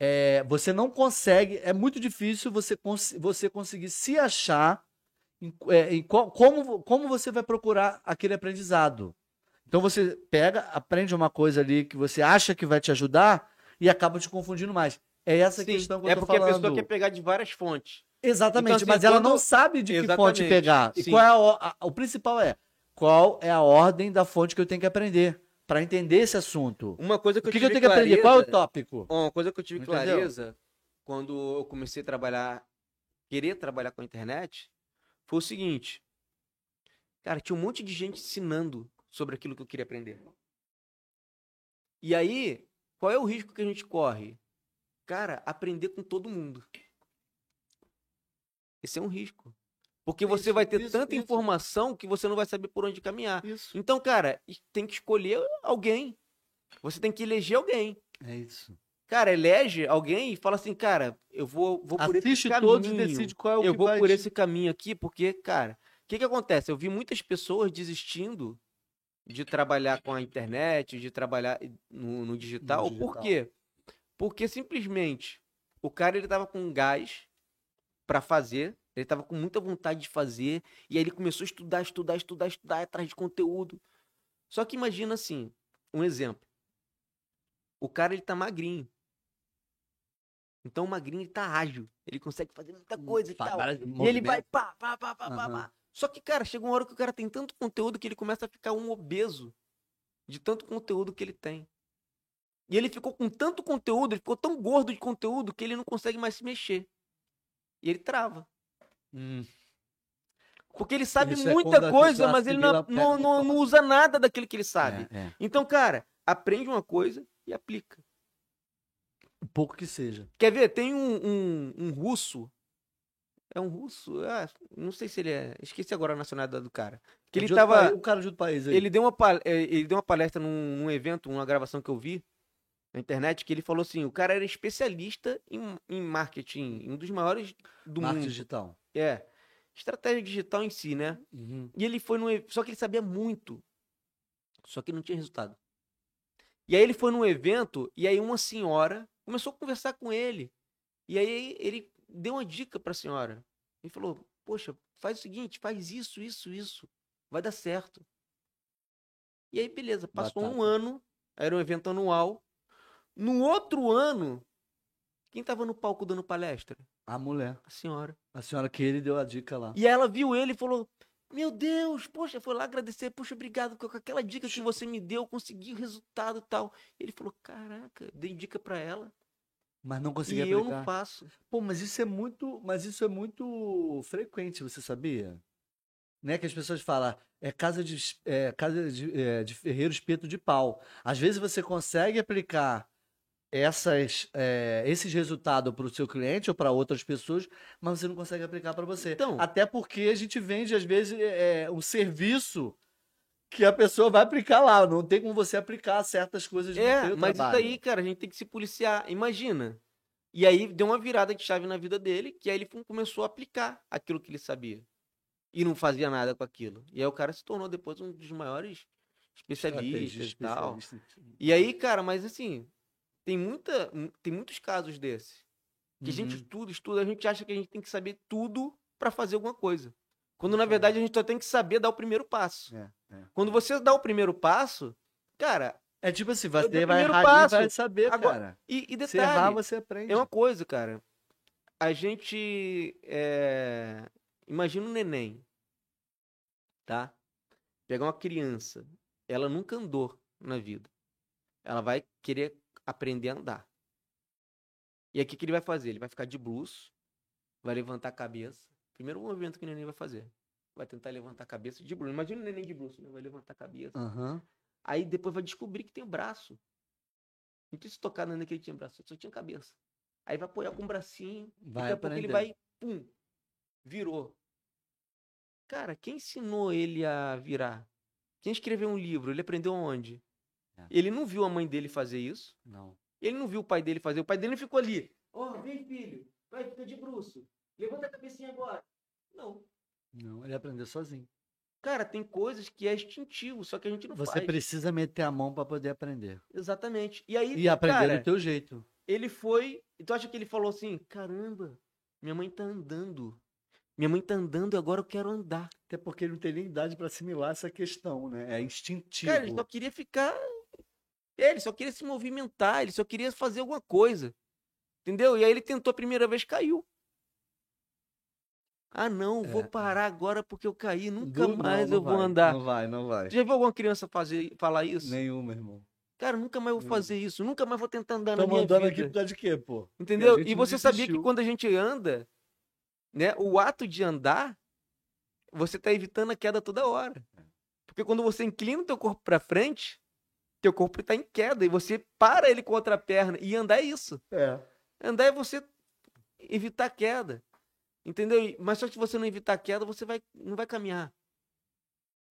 é, você não consegue. É muito difícil você, cons- você conseguir se achar em, é, em qual- como, vo- como você vai procurar aquele aprendizado. Então você pega, aprende uma coisa ali que você acha que vai te ajudar e acaba te confundindo mais. É essa Sim, questão que eu é tô porque falando. a pessoa quer pegar de várias fontes. Exatamente, Então, assim, mas ela quando- não sabe de que fonte Exatamente, pegar. E sim. qual é a, o- a- o principal é qual é a ordem da fonte que eu tenho que aprender para entender esse assunto. Uma coisa O que que, eu que eu tenho tive que aprender? Qual é o clareza- tópico? Ó, Uma coisa que eu tive Entendeu? clareza quando eu comecei a trabalhar, querer trabalhar com a internet, foi o seguinte. Cara, tinha um monte de gente ensinando sobre aquilo que eu queria aprender. E aí, qual é o risco que a gente corre? Cara, aprender com todo mundo. Esse é um risco. Porque É você Isso, vai ter isso, tanta isso. informação que você não vai saber por onde caminhar. Isso. Então, cara, tem que escolher alguém. Você tem que eleger alguém. É isso. Cara, elege alguém e fala assim, cara, eu vou, vou por Assiste esse caminho. todos e decide qual é o eu que vou vai por te- esse caminho aqui, porque, cara, o que, que acontece? Eu vi muitas pessoas desistindo de trabalhar com a internet, de trabalhar no, no digital. No digital. Por quê? Porque simplesmente o cara ele tava com gás pra fazer, ele tava com muita vontade de fazer, e aí ele começou a estudar, estudar, estudar, estudar atrás de conteúdo. Só que imagina assim, um exemplo. O cara ele tá magrinho. Então o magrinho ele tá ágil, ele consegue fazer muita coisa e Faz tal. Hum, vários E ele vai movimentos. pá, pá, pá, pá, pá, Aham. pá. Só que, cara, chega uma hora que o cara tem tanto conteúdo que ele começa a ficar um obeso de tanto conteúdo que ele tem. E ele ficou com tanto conteúdo, ele ficou tão gordo de conteúdo que ele não consegue mais se mexer. E ele trava. Hum, Porque ele sabe Isso é quando muita a coisa, pessoa mas ele não, assimila- não, não, não usa nada daquilo que ele sabe. um é, é. Então, cara, aprende uma coisa e aplica. O Um pouco que seja. Quer ver? Tem um, um, um russo. É um russo? Ah, não sei se ele é. Esqueci agora a nacionalidade do cara. Que ele De outro tava. país, o cara de outro país aí. Ele deu uma, pal- eh, ele deu uma palestra num, num evento, uma gravação que eu vi na internet, que ele falou assim: o cara era especialista em, em marketing, um dos maiores do Marketing mundo. digital. É. Estratégia digital em si, né? Uhum. E ele foi num. ev- Só que ele sabia muito. Só que não tinha resultado. E aí ele foi num evento, e aí uma senhora começou a conversar com ele. E aí ele deu uma dica pra senhora. Ele falou: Poxa, faz o seguinte, faz isso, isso, isso. Vai dar certo. E aí, beleza, passou um Batata. ano, era um evento anual. No outro ano, quem tava no palco dando palestra? A mulher. A senhora. A senhora que ele deu a dica lá. E ela viu ele e falou: Meu Deus, poxa, foi lá agradecer, poxa, obrigado, porque com aquela dica que você me deu, eu consegui o resultado e tal. Ele falou: Caraca, dei dica pra ela Mas não e conseguia eu aplicar. não faço. Pô, mas isso é muito. Mas isso é muito frequente, você sabia? né? Que as pessoas falam, é casa de, es- é, casa de, é, de ferreiro espeto de pau. Às vezes você consegue aplicar essas, é, esses resultados para o seu cliente ou para outras pessoas, mas você não consegue aplicar para você. Então- Até porque a gente vende, às vezes, é, um serviço que a pessoa vai aplicar lá. Não tem como você aplicar certas coisas no É, seu mas isso trabalho. daí, cara, a gente tem que se policiar. Imagina. E aí deu uma virada de chave na vida dele, que aí ele fum- começou a aplicar aquilo que ele sabia. E não fazia nada com aquilo. E aí o cara se tornou depois um dos maiores especialistas e tal. Especialista. E aí, cara, mas assim, tem, muita, tem muitos casos desses. Que a gente Uhum. estuda, estuda, a gente acha que a gente tem que saber tudo pra fazer alguma coisa. Quando na verdade a gente só tem que saber dar o primeiro passo. É, é. Quando você dá o primeiro passo, cara, É tipo assim, Eu dei você o vai primeiro errar ali, passo. vai saber, Agora- cara. e, e Se detalhe. errar, você aprende. É uma coisa, cara. A gente. é, Imagina um neném. Tá? Pegar uma criança. Ela nunca andou na vida. Ela vai querer aprender a andar. E aí o que, que ele vai fazer? Ele vai ficar de bruço. Vai levantar a cabeça. Primeiro movimento que o neném vai fazer. Vai tentar levantar a cabeça de bruço. Imagina o neném de bruço. Né? Vai levantar a cabeça. Aham. Aí depois vai descobrir que tem o braço. Não tinha se tocado ainda que ele tinha braço, só tinha cabeça. Aí vai apoiar com o bracinho, Vai daqui a pouco ele aprender. vai, pum, virou. Cara, quem ensinou ele a virar? Quem escreveu um livro? Ele aprendeu onde? É. Ele não viu a mãe dele fazer isso. Não. Ele não viu o pai dele fazer. O pai dele não ficou ali. Ó, vem, filho. Vai, fica de bruço. Levanta a cabecinha agora. Não. Não, ele aprendeu sozinho. Cara, tem coisas que é instintivo, só que a gente não Você faz. precisa meter a mão pra poder aprender. Exatamente. E aí, E aprender cara, do teu jeito. ele foi. E tu acha que ele falou assim: caramba, minha mãe tá andando. Minha mãe tá andando e agora eu quero andar. Até porque ele não tem nem idade pra assimilar essa questão, né? É instintivo. Cara, ele tá só queria ficar. É, ele só queria se movimentar, ele só queria fazer alguma coisa. Entendeu? E aí ele tentou a primeira vez, caiu. Ah, não, É, vou é. parar agora porque eu caí, nunca Du- não, mais não eu vou vai, andar. Não vai, não vai. Tu Já viu alguma criança fazer, falar isso? Nenhuma, irmão. Cara, nunca mais eu vou Hum. fazer isso, nunca mais vou tentar andar Tá na Estamos minha andando vida. aqui por causa de quê, pô? E Entendeu? a E, gente você sabia que desistiu. quando a gente anda, né, o ato de andar, você tá evitando a queda toda hora. É. Porque quando você inclina o teu corpo para frente, teu corpo tá em queda e você para ele com a outra perna e andar é isso. É. Andar é você evitar a queda. Entendeu? E- Mas só que você não evitar a queda, você vai não vai caminhar.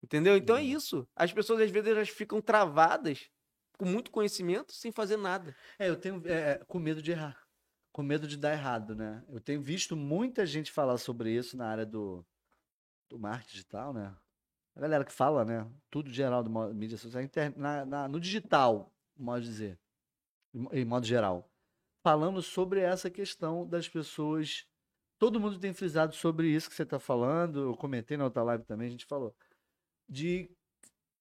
Entendeu? Então é É. isso. As pessoas às vezes elas ficam travadas com muito conhecimento sem fazer nada. É, eu tenho é, é, com medo de errar, com medo de dar errado, né? Eu tenho visto muita gente falar sobre isso na área do, do marketing digital, né? A galera que fala, né? Tudo geral do modo, mídia social, inter- na- na- no digital, modo de dizer, em mo- em modo geral, falando sobre essa questão das pessoas. Todo mundo tem frisado sobre isso que você está falando. Eu comentei na outra live também, a gente falou de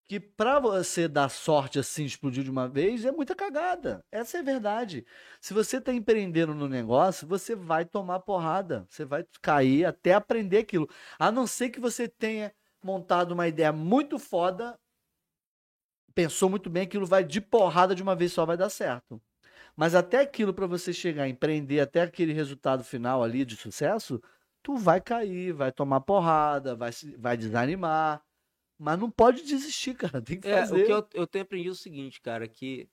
que pra você dar sorte assim, explodir de uma vez, é muita cagada. Essa é a verdade. Se você tá empreendendo no negócio, você vai tomar porrada, você vai cair até aprender aquilo. A não ser que você tenha montado uma ideia muito foda, pensou muito bem, aquilo vai de porrada de uma vez só vai dar certo. Mas até aquilo pra você chegar a empreender até aquele resultado final ali de sucesso, tu vai cair, vai tomar porrada, vai se- vai desanimar, mas não pode desistir, [laughs] cara, tem que É, fazer. o que eu, eu tenho aprendido é o seguinte, cara, que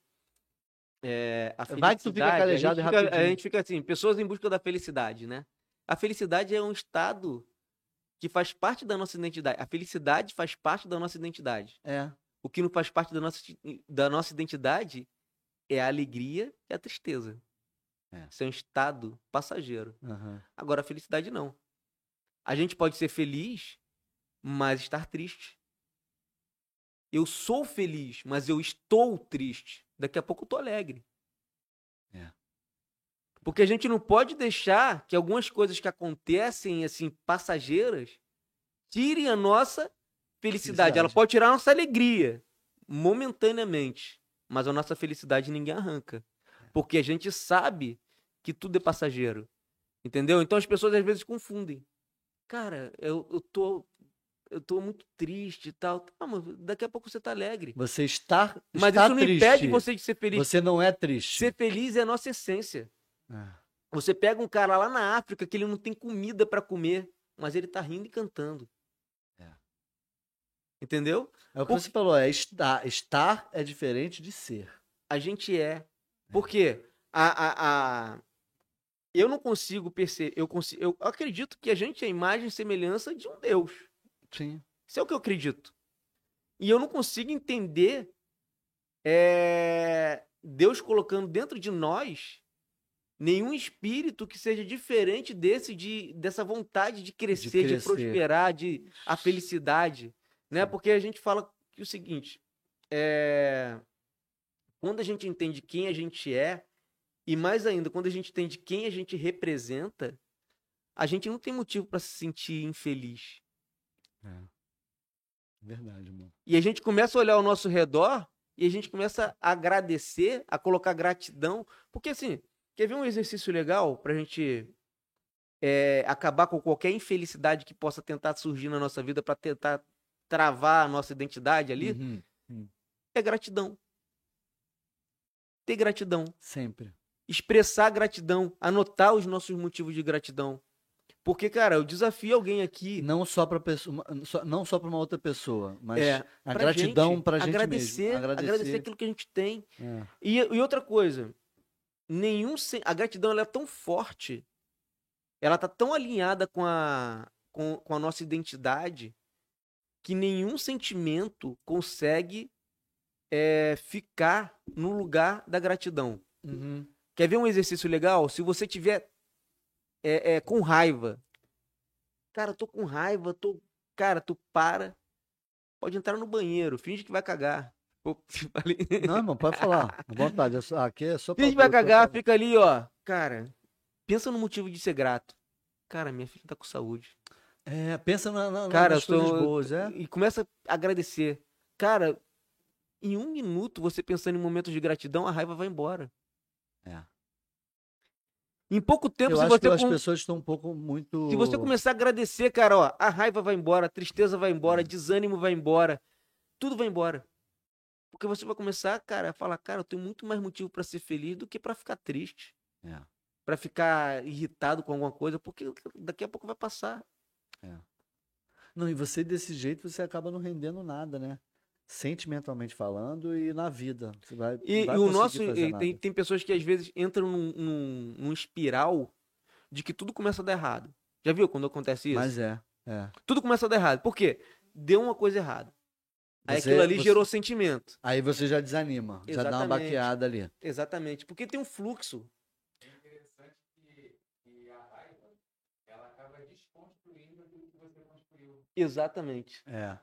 é, a Vai que tu fica felicidade, calejado a e gente fica, a rapidinho. gente fica assim, pessoas em busca da felicidade, né? A felicidade é um estado que faz parte da nossa identidade. A felicidade faz parte da nossa identidade. É. O que não faz parte da nossa, da nossa identidade é a alegria e a tristeza. É. Isso é um estado passageiro. aham. Agora, a felicidade não. A gente pode ser feliz, mas estar triste. Eu sou feliz, mas eu estou triste. Daqui a pouco eu tô alegre. É. Porque a gente não pode deixar que algumas coisas que acontecem, assim, passageiras, tirem a nossa felicidade. Felicidade. Ela pode tirar a nossa alegria, momentaneamente. Mas a nossa felicidade ninguém arranca. É. Porque a gente sabe que tudo é passageiro. Entendeu? Então as pessoas às vezes confundem. Cara, eu, eu tô. Eu tô muito triste e tal. Ah, mas daqui a pouco você tá alegre. Você está, Mas está isso não triste. impede você de ser feliz. Você não é triste. Ser feliz é a nossa essência. Ah, Você pega um cara lá na África que ele não tem comida pra comer, mas ele tá rindo e cantando. É. Entendeu? É o que Por- você falou, é estar. Estar é diferente de ser. A gente é. Por quê? A, a, a- Eu não consigo perceber. Eu, consi... eu acredito que a gente é a imagem e semelhança de um Deus. Sim. Isso é o que eu acredito. E eu não consigo entender é, Deus colocando dentro de nós nenhum espírito que seja diferente desse de dessa vontade de crescer, de, crescer. prosperar, de a felicidade, né? Sim. Porque a gente fala que o seguinte, é, quando a gente entende quem a gente é e mais ainda quando a gente entende quem a gente representa, a gente não tem motivo para se sentir infeliz. É. Verdade, mano. E a gente começa a olhar ao nosso redor e a gente começa a agradecer, a colocar gratidão. Porque, assim, quer ver um exercício legal pra gente é, acabar com qualquer infelicidade que possa tentar surgir na nossa vida pra tentar travar a nossa identidade ali? Uhum. É gratidão. Ter gratidão Sempre. expressar gratidão, anotar os nossos motivos de gratidão. Porque, cara, eu desafio alguém E aqui. não só para pessoa, só- não só para uma outra pessoa, mas É, a pra gratidão para gente agradecer, mesmo. agradecer, aquilo que a gente tem. É. E, e outra coisa, nenhum sen- a gratidão ela é tão forte, ela tá tão alinhada com a, com, com a nossa identidade que nenhum sentimento consegue é, ficar no lugar da gratidão. Quer ver um exercício legal? Se você tiver é, é, com raiva, cara, eu tô com raiva, eu tô, cara, tu para, pode entrar no banheiro, finge que vai cagar. Pô, [laughs] falei- [laughs] Não, irmão, pode falar. À vontade. é só- Aqui é só pra- Finge que vai pra- cagar, pra- fica ali, ó. Cara, pensa no motivo de ser grato. Cara, minha filha tá com saúde. É, pensa na, na, Cara, nas eu coisas sou- boas, é? E começa a agradecer. Cara, em um minuto, você pensando em momentos de gratidão, a raiva vai embora. É. Em pouco tempo, Eu se acho você que as com- pessoas estão um pouco muito. Se você começar a agradecer, cara, ó, a raiva vai embora, a tristeza vai embora, Uhum. desânimo vai embora, tudo vai embora. Porque você vai começar, cara, a falar, cara, eu tenho muito mais motivo pra ser feliz do que pra ficar triste, É. Pra ficar irritado com alguma coisa, porque daqui a pouco vai passar. Não, e você desse jeito você acaba não rendendo nada, né? Sentimentalmente falando e na vida. Você vai, E, não vai e o conseguir nosso fazer e nada. tem, tem pessoas que às vezes entram num, num- num espiral de que tudo começa a dar errado. Já viu quando acontece isso? Mas é. é. Tudo começa a dar errado. Por quê? Deu uma coisa errada. Aí Você- aquilo ali você- gerou sentimento. Aí você já desanima, já dá uma Exatamente. baqueada ali. Exatamente, porque tem um fluxo. É. É interessante que, ela acaba desconstruindo aquilo que você construiu. Exatamente, exatamente. tá é. um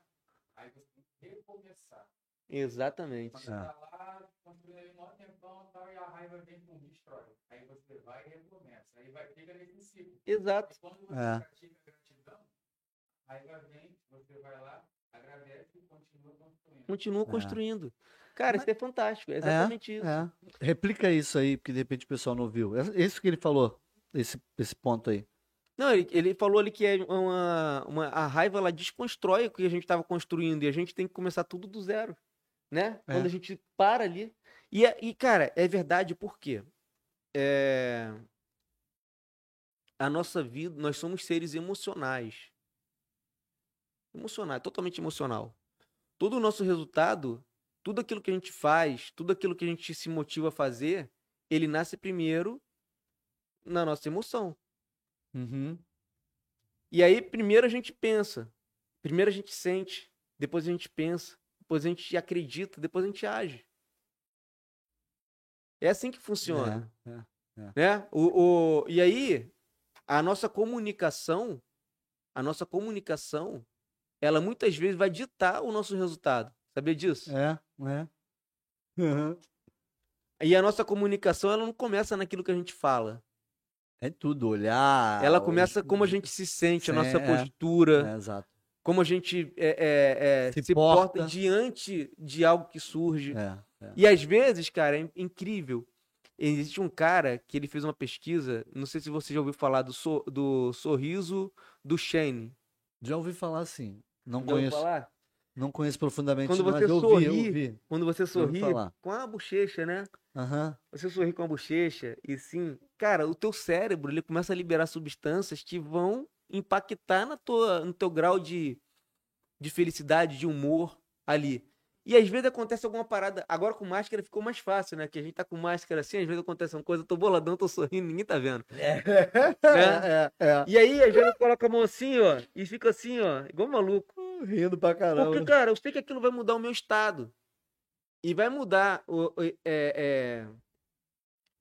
Exato. É. Continua É. construindo. Cara, isso é fantástico. É exatamente isso. É. Replica isso aí, porque de repente o pessoal não viu. É Isso que ele falou, esse, esse ponto aí. Não, ele, ele falou ali que é uma, uma, a raiva ela desconstrói o que a gente estava construindo e a gente tem que começar tudo do zero, né? É. Quando a gente para ali. E, é- e cara, é verdade por quê? É... A nossa vida, nós somos seres emocionais. Emocionais, totalmente emocional. Todo o nosso resultado, tudo aquilo que a gente faz, tudo aquilo que a gente se motiva a fazer, ele nasce primeiro na nossa emoção. Uhum. E aí, primeiro a gente pensa, primeiro a gente sente, depois a gente pensa, depois a gente acredita, depois a gente age. É assim que funciona, É, é. né? O, o- e aí, a nossa comunicação, a nossa comunicação, ela muitas vezes vai ditar o nosso resultado. Sabia disso? É, é. Uhum. E a nossa comunicação, ela não começa naquilo que a gente fala. É tudo, olhar. ela os- começa como a gente se sente, a Sim, nossa é. postura. É, exato. como a gente é, é, é, Se se, porta. porta. diante de algo que surge. É, é. E às vezes, cara, é in- incrível. Existe um cara que ele fez uma pesquisa, não sei se você já ouviu falar do, so- do sorriso do Shane. Já ouvi falar assim. Não Já ouviu conheço, falar? não conheço profundamente, Quando mas você eu ouvi, eu sorri- ouvi. Quando você Já ouvi sorri falar. com a bochecha, né? [laughs] Aham. Você sorri com a bochecha e sim, cara, o teu cérebro ele começa a liberar substâncias que vão impactar na tua, no teu grau de, de felicidade, de humor ali. E às vezes acontece alguma parada. Agora com máscara ficou mais fácil, né? Que a gente tá com máscara assim, às vezes acontece uma coisa, eu tô boladão, tô sorrindo, ninguém tá vendo. É, é, é. E aí, às vezes coloca a mão assim, ó, e fica assim, ó, igual maluco. Rindo pra caramba. Porque, cara, eu sei que aquilo vai mudar o meu estado. E vai mudar o, o- é, é,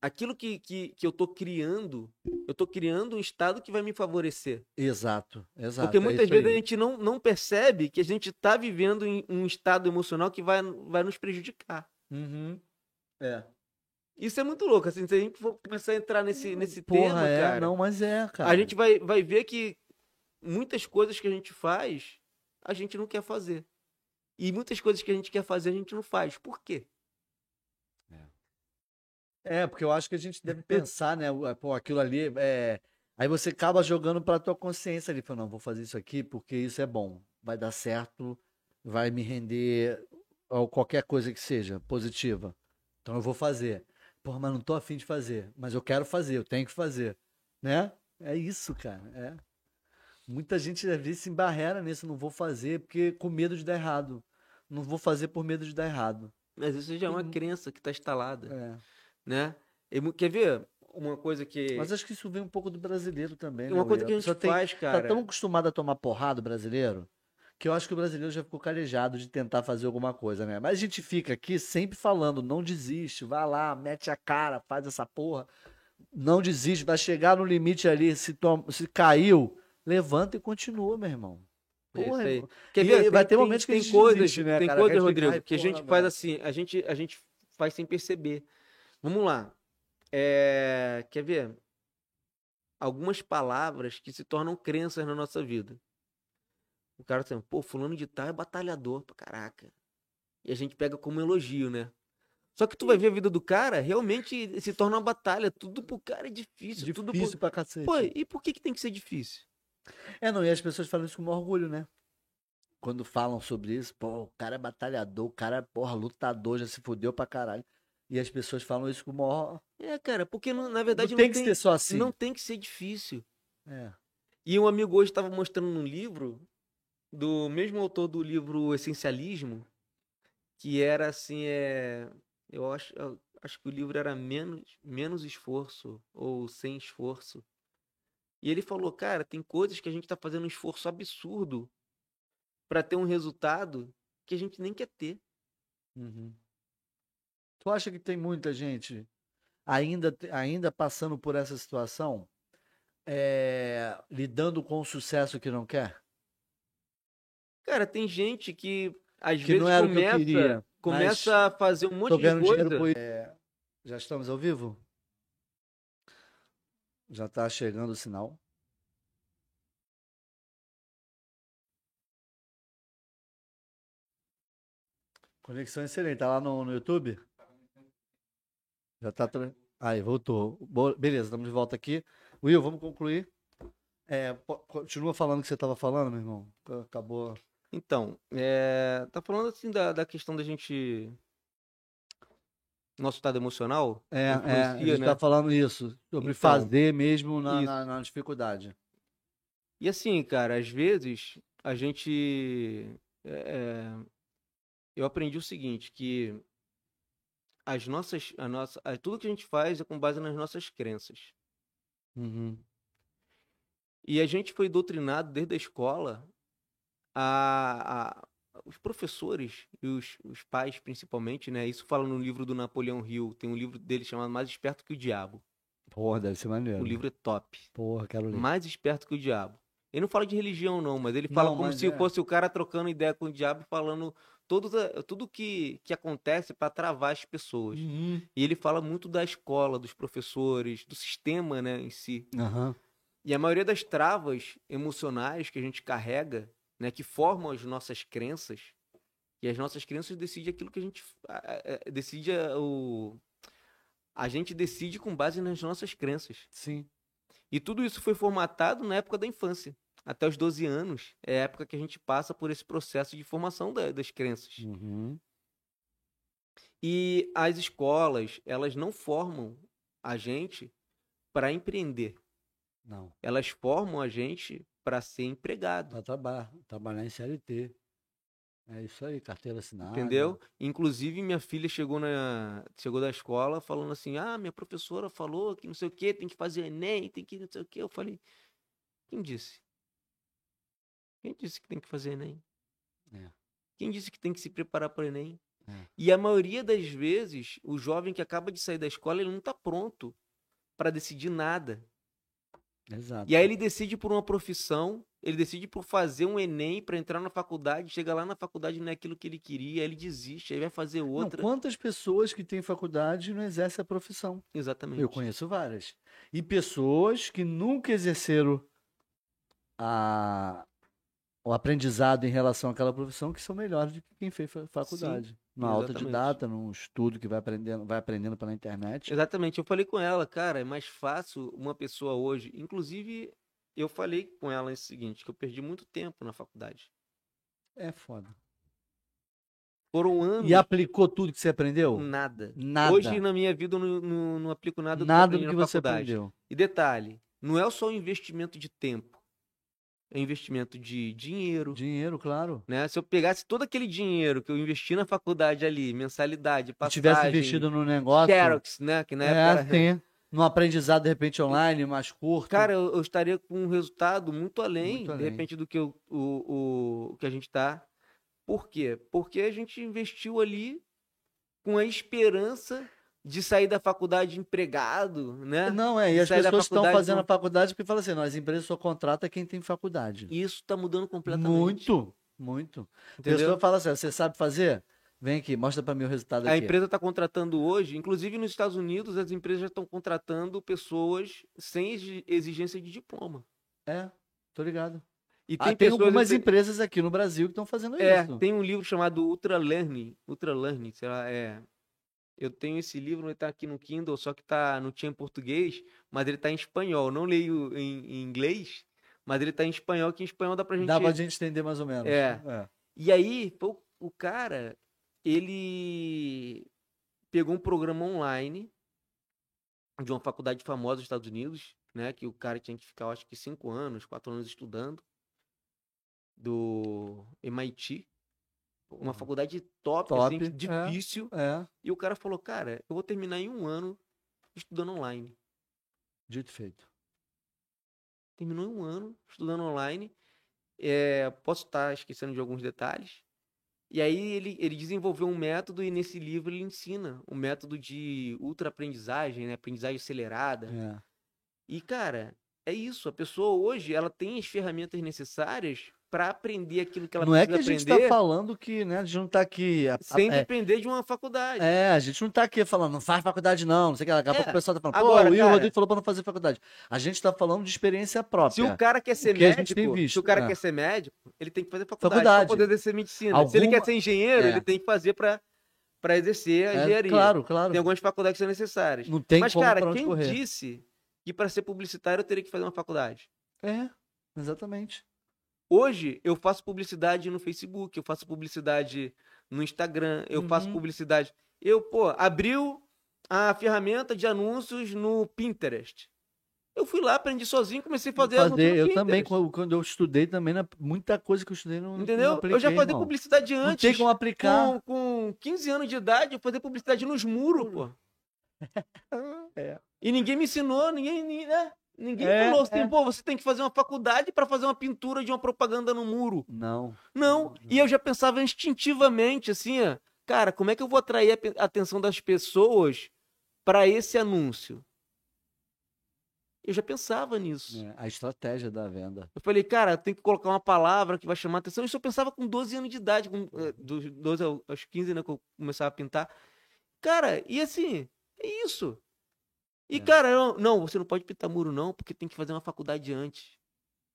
aquilo que, que, que eu tô criando. Eu tô criando um estado que vai me favorecer. Exato, exato. Porque é muitas isso vezes aí. a gente não, não percebe que a gente tá vivendo em um estado emocional que vai, vai nos prejudicar. Uhum. É. Isso é muito louco, assim, se a gente for começar a entrar nesse, nesse Porra, tema, é, cara, não, mas é, cara. a gente vai, vai ver que muitas coisas que a gente faz, a gente não quer fazer. E muitas coisas que a gente quer fazer, a gente não faz. Por quê? É, porque eu acho que a gente deve pensar, né? o- Pô, aquilo ali é. Aí você acaba jogando pra tua consciência ali, falando, não, vou fazer isso aqui porque isso é bom, vai dar certo, vai me render ou qualquer coisa que seja positiva. Então eu vou fazer. Porra, mas não tô afim de fazer, mas eu quero fazer, eu tenho que fazer, né? É isso, cara. É. Muita gente às vezes se embarrera nisso, não vou fazer porque com medo de dar errado. Não vou fazer por medo de dar errado. Mas isso já é uma Uhum. crença que tá instalada, É. né? E mu- quer ver uma coisa que... Mas acho que isso vem um pouco do brasileiro também, né? uma coisa Will? que pessoa a gente tem- faz, tá cara... tão acostumado a tomar porrada o brasileiro que eu acho que o brasileiro já ficou calejado de tentar fazer alguma coisa, né? Mas a gente fica aqui sempre falando, não desiste, vai lá, mete a cara, faz essa porra, não desiste, vai chegar no limite ali, se, tom- se caiu, levanta e continua, meu irmão. É isso Porra, aí. irmão. Quer E ver? vai tem- ter tem- momentos que a tem gente coisas, desiste, né, Tem cara? Que a coisas, gente Rodrigo, cai, que a porra, gente faz velho. assim, a gente, a gente faz sem perceber. Vamos lá. É, quer ver? Algumas palavras que se tornam crenças na nossa vida. O cara tá assim, pô, fulano de tal é batalhador, pra caraca. E a gente pega como elogio, né? Só que tu vai ver a vida do cara, realmente se torna uma batalha. Tudo pro cara é difícil. tudo Difícil pra cacete. pro... Pô, e por que, que tem que ser difícil? É, não, e as pessoas falam isso com orgulho, né? Quando falam sobre isso, pô, o cara é batalhador, o cara é, porra, lutador, já se fudeu pra caralho. E as pessoas falam isso com o maior. É, cara, porque não- na verdade não não tem que ser só assim. Não tem que ser difícil. É. E um amigo hoje estava mostrando um livro do mesmo autor do livro Essencialismo, que era assim, é, eu acho, eu acho que o livro era menos menos esforço ou sem esforço. E ele falou, cara, tem coisas que a gente está fazendo um esforço absurdo para ter um resultado que a gente nem quer ter. Uhum. Tu acha que tem muita gente ainda, te- ainda passando por essa situação, é, lidando com o sucesso que não quer? Cara, tem gente que às Que vezes não era o que eu começa, queria. começa a fazer um monte Tô ganhando de coisa. dinheiro com isso. É, já estamos ao vivo? Já tá chegando o sinal. Conexão excelente. Tá lá no, no YouTube? Já tá. tra- Aí, voltou. Bo- Beleza, estamos de volta aqui. Will, vamos concluir. É, po- continua falando o que você estava falando, meu irmão. Acabou. Então, é, tá falando assim da, da questão da gente. Nosso estado emocional? É, é, a influencia, gente né? tá falando isso. Sobre Então, fazer mesmo na, isso. na- na dificuldade. E assim, cara, às vezes a gente. é, é, eu aprendi o seguinte, que as nossas. A nossa, a- tudo que a gente faz é com base nas nossas crenças. Uhum. E a gente foi doutrinado desde a escola a. a- os professores e os, os pais, principalmente, né? Isso fala no livro do Napoleão Hill. Tem um livro dele chamado Mais Esperto que o Diabo. Porra, deve ser maneiro. O livro é top. Porra, quero ler. Mais esperto que o diabo. Ele não fala de religião, não, mas ele fala Não, como mas se é. fosse o cara trocando ideia com o diabo e falando todos a- tudo que, que acontece para travar as pessoas. Uhum. E ele fala muito da escola, dos professores, do sistema né, em si. Aham. E a maioria das travas emocionais que a gente carrega, né, que formam as nossas crenças, e as nossas crenças decidem aquilo que a gente a- a- a- decide a- o a gente decide com base nas nossas crenças. Sim. E tudo isso foi formatado na época da infância. Até os 12 anos é a época que a gente passa por esse processo de formação da- das crenças. Uhum. E as escolas, elas não formam a gente para empreender. Não. Elas formam a gente para ser empregado. Pra trabalhar. Trabalhar em CLT. É isso aí, carteira assinada. entendeu? Inclusive, minha filha chegou, na, chegou da escola falando assim: ah, minha professora falou que não sei o que, tem que fazer o Enem, tem que não sei o que. Eu falei: quem disse? Quem disse que tem que fazer Enem? É. Quem disse que tem que se preparar para o Enem? É. E a maioria das vezes, o jovem que acaba de sair da escola, ele não está pronto para decidir nada. Exato. E aí ele decide por uma profissão, ele decide por fazer um Enem para entrar na faculdade, chega lá na faculdade não é aquilo que ele queria, aí ele desiste, aí vai fazer Não, outra. quantas pessoas que têm faculdade e não exercem a profissão? Exatamente. Eu conheço várias. E pessoas que nunca exerceram a... o aprendizado em relação àquela profissão que são melhores do que quem fez fa- faculdade. Numa exatamente. autodidata, num estudo que vai aprendendo, vai aprendendo pela internet. Exatamente. Eu falei com ela, cara, é mais fácil uma pessoa hoje. Inclusive, eu falei com ela o seguinte: que eu perdi muito tempo na faculdade. É foda. Foram anos E aplicou tudo que você aprendeu? nada. Nada. Hum. Hoje, na minha vida, eu não, não, não aplico nada do que eu Nada do aprendi que na você faculdade. aprendeu. E detalhe, não é só um investimento de tempo. É um investimento de dinheiro. Dinheiro, claro. né? Se eu pegasse todo aquele dinheiro que eu investi na faculdade ali, mensalidade, Se passagem, tivesse investido no negócio. Xerox, né? Que na é, época era- tem. Num aprendizado, de repente, online, mais curto. Cara, eu, eu estaria com um resultado muito além, Muito de além. repente, do que eu- o, o, o que a gente está. Por quê? Porque a gente investiu ali com a esperança de sair da faculdade empregado, né? Não, é. E as Sai da pessoas estão faculdade, fazendo não- a faculdade porque falam assim: não, as empresas só contratam quem tem faculdade. E isso está mudando completamente. Muito, muito. A entendeu? pessoa fala assim: você sabe fazer? Vem aqui, mostra pra mim o resultado A aqui. empresa está contratando hoje, inclusive nos Estados Unidos, as empresas já estão contratando pessoas sem exi- exigência de diploma. É, tô ligado. E Ah, tem pessoas- algumas empresas aqui no Brasil que estão fazendo É, isso. tem um livro chamado Ultra Learning. Ultra Learning, sei lá, é. Eu tenho esse livro, ele tá aqui no Kindle, só que tá, não tinha em português, mas ele tá em espanhol. Eu Não leio em, em inglês, mas ele tá em espanhol, que em espanhol dá pra gente. Dá pra gente entender mais ou menos. É. é. E aí, pô, o cara, ele pegou um programa online de uma faculdade famosa dos Estados Unidos, né? Que o cara tinha que ficar, eu acho que cinco anos, quatro anos estudando, do MIT. Uma faculdade top, Top, assim, é. difícil. É, E o cara falou, cara, eu vou terminar em um ano estudando online. dito e feito. Terminou em um ano estudando online. É, posso estar esquecendo de alguns detalhes. E aí ele, ele desenvolveu um método e nesse livro ele ensina um método de ultra-aprendizagem, né? aprendizagem acelerada. É. E, cara, é isso. A pessoa hoje ela tem as ferramentas necessárias para aprender aquilo que ela Não é que precisa a gente tá aprender falando que, né? A gente não tá aqui. a- a- sem é, depender de uma faculdade. É, a gente não tá aqui falando, não faz faculdade não, não sei o que. lá. Daqui a É, pouco o pessoal tá falando, agora, pô, o Will cara- Rodrigo falou pra não fazer faculdade. A gente tá falando de experiência própria. Se o cara quer ser que a gente tem médico, se visto, o cara é. quer ser médico, ele tem que fazer faculdade para Faculdade. poder ser medicina. Se ele Alguma- quer ser engenheiro, É. ele tem que fazer para para exercer a É, engenharia. Claro, claro. Tem algumas faculdades que são necessárias. Não tem Mas como cara, pra onde quem correr. disse que para ser publicitário eu teria que fazer uma faculdade? É, exatamente. Hoje eu faço publicidade no Facebook, eu faço publicidade no Instagram, eu faço Uhum. publicidade. Eu, pô, abriu a ferramenta de anúncios no Pinterest. Eu fui lá, aprendi sozinho, comecei a fazer, anúncio no eu também, Pinterest. quando quando eu estudei também, na- muita coisa que eu estudei não Entendeu? Não apliquei, eu já fazia irmão. publicidade Não antes. tem como aplicar. com, com 15 anos de idade, eu fazia publicidade nos muros, pô. [laughs] É. E ninguém me ensinou, ninguém, ni- né? Ninguém É, falou assim, é. pô, você tem que fazer uma faculdade pra fazer uma pintura de uma propaganda no muro. Não. Não. E eu já pensava instintivamente, assim, ó, cara, como é que eu vou atrair a pe- a atenção das pessoas pra esse anúncio? Eu já pensava nisso. É, a estratégia da venda. Eu falei, cara, tem que colocar uma palavra que vai chamar atenção. Isso eu pensava com 12 anos de idade, com, eh, dos 12 ao- aos 15, né, que eu começava a pintar. Cara, e assim, é isso. E, É. cara, eu- não, você não pode pintar muro, não, porque tem que fazer uma faculdade antes.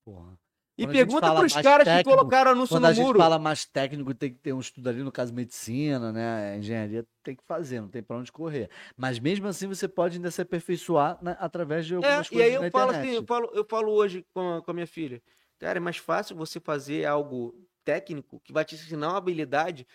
Porra. E Quando a gente pergunta fala pros mais caras que técnico, colocaram anúncio Quando a no gente muro. fala mais técnico, tem que ter um estudo ali, no caso, medicina, né? Engenharia tem que fazer, não tem pra onde correr. Mas mesmo assim, você pode ainda se aperfeiçoar na- através de algumas É, e coisas aí eu na falo assim, internet. eu falo, eu falo hoje com a, com a minha filha, cara, é mais fácil você fazer algo técnico que vai te ensinar uma habilidade.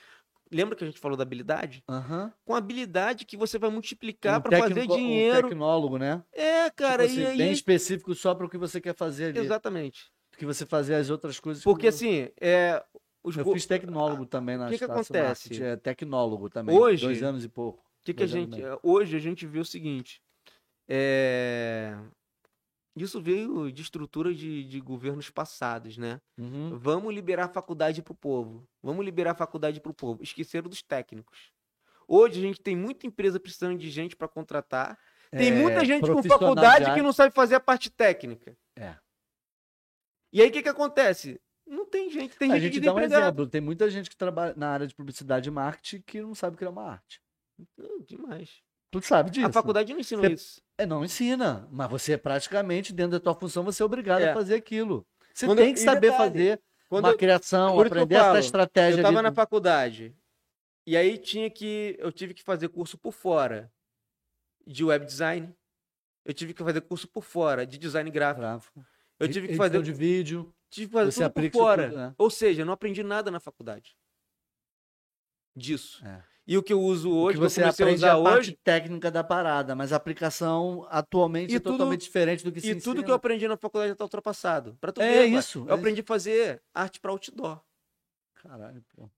Lembra que a gente falou da habilidade? Aham. Com habilidade que você vai multiplicar Um pra fazer técnico- um dinheiro. tecnólogo, né? É, cara, tipo e assim, aí. bem específico só para o que você quer fazer ali. Exatamente. Que você fazer as outras coisas. Porque que... assim, é, Os Eu go- fiz tecnólogo também na que que Estácio acontece? Marketing, É, tecnólogo também. Hoje- Dois anos e pouco. que, que a Dois anos e gente. é, meio. Hoje a gente vê o seguinte. é, Isso veio de estrutura de, de governos passados, né? Uhum. Vamos liberar a faculdade pro povo. Vamos liberar a faculdade pro povo. Esqueceram dos técnicos. Hoje a gente tem muita empresa precisando de gente para contratar. Tem É, muita gente com profissional de faculdade arte. que não sabe fazer a parte técnica. É. E aí o que, que acontece? Não tem gente, tem A gente, gente dá um desempregada. exemplo. Tem muita gente que trabalha na área de publicidade e marketing que não sabe criar uma arte. Hum, Demais. Tu sabe disso. A faculdade não ensina Você- isso. É, não ensina, mas você é praticamente, dentro da tua função, você é obrigado É. a fazer aquilo. Você Quando- tem que e saber detalhe, fazer Quando uma eu- criação, por isso que eu aprender essa falo, eu estratégia. estava ali na do- faculdade. E aí tinha que. Eu tive que fazer curso por fora de web design. Eu tive que fazer curso por fora de design gráfico. Gráfico. Eu tive que Edição fazer. então de vídeo. Tive que fazer Você tudo por aplica isso fora. tudo, né? Ou seja, eu não aprendi nada na faculdade. Disso. É. E o que eu uso O hoje, que que eu você comecei a aprende é usar a hoje, parte técnica da parada, mas a aplicação atualmente E é tudo- totalmente diferente do que se e tudo ensina. que eu aprendi na faculdade já tá ultrapassado. Pra tu É ver, cara, isso, Eu é aprendi a fazer arte pra outdoor. Caralho, pô.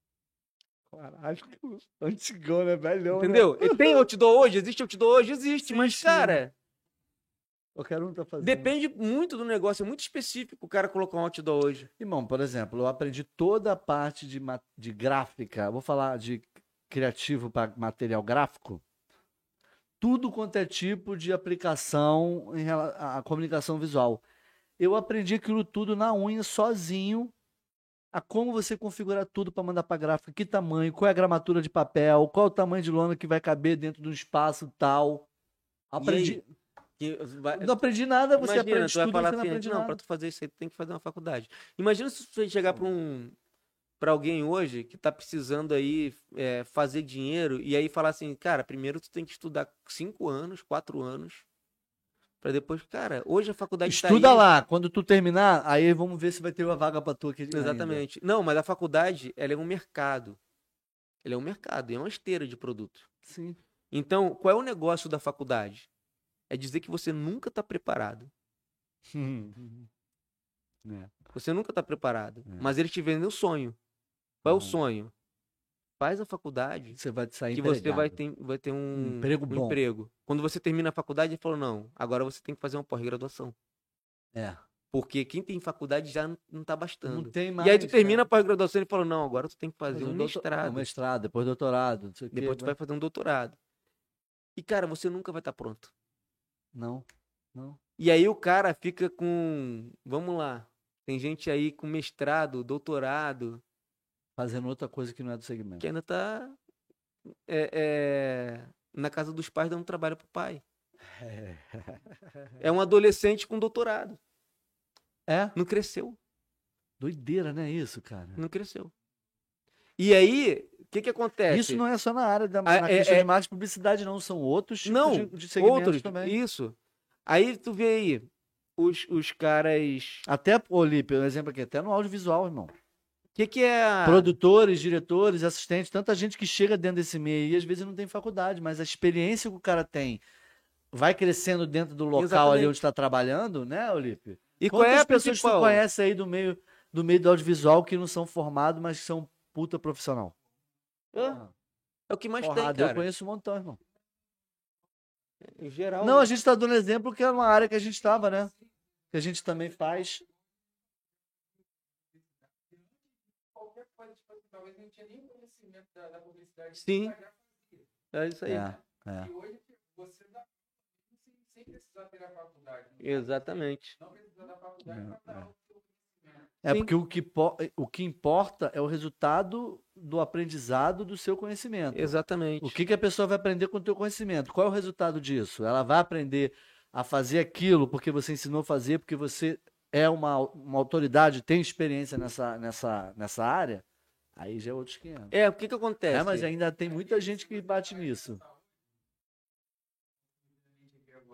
[laughs] Caralho, antigão, né? Velhão, né? Entendeu? E tem outdoor hoje? Existe outdoor hoje? Existe. mas, Existe, né? cara, Qualquer um tá fazendo. Depende muito do negócio, é muito específico o cara colocar um outdoor hoje. Irmão, por exemplo, eu aprendi toda a parte de, ma- de gráfica, eu vou falar de criativo para material gráfico, tudo quanto é tipo de aplicação em rela- à à comunicação visual. Eu aprendi aquilo tudo na unha, sozinho, a como você configurar tudo para mandar para gráfica, que tamanho, qual é a gramatura de papel, qual é o tamanho de lona que vai caber dentro de um espaço tal. Aprendi, Que vai- não aprendi nada, você Imagina, aprende tu vai tudo, falar você não assim, aprende não, nada. pra tu fazer isso aí, tu tem que fazer uma faculdade. Imagina se você chegar pra um para alguém hoje que tá precisando aí é, fazer dinheiro e aí falar assim, cara, primeiro tu tem que estudar cinco anos, quatro anos, pra depois, cara, hoje a faculdade tá Estuda aí. lá, quando tu terminar, aí vamos ver se vai ter uma vaga pra tu aqui. ainda. Exatamente. Não, mas a faculdade, ela é um mercado. Ela é um mercado, é uma esteira de produto. Sim. Então, qual é o negócio da faculdade? É dizer que você nunca está preparado. É. Você nunca está preparado. É. Mas eles te vendem o sonho. Qual é o Uhum. sonho? Faz a faculdade [laughs] Você vai te sair que você vai empregado. ter, vai ter um, é Um emprego bom. emprego. Quando você termina a faculdade, ele falou, não, agora você tem que fazer uma pós-graduação. É. Porque quem tem faculdade já n- não está Não bastando. tem mais. e aí tu termina a pós-graduação e ele falou, não, agora tu tem que cara. fazer um doutor- mestrado. Um mestrado, depois doutorado. Não sei o quê, né? Depois tu vai vai- fazer um doutorado. E, cara, você nunca vai estar pronto. Não, não. E aí o cara fica com. Vamos lá. Tem gente aí com mestrado, doutorado, Fazendo outra coisa que não é do segmento. que ainda tá é, é, na casa dos pais dando trabalho pro pai. É um adolescente com doutorado. É? Não cresceu. Doideira, né? Isso, cara. Não cresceu. E aí, o que que acontece? Isso não é só na área da Ah, na é- questão é- de marketing e publicidade, não. São outros tipos Não, de, de segmentos Outros, também. Isso. Aí tu vê aí, os, os caras. Até, Olímpio, um exemplo aqui, até no audiovisual, irmão. O que que é. a- Produtores, diretores, assistentes, tanta gente que chega dentro desse meio e às vezes não tem faculdade, mas a experiência que o cara tem vai crescendo dentro do local ali Exatamente. onde está trabalhando, né, Olímpio? E qual Quantas é a pessoas que tu principal? conhece aí do meio do meio do audiovisual que não são formados, mas que são puta profissional? Hã? É o que mais Porrada, tem, eu cara. conheço um montão, irmão. Em geral. Não, né? a gente tá dando exemplo que é uma área que a gente estava, né? Assim, Que a gente também faz. qualquer coisa, tipo assim, talvez não tinha nem conhecimento da, da publicidade. Sim. Instagram, É isso aí. É, é. E hoje tipo, você dá sem, sem precisar ter a faculdade. né? Exatamente. Não precisa da faculdade É, para é. dar o seu conhecimento. É Sim. porque o que, po- o que importa é o resultado do aprendizado do seu conhecimento. Exatamente. O que, que a pessoa vai aprender com o teu conhecimento? Qual é o resultado disso? Ela vai aprender a fazer aquilo porque você ensinou a fazer, porque você é uma, uma autoridade, tem experiência nessa, nessa, nessa área? Aí já é outros 500. É, o que que acontece? É, mas ainda tem muita gente que bate nisso.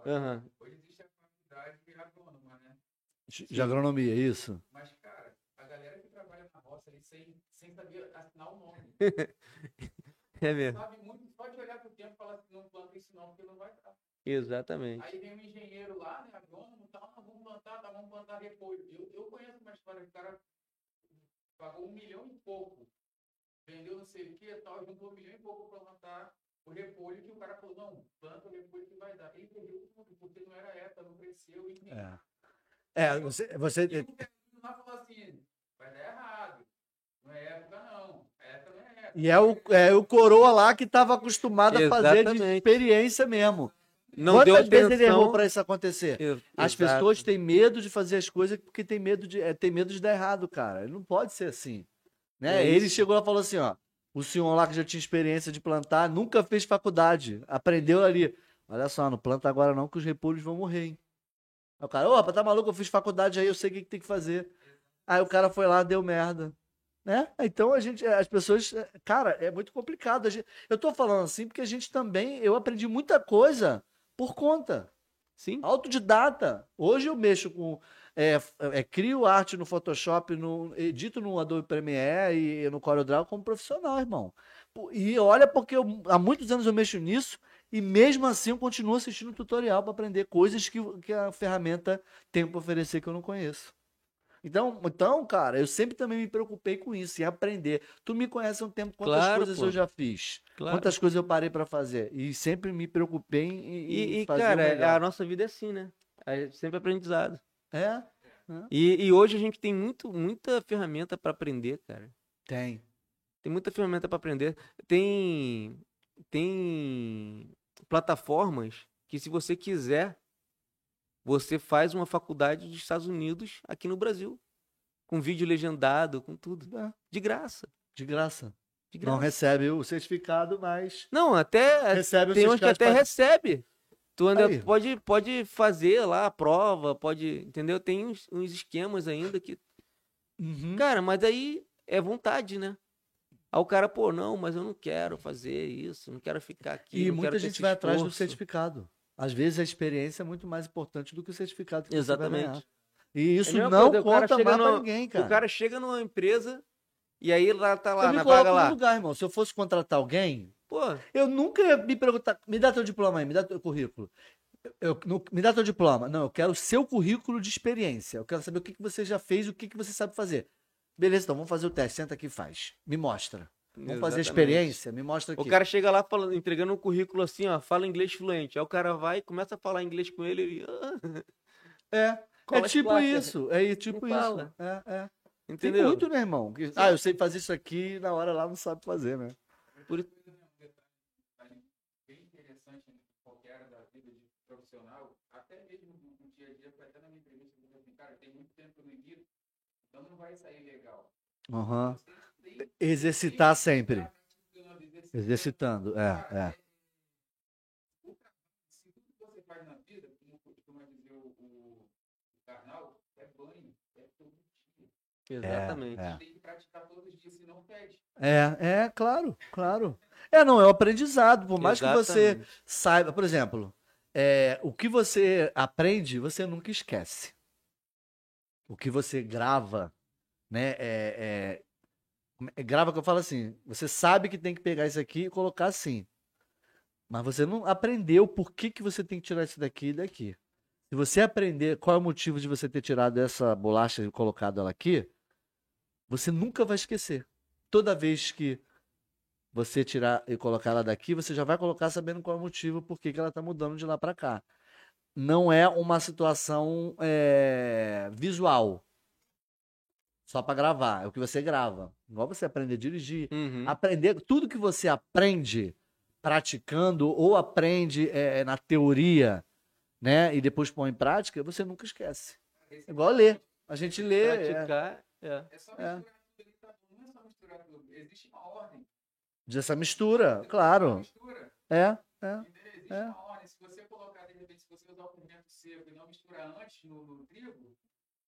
Aham. Hoje existe a faculdade agrônoma, né? De de agronomia, é isso? Mas, cara, a galera que trabalha na roça ali sem, sem saber assinar o nome. É mesmo. Sabe muito, só de olhar pro tempo e falar assim, não planta isso não, porque não vai dar. Exatamente. Aí vem um engenheiro lá, né, agrônomo, tal, não, vamos plantar, tá, vamos plantar depois. Eu, eu conheço uma história que o cara pagou um milhão e pouco, vendeu não sei o que e tal, juntou um milhão e pouco para plantar o repolho que o cara falou, não, planta o repolho que vai dar. Ele perdeu tudo, porque não era época, não cresceu. E, É. É, você, e você o governo lá falou assim, vai dar errado. Não é época não, época não é época. E é o, é o coroa lá que estava acostumado a fazer de Exatamente. experiência mesmo. Não Quantas deu vezes atenção. ele errou para isso acontecer? Eu- As exato. pessoas têm medo de fazer as coisas porque tem medo de, é, tem medo de dar errado, cara. Não pode ser assim. Né? É ele chegou lá e falou assim: ó, o senhor lá que já tinha experiência de plantar, nunca fez faculdade, aprendeu ali. Olha só, não planta agora não, que os repolhos vão morrer, hein? Aí o cara, opa, tá maluco? Eu fiz faculdade aí, eu sei o que, que tem que fazer. Aí o cara foi lá, deu merda. Né? Então a gente, as pessoas, cara, é muito complicado. A gente- eu tô falando assim porque a gente também, eu aprendi muita coisa por conta. Sim. Autodidata. Hoje eu mexo com. É, f- é, crio arte no Photoshop, no, edito no Adobe Premiere e no CorelDRAW como profissional, irmão. Pô, E olha, porque eu- há muitos anos eu mexo nisso e mesmo assim eu continuo assistindo tutorial para aprender coisas que, que a ferramenta tem para oferecer que eu não conheço. Então, então, cara, eu sempre também me preocupei com isso, em aprender. Tu me conhece há um tempo, quantas Claro, coisas pô. eu já fiz, Claro. quantas coisas eu parei para fazer. E sempre me preocupei em, em E, e, fazer o cara, melhor. a nossa vida é assim, né? É sempre aprendizado. É? E, e hoje a gente tem muito, muita ferramenta para aprender, cara. Tem. Tem muita ferramenta para aprender. Tem, tem plataformas que, se você quiser, você faz uma faculdade dos Estados Unidos aqui no Brasil. Com vídeo legendado, com tudo. É, De graça. De graça. De Não graça. recebe o certificado, mas Não, até, recebe Tem o uns que até certificado. recebe. Tu ainda Aí. pode, pode fazer lá a prova, pode. Entendeu? Tem uns, uns esquemas ainda que. Uhum. Cara, mas aí é vontade, né? Aí o cara, pô, não, mas eu não quero fazer isso, não quero ficar E aqui. não quero muita ter gente esse vai atrás do esforço. certificado. Às vezes a experiência é muito mais importante do que o certificado que você vai ganhar. Exatamente. É E isso mesma não coisa, o cara conta mais chega pra no- ninguém, cara. O cara chega numa empresa e aí lá tá eu lá, me na coloco vaga no lá. lugar, irmão. Se eu fosse contratar alguém, Pô, eu nunca ia me perguntar, me dá teu diploma aí, me dá teu currículo. Eu- no- me dá teu diploma. Não, eu quero o seu currículo de experiência. Eu quero saber o que, que você já fez, o que, que você sabe fazer. Beleza, então vamos fazer o teste. Senta aqui e faz. Me mostra. Vamos fazer a exatamente. experiência? Me mostra aqui. O cara chega lá falando, entregando um currículo assim, ó, fala inglês fluente. Aí o cara vai, começa a falar inglês com ele e. "Ah, É, é cola as tipo placas. isso. É tipo Não isso. fala. É, é. Tem Entendeu? muito, né, irmão? Que- Ah, eu sei fazer isso aqui e na hora lá não sabe fazer, né? um bem interessante em qualquer área da vida de profissional, até mesmo no, no dia a dia, foi até na minha entrevista, eu falei assim, cara, tem muito tempo que eu não edito, então não vai sair legal. Aham. Você tem Ah. Exercitar sempre. que estar exercitando, Exercitando, é, é. O tra- Se tudo que você faz na vida, como costuma dizer o, o, o carnal, é banho, é todo dia. Exatamente. É. Tem que praticar todos os dias, senão perde. É, é, claro, claro. É, não, é o aprendizado. Por mais que você Exatamente. saiba, por exemplo, é, o que você aprende, você nunca esquece. O que você grava, né? é- é- como é- grava que eu falo assim, você sabe que tem que pegar isso aqui e colocar assim. Mas você não aprendeu por que, que você tem que tirar isso daqui e daqui. Se você aprender qual é o motivo de você ter tirado essa bolacha e colocado ela aqui, você nunca vai esquecer. Toda vez que você tirar e colocar ela daqui, você já vai colocar sabendo qual é o motivo, por que que ela está mudando de lá para cá. Não é uma situação é, visual. Só para gravar, é o que você grava. Igual você aprender a dirigir. Uhum. Aprender, tudo que você aprende praticando ou aprende é, na teoria, né? E depois põe em prática, você nunca esquece. É igual ler. A gente lê. é, Praticar, é. É só É. misturar tudo ali, tá bom? Não é só misturar tudo. Existe uma ordem. dessa mistura, claro. Mistura. É. Entendeu? Existe É. uma ordem. Se você colocar, de repente, se você usar o fermento seco e não misturar antes no, no trigo,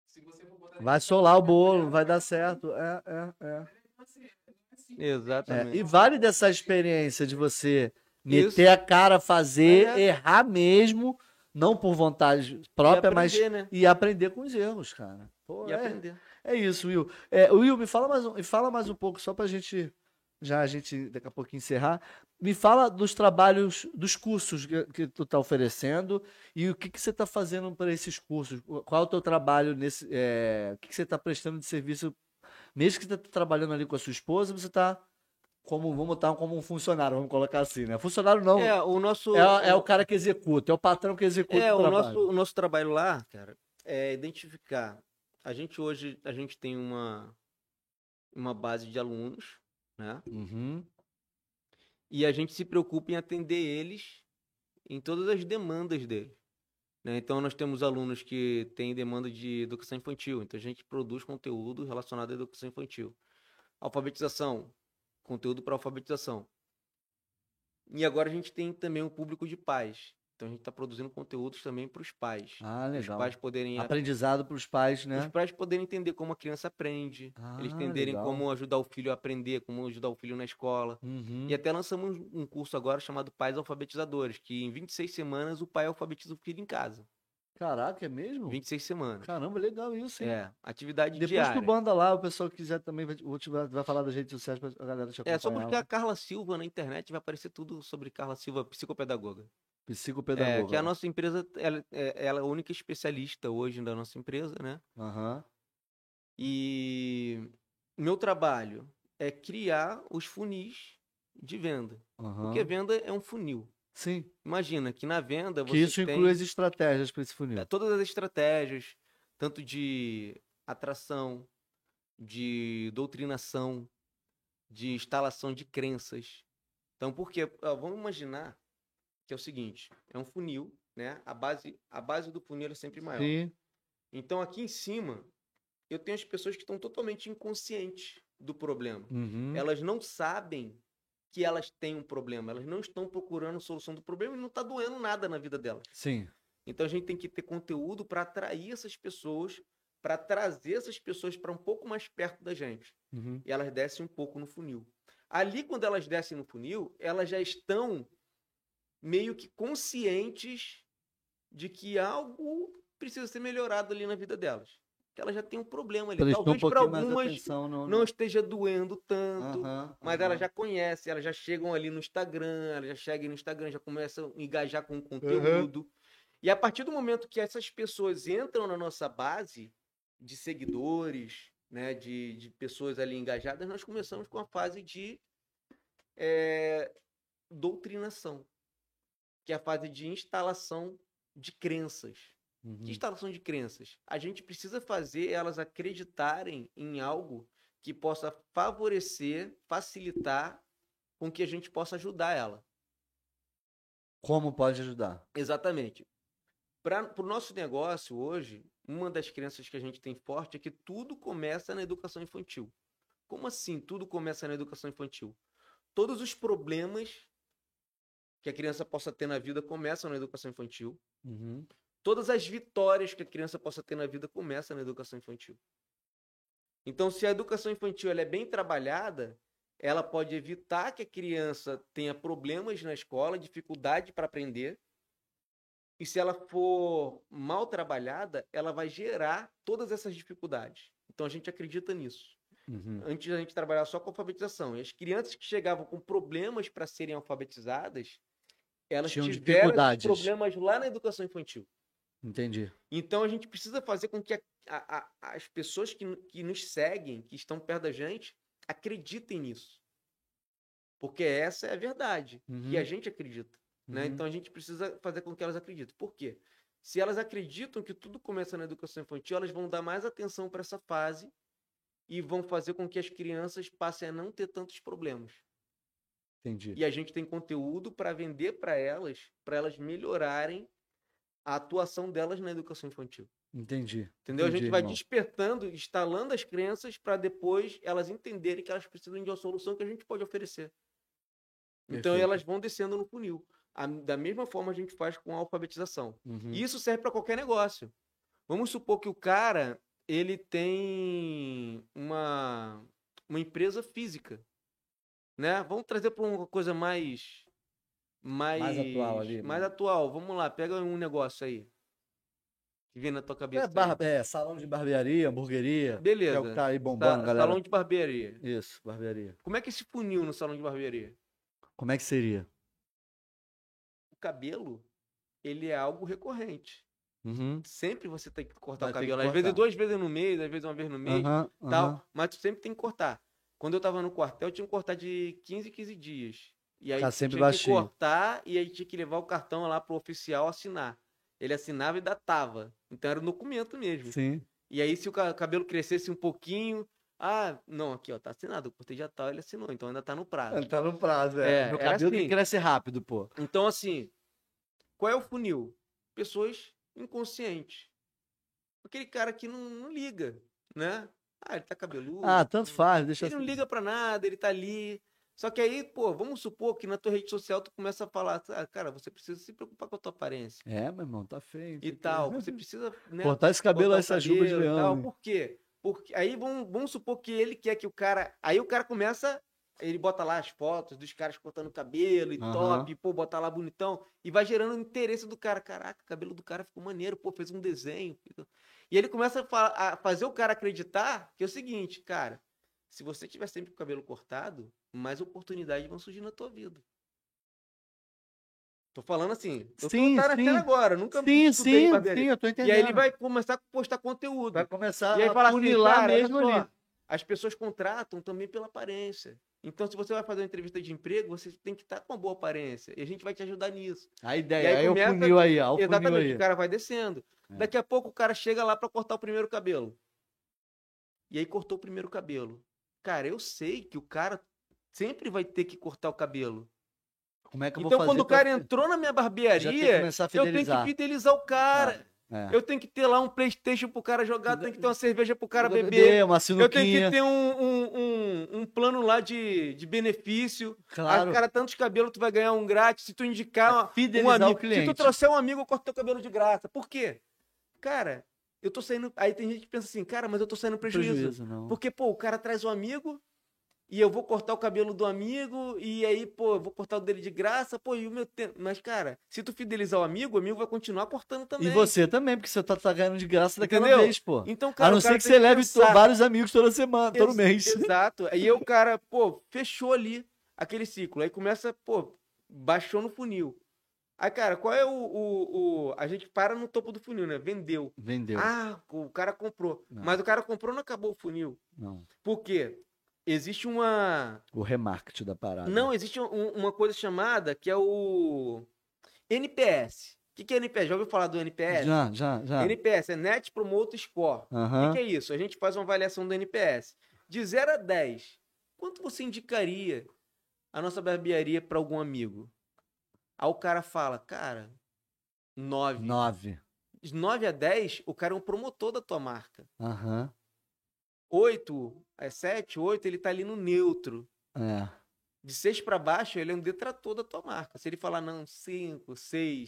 se você for botar. Vai solar o bolo, vai dar certo. É, é, é. Então, assim, não é assim. É, Exatamente. e vale dessa experiência de você meter Isso. a cara, fazer, É. errar mesmo, não por vontade própria, E mas aprender, né? e aprender com os erros, cara. Pô, E é, aprender. é isso, Will. É, Will, me fala mais um, me fala mais um pouco só pra gente já a gente daqui a pouco encerrar. Me fala dos trabalhos, dos cursos que, que tu tá oferecendo e o que que você tá fazendo para esses cursos? Qual é o teu trabalho nesse, é, o que que você tá prestando de serviço Mesmo que você tá trabalhando ali com a sua esposa, você tá como, vamos botar como um funcionário, vamos colocar assim, né? Funcionário não, é, É, o nosso. é o cara que executa, é o patrão que executa É, o o trabalho. nosso, o nosso trabalho lá, cara, é identificar. A gente hoje, a gente tem uma, uma base de alunos, né? Uhum. E a gente se preocupa em atender eles em todas as demandas deles. né? Então, nós temos alunos que têm demanda de educação infantil. Então, a gente produz conteúdo relacionado à educação infantil. Alfabetização. Conteúdo para alfabetização. E agora a gente tem também um público de pais. Então, a gente está produzindo conteúdos também para os pais. Ah, legal. Os pais né? poderem Aprendizado para os pais, os né? pais poderem entender como a criança aprende, Ah, eles entenderem legal. como ajudar o filho a aprender, como ajudar o filho na escola. Uhum. E até lançamos um um curso agora chamado Pais Alfabetizadores, que em 26 semanas o pai alfabetiza o filho em casa. Caraca, é mesmo? 26 semanas. Caramba, legal isso, hein? É, atividade Depois diária. tu banda lá, o pessoal que quiser também vai, vou te- vai falar das redes sociais pra a galera te acompanhar. né? É, só lá. buscar Carla Silva na internet vai aparecer tudo sobre Carla Silva, psicopedagoga. Psicopedagoga. É, que a nossa empresa, ela, é- ela é a única especialista hoje da nossa empresa, né? Aham. E meu trabalho é criar os funis de venda. aham. Porque venda é um funil. Sim, Imagina que na venda você que isso tem inclui as estratégias para esse funil. né, todas as estratégias, tanto de atração, de doutrinação, de instalação de crenças. Então, porque vamos imaginar que é o seguinte, é um funil, né? A base, a base do funil é sempre maior. Sim. Então, aqui em cima, eu tenho as pessoas que estão totalmente inconscientes do problema. Uhum. Elas não sabem que elas têm um problema, elas não estão procurando solução do problema e não está doendo nada na vida delas. Sim. Então a gente tem que ter conteúdo para atrair essas pessoas, para trazer essas pessoas para um pouco mais perto da gente. Uhum. E elas descem um pouco no funil. Ali, quando elas descem no funil, elas já estão meio que conscientes de que algo precisa ser melhorado ali na vida delas. Que elas já têm um problema ali. Prestou um Talvez para pouquinho mais algumas atenção né? no... não esteja doendo tanto. Aham, Mas aham. elas já conhecem, elas já chegam ali no Instagram, elas já chegam no Instagram, já começam a engajar com o conteúdo. E a partir do momento que essas pessoas entram na nossa base de seguidores, né, de, de pessoas ali engajadas, nós começamos com a fase de eh, doutrinação, que é a fase de instalação de crenças. Uhum. Que instalação de crenças? A gente precisa fazer elas acreditarem em algo que possa favorecer, facilitar com que a gente possa ajudar ela. Como pode ajudar? Exatamente. Para o nosso negócio hoje, uma das crenças que a gente tem forte é que tudo começa na educação infantil. Como assim tudo começa na educação infantil? Todos os problemas que a criança possa ter na vida começam na educação infantil. Uhum. Todas as vitórias que a criança possa ter na vida começa na educação infantil. Então, se a educação infantil ela é bem trabalhada, ela pode evitar que a criança tenha problemas na escola, dificuldade para aprender. E se ela for mal trabalhada, ela vai gerar todas essas dificuldades. Então, a gente acredita nisso Uhum. antes a gente trabalhava só com alfabetização. E as crianças que chegavam com problemas para serem alfabetizadas, elas Tinham tiveram esses dificuldades. problemas lá na educação infantil. Entendi. Então a gente precisa fazer com que a- a- a- as pessoas que, que nos seguem, que estão perto da gente, acreditem nisso. Porque essa é a verdade. E a Uhum. gente acredita. Né? Uhum. Então a gente precisa fazer com que elas acreditem. Por quê? Se elas acreditam que tudo começa na educação infantil, elas vão dar mais atenção para essa fase e vão fazer com que as crianças passem a não ter tantos problemas. Entendi. E a gente tem conteúdo para vender para elas, para elas melhorarem a atuação delas na educação infantil. Entendi. Entendeu? a gente Entendi, vai irmão. despertando, instalando as crenças para depois elas entenderem que elas precisam de uma solução que a gente pode oferecer. Então Perfeito. elas vão descendo no funil. A- da mesma forma a gente faz com a alfabetização. Uhum. E isso serve para qualquer negócio. Vamos supor que o cara ele tem uma uma empresa física, né? Vamos trazer para uma coisa mais mais atual ali, mais né? atual. Vamos lá, pega um negócio aí que vem na tua cabeça. É, aí. barba- é, salão de barbearia, hamburgueria. Beleza. É o que tá aí Tá, bombando, galera. salão de barbearia. Isso, barbearia. Como é que se puniu no salão de barbearia? Como é que seria? O cabelo, ele é algo recorrente. Uhum. Sempre você tem que cortar Vai o ter que cabelo. Às cortar. vezes duas vezes no mês, às vezes uma vez no mês, Aham, tal. aham. Mas tu sempre tem que cortar. Quando eu tava no quartel, eu tinha que cortar de 15 em 15 dias. E aí Tá tu sempre tinha baixinho. que cortar e aí tinha que levar o cartão lá pro oficial assinar. Ele assinava e datava. Então era o documento mesmo. Sim. E aí, se o ca- cabelo crescesse um pouquinho. Ah, não, aqui, ó, tá assinado. Eu cortei já tal, ele assinou, então ainda tá no prazo. Tá no prazo, é. Meu É cabelo que assim. cresce rápido, pô. Então, assim, qual é o funil? Pessoas inconscientes. Aquele cara que não, não liga, né? Ah, ele tá cabeludo. Ah, tanto faz, deixa Ele não assim. liga pra nada, ele tá ali. Só que aí, pô, vamos supor que na tua rede social tu começa a falar, ah, cara, você precisa se preocupar com a tua aparência É, meu irmão, tá feio. e tal. Você precisa, né? Cortar tá esse cabelo, cortar o essas rugas de cabelo e leão. tal. Por quê? Porque aí vamos, vamos supor que ele quer que o cara. Aí o cara começa. Ele bota lá as fotos dos caras cortando cabelo e Aham. top, pô, bota lá bonitão. E vai gerando interesse do cara. Caraca, o cabelo do cara ficou maneiro, pô, fez um desenho. E ele começa a, fa- a fazer o cara acreditar que é o seguinte, cara, se você tiver sempre com o cabelo cortado, mais oportunidades vão surgir na tua vida. Tô falando assim, eu tô Sim, no cara sim. até agora, nunca Sim, estudei sim, barbearia. sim, eu tô entendendo. E aí ele vai começar a postar conteúdo. Vai começar e aí a fala assim, funilar cara, olha mesmo só, ali. As pessoas contratam também pela aparência. Então, se você vai fazer uma entrevista de emprego, você tem que estar com uma boa aparência. E a gente vai te ajudar nisso. A E ideia, aí aí o começa- funil aí, ó, o funil Exatamente, aí. o cara vai descendo. É. Daqui a pouco o cara chega lá para cortar o primeiro cabelo. E aí cortou o primeiro cabelo. Cara, eu sei que o cara sempre vai ter que cortar o cabelo. Como é que eu vou Então, fazer? quando o pra- cara entrou na minha Já tem que barbearia, começar a eu tenho que fidelizar. fidelizar o cara. É. Eu tenho que ter lá um Playstation pro cara jogar, tem que ter uma cerveja pro cara Bebê, beber. uma Eu tenho sinuquinha, que ter um, um, um, um plano lá de, de benefício. claro. Ah, cara, tantos cabelos, tu vai ganhar um grátis. Se tu indicar uma- um fidelizar amigo. o cliente. Se tu trouxer um amigo, eu corto teu cabelo de graça. Por quê? Cara, eu tô saindo. Aí tem gente que pensa assim, cara, mas eu tô saindo prejuízo. Prejuízo, não. Porque, pô, o cara traz um amigo e eu vou cortar o cabelo do amigo e aí, pô, eu vou cortar o dele de graça, pô, e o meu tempo. Mas, cara, se tu fidelizar o amigo, o amigo vai continuar cortando também. E você também, porque você tá, tá ganhando de graça daquela Entendeu? vez, pô. Então, cara, A não o cara ser que tem você leve to- pensar. vários amigos toda semana, todo Ex- mês. [laughs] Exato. Aí o cara, pô, fechou ali aquele ciclo. Aí começa, pô, baixou no funil. Aí, cara, qual é o. o, o- A gente para no topo do funil, né? Vendeu. Vendeu. Ah, o cara comprou. Não. Mas o cara comprou não acabou o funil. Não. Por quê? Existe uma. O remarketing da parada. Não, existe um- uma coisa chamada que é o NPS. O que, que é NPS? Já ouviu falar do NPS? Já, já, já. NPS é Net Promoter Score. O Aham. que, que é isso? A gente faz uma avaliação do NPS. De 0 a 10, quanto você indicaria a nossa barbearia para algum amigo? Aí o cara fala, cara, 9. Nove. De 9 a 10, o cara é um promotor da tua marca. Aham. 8, é 7, 8, ele tá ali no neutro. É. De 6 para baixo, ele é um detrator da tua marca. Se ele falar, não, 5, 6, ele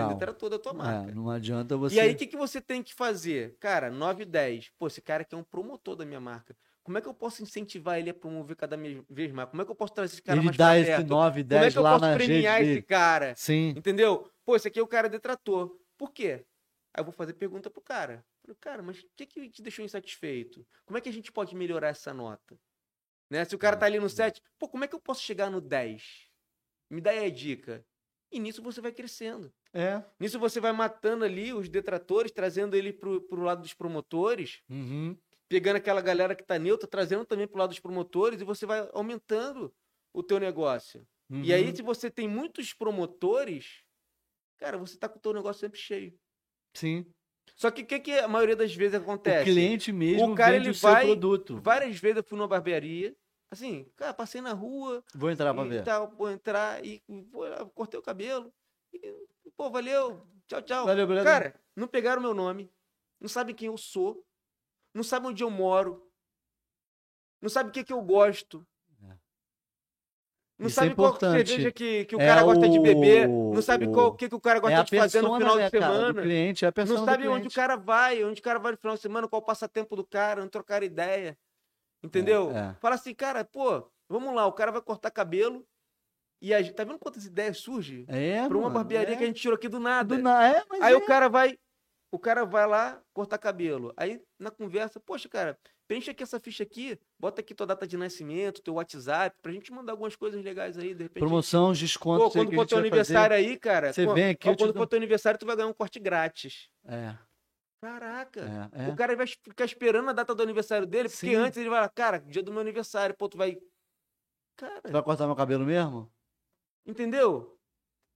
é um Tchau. detrator da tua marca. É, não adianta você. E aí, o que, que você tem que fazer? Cara, 9 e 10. Pô, esse cara aqui é um promotor da minha marca. Como é que eu posso incentivar ele a promover cada me- vez mais? Como é que eu posso trazer esse cara Ele mais dá pra esse perto? 9, Como é 10 que eu lá posso na rede premiar esse dele. cara? Sim. Entendeu? Pô, esse aqui é o cara detrator. Por quê? Aí eu vou fazer pergunta pro cara. Falei, cara, mas o que, que te deixou insatisfeito? Como é que a gente pode melhorar essa nota? Né? Se o Ah, cara tá ali no 7, pô, como é que eu posso chegar no 10? Me dá aí a dica. E nisso você vai crescendo. É. Nisso você vai matando ali os detratores, trazendo ele pro, pro lado dos promotores, Uhum. pegando aquela galera que tá neutra, trazendo também pro lado dos promotores e você vai aumentando o teu negócio. E aí, uhum. se você tem muitos promotores, cara, você tá com o teu negócio sempre cheio. Sim. Só que o que, que a maioria das vezes O acontece? cliente mesmo O cara, vende ele o seu vai- produto. Várias vezes eu fui numa barbearia, assim, cara, passei na rua, Vou entrar pra e ver. tal, Então, vou entrar e vou lá, cortei o cabelo. E, pô, valeu. Tchau, tchau. Valeu, obrigado. Cara, não pegaram meu nome. Não sabem quem eu sou. Não sabem onde eu moro. Não sabem o que, que eu gosto. É. Não Isso é sabe qual importante. cerveja que, que o É cara gosta de beber. o- Não sabe o- qual- o que, que o cara gosta é a de fazer no persona, final né, de cara, do semana. cliente. É a persona Não do sabe onde o cliente. cara vai, onde o cara vai no final de semana, qual o passatempo do cara, não trocar ideia. Entendeu? É, é. Fala assim, cara, pô, vamos lá, o cara vai cortar cabelo. E aí, tá vendo quantas ideias surgem? É, pra uma mano, barbearia é. que a gente tirou aqui do nada. Do na... É, mas Aí é. o cara vai. O cara vai lá cortar cabelo. Aí na conversa, poxa, cara, preenche aqui essa ficha aqui, bota aqui tua data de nascimento, teu WhatsApp, pra gente mandar algumas coisas legais aí, de repente. Promoção, desconto. Pô, quando for teu aniversário aí, cara, Você pô, vem aqui, ó, eu te quando dou- for teu aniversário, tu vai ganhar um corte grátis. É, Caraca! é, é. O cara vai ficar esperando a data do aniversário dele, porque Sim. antes ele vai lá, cara, dia do meu aniversário, pô, tu vai. Você Cara, vai cortar meu cabelo mesmo? entendeu?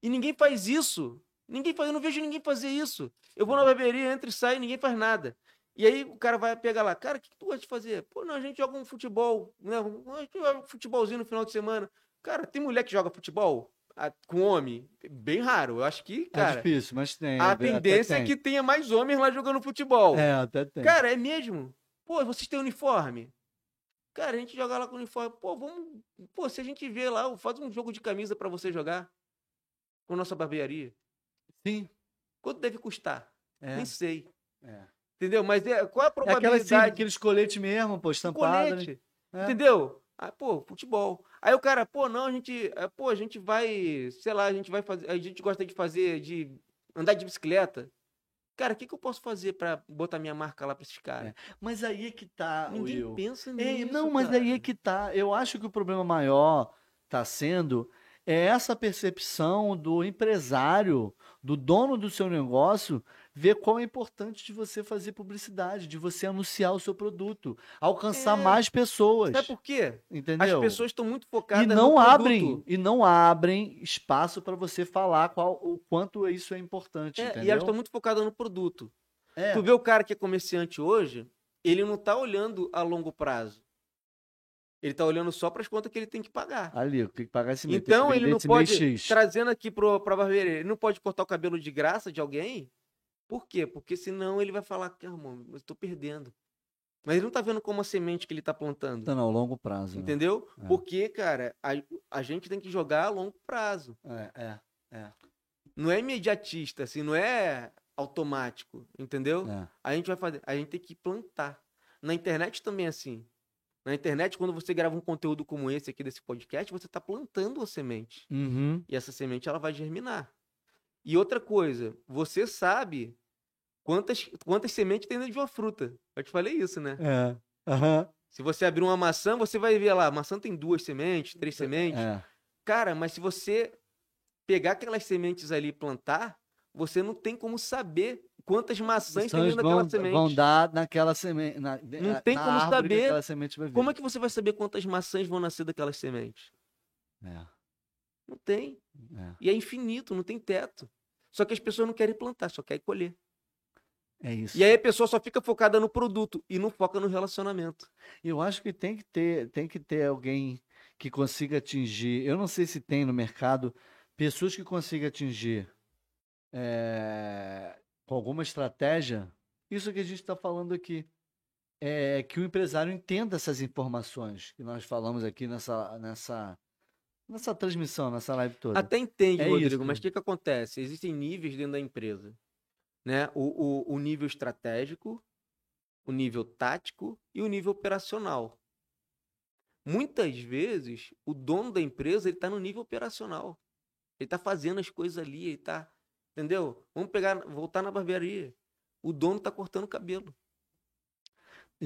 E ninguém faz isso. Ninguém faz, eu não vejo ninguém fazer isso. Eu vou na Uhum. barbearia, entro e saio, ninguém faz nada. E aí o cara vai pegar lá, cara, o que que tu gosta de fazer? Pô, não, a gente joga um futebol, né? A gente joga um futebolzinho no final de semana. Cara, tem mulher que joga futebol ah, com homem? Bem raro. Eu acho que, é cara, difícil, mas tem. a até tendência é tem. que tenha mais homens lá jogando futebol. É, até tem. Cara, é mesmo? Pô, vocês têm uniforme? Cara, a gente joga lá com uniforme. Pô, vamos. Pô, se a gente vê lá, faz um jogo de camisa pra você jogar com nossa barbearia. Sim, Quanto deve custar? é. Nem sei. É, Entendeu? Mas é, qual é a é aquela, probabilidade assim, aqueles coletes mesmo, pô, do estampado. né? colete? É. Entendeu? Ah, pô, futebol. Aí o cara, pô, não, a gente. ah, Pô, a gente vai. Sei lá, a gente vai fazer. A gente gosta de fazer. De andar de bicicleta. Cara, o que, que eu posso fazer pra botar minha marca lá pra esses caras? Mas aí é que tá, Ninguém Will. pensa É, nisso. não, mas cara. aí é que tá. Eu acho que o problema maior tá sendo é essa percepção do empresário, do dono do seu negócio, ver qual é importante de você fazer publicidade, de você anunciar o seu produto, alcançar É. mais pessoas, Sabe por quê? entendeu? As pessoas estão muito focadas e não no um produto. abrem e não abrem espaço para você falar qual o quanto isso é importante, É, e entendeu? elas estão muito focadas no produto. É, Tu vê o cara que é comerciante hoje, ele não tá olhando a longo prazo. Ele tá olhando só para as contas que ele tem que pagar. ali, o que pagar esse mês, Ah, tem que então ele vender não esse mês pode X. trazendo aqui pro pra barbearia, ele não pode cortar o cabelo de graça de alguém. Por quê? Porque senão ele vai falar, "Ah, irmão, eu tô perdendo. Mas ele não tá vendo como a semente que ele tá plantando. Não, não, longo prazo. né? Entendeu? É. Porque, cara, a, a gente tem que jogar a longo prazo. É, é, não é imediatista, assim, não é automático, entendeu? é. A gente vai fazer, a gente tem que plantar. Na internet também é assim. Na internet, quando você grava um conteúdo como esse aqui desse podcast, você está plantando a semente. Uhum. E essa semente ela vai germinar. E outra coisa, você sabe quantas, quantas sementes tem dentro de uma fruta. Eu te falei isso, né? É. Aham. Se você abrir uma maçã, você vai ver lá, a maçã tem duas sementes, três sementes. É. Cara, mas se você pegar aquelas sementes ali e plantar, você não tem como saber quantas maçãs tem Então, eles dentro vão, daquela semente. vão dar naquela semente. Na, na- tem na como árvore que saber aquela semente vai vir. Como é que você vai saber quantas maçãs vão nascer daquelas sementes? É, Não tem. é. E é infinito, não tem teto. Só que as pessoas não querem plantar, só querem colher. É isso. E aí a pessoa só fica focada no produto e não foca no relacionamento. Eu acho que tem que ter, tem que ter alguém que consiga atingir. Eu não sei se tem no mercado pessoas que consigam atingir é, com alguma estratégia. Isso que a gente está falando aqui é que o empresário entenda essas informações que nós falamos aqui nessa nessa nessa transmissão, nessa live toda. Até entende, É Rodrigo, isso. mas o que, que acontece? Existem níveis dentro da empresa. Né? O, o, o nível estratégico, o nível tático e o nível operacional. Muitas vezes, o dono da empresa está no nível operacional. Ele está fazendo as coisas ali, ele está. Entendeu? Vamos pegar, voltar na barbearia. O dono está cortando cabelo.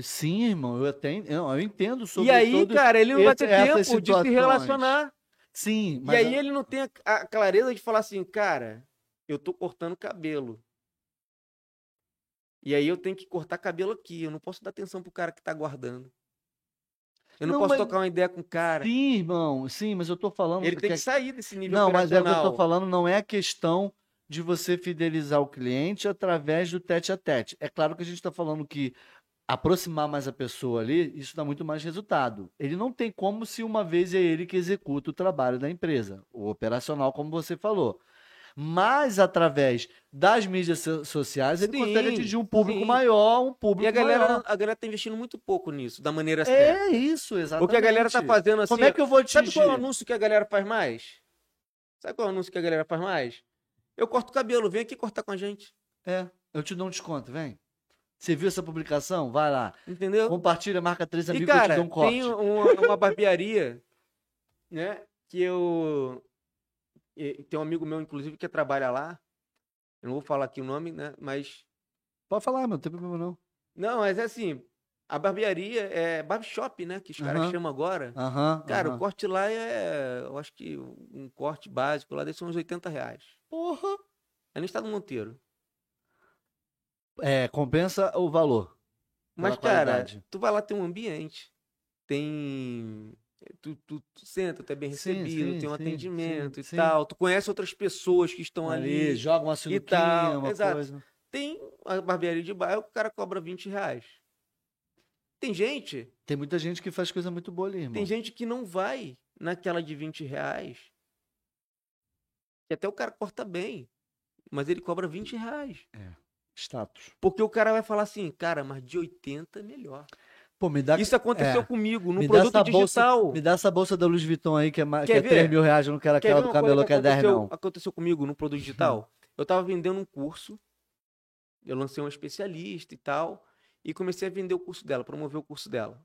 Sim, irmão, eu até en- eu eu entendo sobre e aí, todo... cara, ele não vai esse- ter essas tempo de se situações. relacionar. Sim, E mas aí ele não tem a, a clareza de falar assim, cara, eu tô cortando cabelo. E aí eu tenho que cortar cabelo aqui. Eu não posso dar atenção pro cara que tá guardando. Eu não, Não, posso mas- tocar uma ideia com o cara. sim, irmão, sim, mas eu tô falando ele tem porque- que sair desse nível Não, mas é o que eu operacional. tô falando, não é a questão de você fidelizar o cliente através do tete a tete. É claro que a gente está falando que aproximar mais a pessoa ali, isso dá muito mais resultado. Ele não tem como se uma vez é ele que executa o trabalho da empresa, o operacional, como você falou. Mas através das mídias so- sociais, ele Sim, consegue atingir um público sim. maior, um público E a galera, maior. a galera tá investindo muito pouco nisso, da maneira certa. É isso, exatamente. O que a galera tá fazendo assim. Como é que eu vou atingir? Sabe qual é o anúncio que a galera faz mais? Sabe qual é o anúncio que a galera faz mais? Eu corto o cabelo, vem aqui cortar com a gente. É, eu te dou um desconto, vem. Você viu essa publicação? Vai lá. Entendeu? Compartilha, marca três E, amigos que cara, eu te dou um corte. tem uma, uma barbearia, né? Que eu. e- Tem um amigo meu, inclusive, que trabalha lá. Eu não vou falar aqui o nome, né? Mas. Pode falar, meu, não tem problema não. Não, mas é assim. A barbearia é barbershop, né? Que os caras Aham. chamam agora. Aham. Cara, aham. o corte lá é. Eu acho que um corte básico lá deve ser uns 80 reais. Porra. É no estado Monteiro. É, compensa o valor. Mas, Pela cara, qualidade. tu vai lá, tem um ambiente. Tem. eh, Tu, tu, tu senta, tu é bem Sim, recebido, sim, tem um sim, atendimento sim, e sim. tal. Tu conhece outras pessoas que estão Um ali. joga uma sinuquinha, tal, uma exato. coisa. Tem a barbearia de bairro, o cara cobra 20 reais. Tem gente Tem muita gente que faz coisa muito boa ali, irmão. Tem gente que não vai naquela de 20 reais. Que até o cara corta bem. Mas ele cobra 20 reais. Status. Porque o cara vai falar assim, cara, mas de 80 é melhor. Pô, me dá, Isso aconteceu é. comigo, num Me dá produto essa bolsa- digital. me dá essa bolsa da Louis Vuitton aí, que é, ma- que é Quer ver? 3 mil reais, eu não quero Quer aquela ver do uma cabelo coisa que é 10, aconteceu, não. aconteceu comigo no produto digital. Eu tava vendendo um curso, eu lancei um especialista e tal, e comecei a vender o curso dela, promover o curso dela.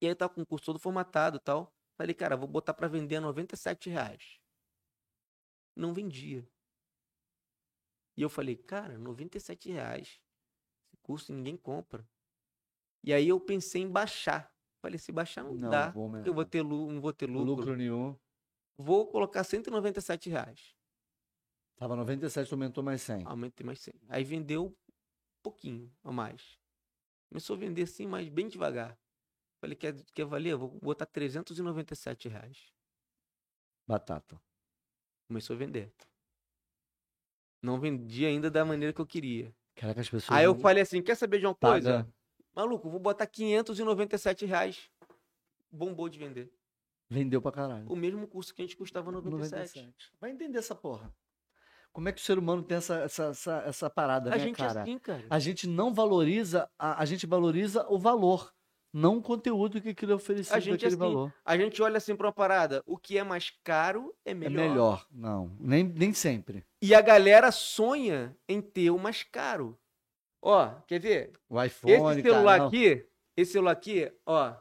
E aí eu tava com o curso todo formatado e tal. Falei, cara, vou botar pra vender a R$ 97 reais. Não vendia. E eu falei, cara, R$ 97 reais. Esse curso ninguém compra. E aí eu pensei em baixar. Falei, se baixar não, Não, dá. vou mesmo. porque eu vou ter lu- não vou ter lucro Lucro nenhum. vou colocar R$ 197 reais. Tava 97, aumentou mais 100. Aumentei mais 100. Aí vendeu um pouquinho a mais. Começou a vender assim, mas bem devagar. Falei, quer, quer valer? Vou botar 397 reais. Batata. Começou a vender. Não vendi ainda da maneira que eu queria. Caraca, as pessoas. Aí eu não falei assim, quer saber de uma coisa? pagam. Maluco, vou botar 597 reais. Bombou de vender. Vendeu pra caralho. O mesmo curso que a gente custava 97. 97. Vai entender essa porra. Como é que o ser humano tem essa, essa, essa, essa parada, A né, gente é cara? assim, cara. A gente não valoriza, a, a gente valoriza o valor, não o conteúdo que aquilo é oferecido A gente é daquele assim, valor. A gente olha assim pra uma parada, o que é mais caro é É melhor. melhor. Não, nem, nem sempre. E a galera sonha em ter o mais caro. Ó, quer ver? O iPhone, esse celular cara, não. aqui, esse celular aqui, ó,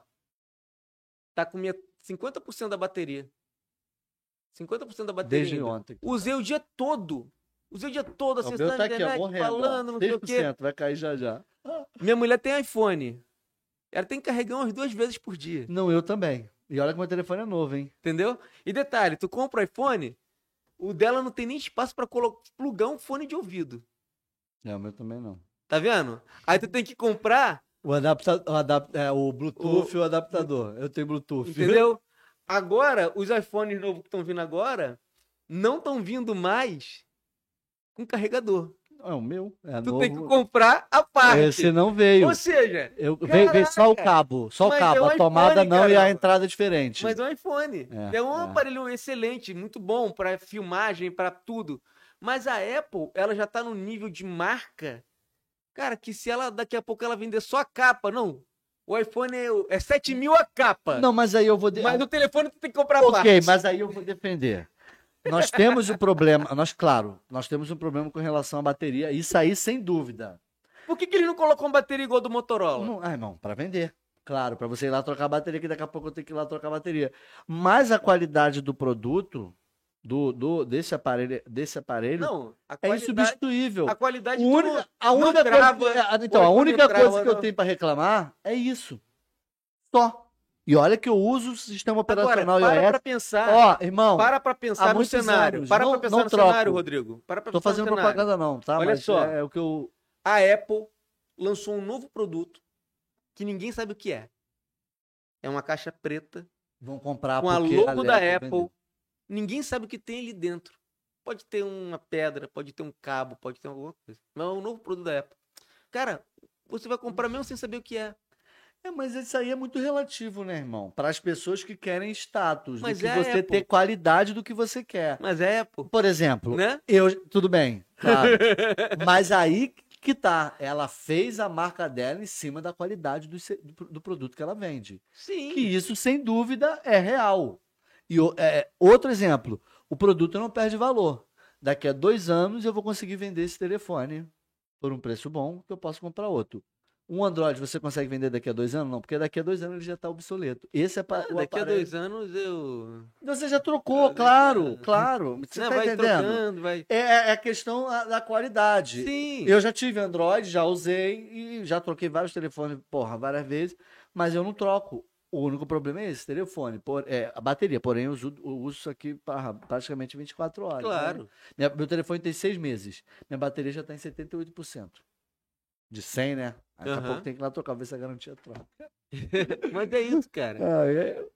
tá com minha 50% da bateria. 50% da bateria. Desde ainda. ontem. Usei o dia todo. Usei o dia todo O acessando meu tá a aqui, ó, internet, morrendo. ó. né, falando, não sei o quê. 6%, vai cair já já. Minha mulher tem iPhone. Ela tem que carregar umas duas vezes por dia, Não, eu também. E olha que meu telefone é novo, hein? entendeu? E detalhe, tu compra o iPhone, o dela não tem nem espaço pra colo- plugar um fone de ouvido. É, o meu também não. Tá vendo? Aí tu tem que comprar O adaptador, o, adap- é, o Bluetooth e o adaptador. Eu tenho Bluetooth. Entendeu? Agora, os iPhones novos que estão vindo agora não estão vindo mais com carregador. É o meu. É Tu novo. É tem que comprar a parte. Esse não veio. Ou seja, Eu, veio, veio só o cabo. Só o Mas cabo. é um a tomada iPhone, não e a caramba. entrada é diferente. mas é um iPhone. É, É, um é. aparelho excelente, muito bom para filmagem, para tudo. Mas a Apple, ela já tá no nível de marca, cara, que se ela daqui a pouco ela vender só a capa, não. O iPhone é, é 7 mil a capa. Não, mas aí eu vou. De... ah, mas o telefone tu tem que comprar a ok, parte. mas aí eu vou defender. Nós temos um problema, nós, claro, nós temos um problema com relação à bateria, isso aí sem dúvida. Por que, que ele não colocou uma bateria igual a do Motorola? Não, ah, irmão, para vender. Claro, para você ir lá trocar a bateria, que daqui a pouco eu tenho que ir lá trocar a bateria. Mas a qualidade do produto, do, do- desse aparelho, desse aparelho Não, a é qualidade, insubstituível. a qualidade O tu única- não- a única trava, coisa, é, então, a pode única trava, coisa que eu não. tenho pra reclamar é isso. Só. E olha que eu uso o sistema Agora, operacional para iOS. pra pensar. Ó, irmão, para pra há pensar no muitos cenário. anos, para não- pra pensar não no troco. cenário, Rodrigo. Para pra tô pensar fazendo no cenário. propaganda não, tá? Olha Mas só. É, o que eu... A Apple lançou um novo produto que ninguém sabe o que é. É uma caixa preta Vão comprar com a Ah, porque é logo da Apple Apple. vendeu. Ninguém sabe o que tem ali dentro. Pode ter uma pedra, pode ter um cabo, pode ter alguma coisa. Mas é um novo produto da Apple. Cara, você vai comprar mesmo sem saber o que é. É, mas isso aí é muito relativo, né, irmão? Para as pessoas que querem status, Mas do que é a você Apple. ter qualidade do que você quer. Mas é Apple, Por exemplo, né? eu... Tudo bem, [laughs] claro. mas aí que tá. Ela fez a marca dela em cima da qualidade do se- do pro- do produto que ela vende. Sim. que isso, sem dúvida, é real. E o- é, outro exemplo, o produto não perde valor. Daqui a dois anos eu vou conseguir vender esse telefone por um preço bom que eu posso comprar outro. Um Android você consegue vender daqui a dois anos? Não, porque daqui a dois anos ele já está obsoleto. Esse é para. Daqui a dois anos É, eu. Você já trocou, claro, claro. Você Não, tá vai entendendo? trocando, vai. É, é a questão a- da qualidade. Sim. Eu já tive Android, já usei e já troquei vários telefones, porra, várias vezes, mas eu não troco. O único problema é esse telefone, por- é, a bateria. Porém, eu uso, eu uso isso aqui parra, praticamente 24 horas. né? Claro. Minha- meu telefone tem seis meses. Minha bateria já está em 78%. De 100, né? Aí Daqui a Aham. pouco tem que ir lá trocar, ver se a garantia troca. Mas é isso, [laughs] cara. é... [laughs]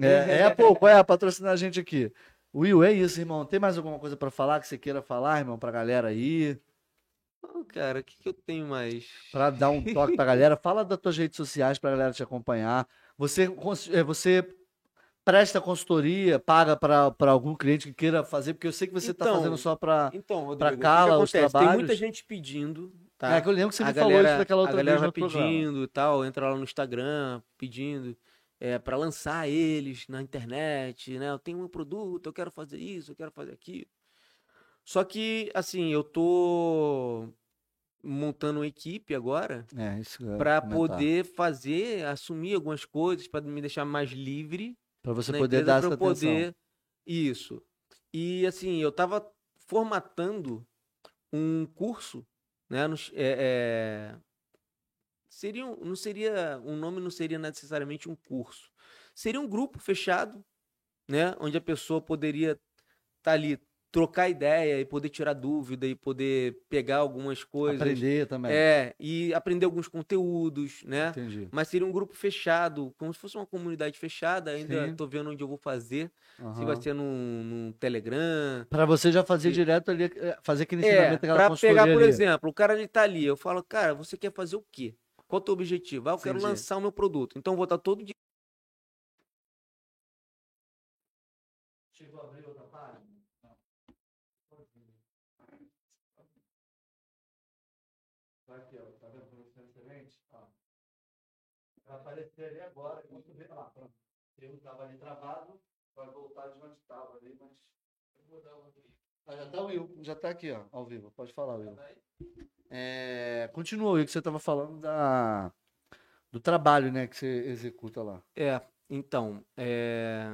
É, Apple, qual é? Patrocinar a gente aqui. Will, é isso, irmão. Tem mais alguma coisa para falar que você queira falar, irmão, pra galera aí? Não, cara, o que, que eu tenho mais? Pra dar um toque pra galera, fala das tuas redes sociais pra galera te acompanhar. Você, cons- eh, você presta consultoria, paga pra pra algum cliente que queira fazer, porque eu sei que você tá Então, fazendo só pra. Então, Rodrigo, Pra o que que cala os acontece? Tem trabalhos? muita gente pedindo, tá? É que eu lembro que você a me galera, falou isso daquela outra a vez galera vai no programa. pedindo e tal, entra lá no Instagram pedindo é, para lançar eles na internet, né? Eu tenho um produto, eu quero fazer isso, eu quero fazer aquilo. Só que, assim, eu tô montando uma equipe agora É, isso que eu ia para comentar. poder fazer, assumir algumas coisas, para me deixar mais livre Pra você na poder empresa dar pra essa eu atenção. poder isso. E assim, eu tava formatando um curso, né? nos- é- é, Seria um, não seria um nome não seria necessariamente um curso. Seria um grupo fechado, né? Onde a pessoa poderia estar ali trocar ideia e poder tirar dúvida e poder pegar algumas coisas. Aprender também. É, e aprender alguns conteúdos, né? Entendi. Mas seria um grupo fechado, como se fosse uma comunidade fechada. Ainda Sim. tô vendo onde eu vou fazer. Se Aham. vai ser num, num Telegram. Pra você já fazer Sim. direto ali, eh, fazer aquele É, ensinamento daquela pra consultoria pegar, por ali. exemplo, o cara ele tá ali. Eu falo, cara, você quer fazer o quê? Qual o teu objetivo? Ah, eu quero Entendi. lançar o meu produto. Então eu vou estar todo dia. Chegou a abrir outra página? Não. Tá aqui, ó. Tá vendo como isso é diferente? Ó. Vai aparecer ali agora, muito bem lá. pronto. Eu tava ali travado, vai voltar de onde tava ali, mas. Eu vou dar uma aqui. Ah, já tá o Will, já tá aqui, ó, ao vivo. Pode falar, Will. Tá aí? É, continua aí que você estava falando da, do trabalho, né, que você executa lá. É, então, é...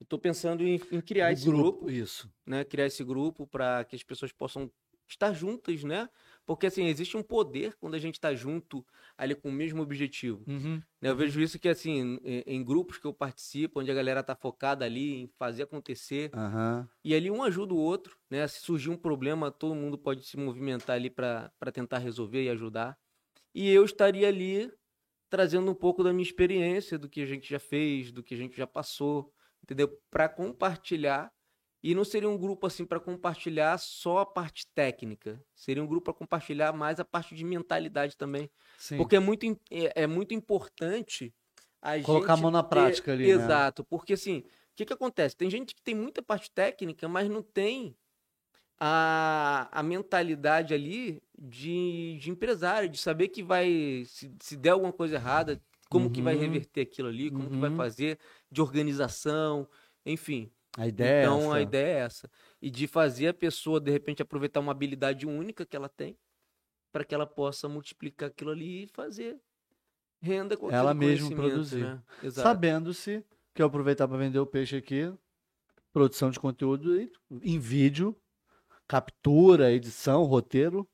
Eu tô pensando em, em criar Do esse grupo. Isso. né, criar esse grupo para que as pessoas possam estar juntas, né? Porque assim, existe um poder quando a gente está junto ali com o mesmo objetivo. Uhum. né? Eu vejo isso que assim, em- em grupos que eu participo, onde a galera tá focada ali em fazer acontecer, Aham. e ali um ajuda o outro, né? Se surgir um problema, todo mundo pode se movimentar ali para tentar resolver e ajudar. E eu estaria ali trazendo um pouco da minha experiência, do que a gente já fez, do que a gente já passou, entendeu? Para compartilhar. E não seria um grupo assim para compartilhar só a parte técnica. Seria um grupo para compartilhar mais a parte de mentalidade também, Sim. porque é muito im- é, é muito importante a Colocar a gente mão na ter- prática ali, né? Exato, porque assim, o que, que acontece? Tem gente que tem muita parte técnica, mas não tem a, a mentalidade ali de, de empresário, de saber que vai, se, se der alguma coisa errada, como que vai Uhum. reverter aquilo ali, como que vai Uhum. fazer, de organização, enfim. A ideia. então é essa. a ideia é essa. E de fazer a pessoa, de repente, aproveitar uma habilidade única que ela tem, para que ela possa multiplicar aquilo ali e fazer renda com Ela aquele mesma conhecimento, produzir. Né? Exato. Sabendo-se que eu aproveitar para vender o peixe aqui, produção de conteúdo e- em vídeo, captura, edição, roteiro.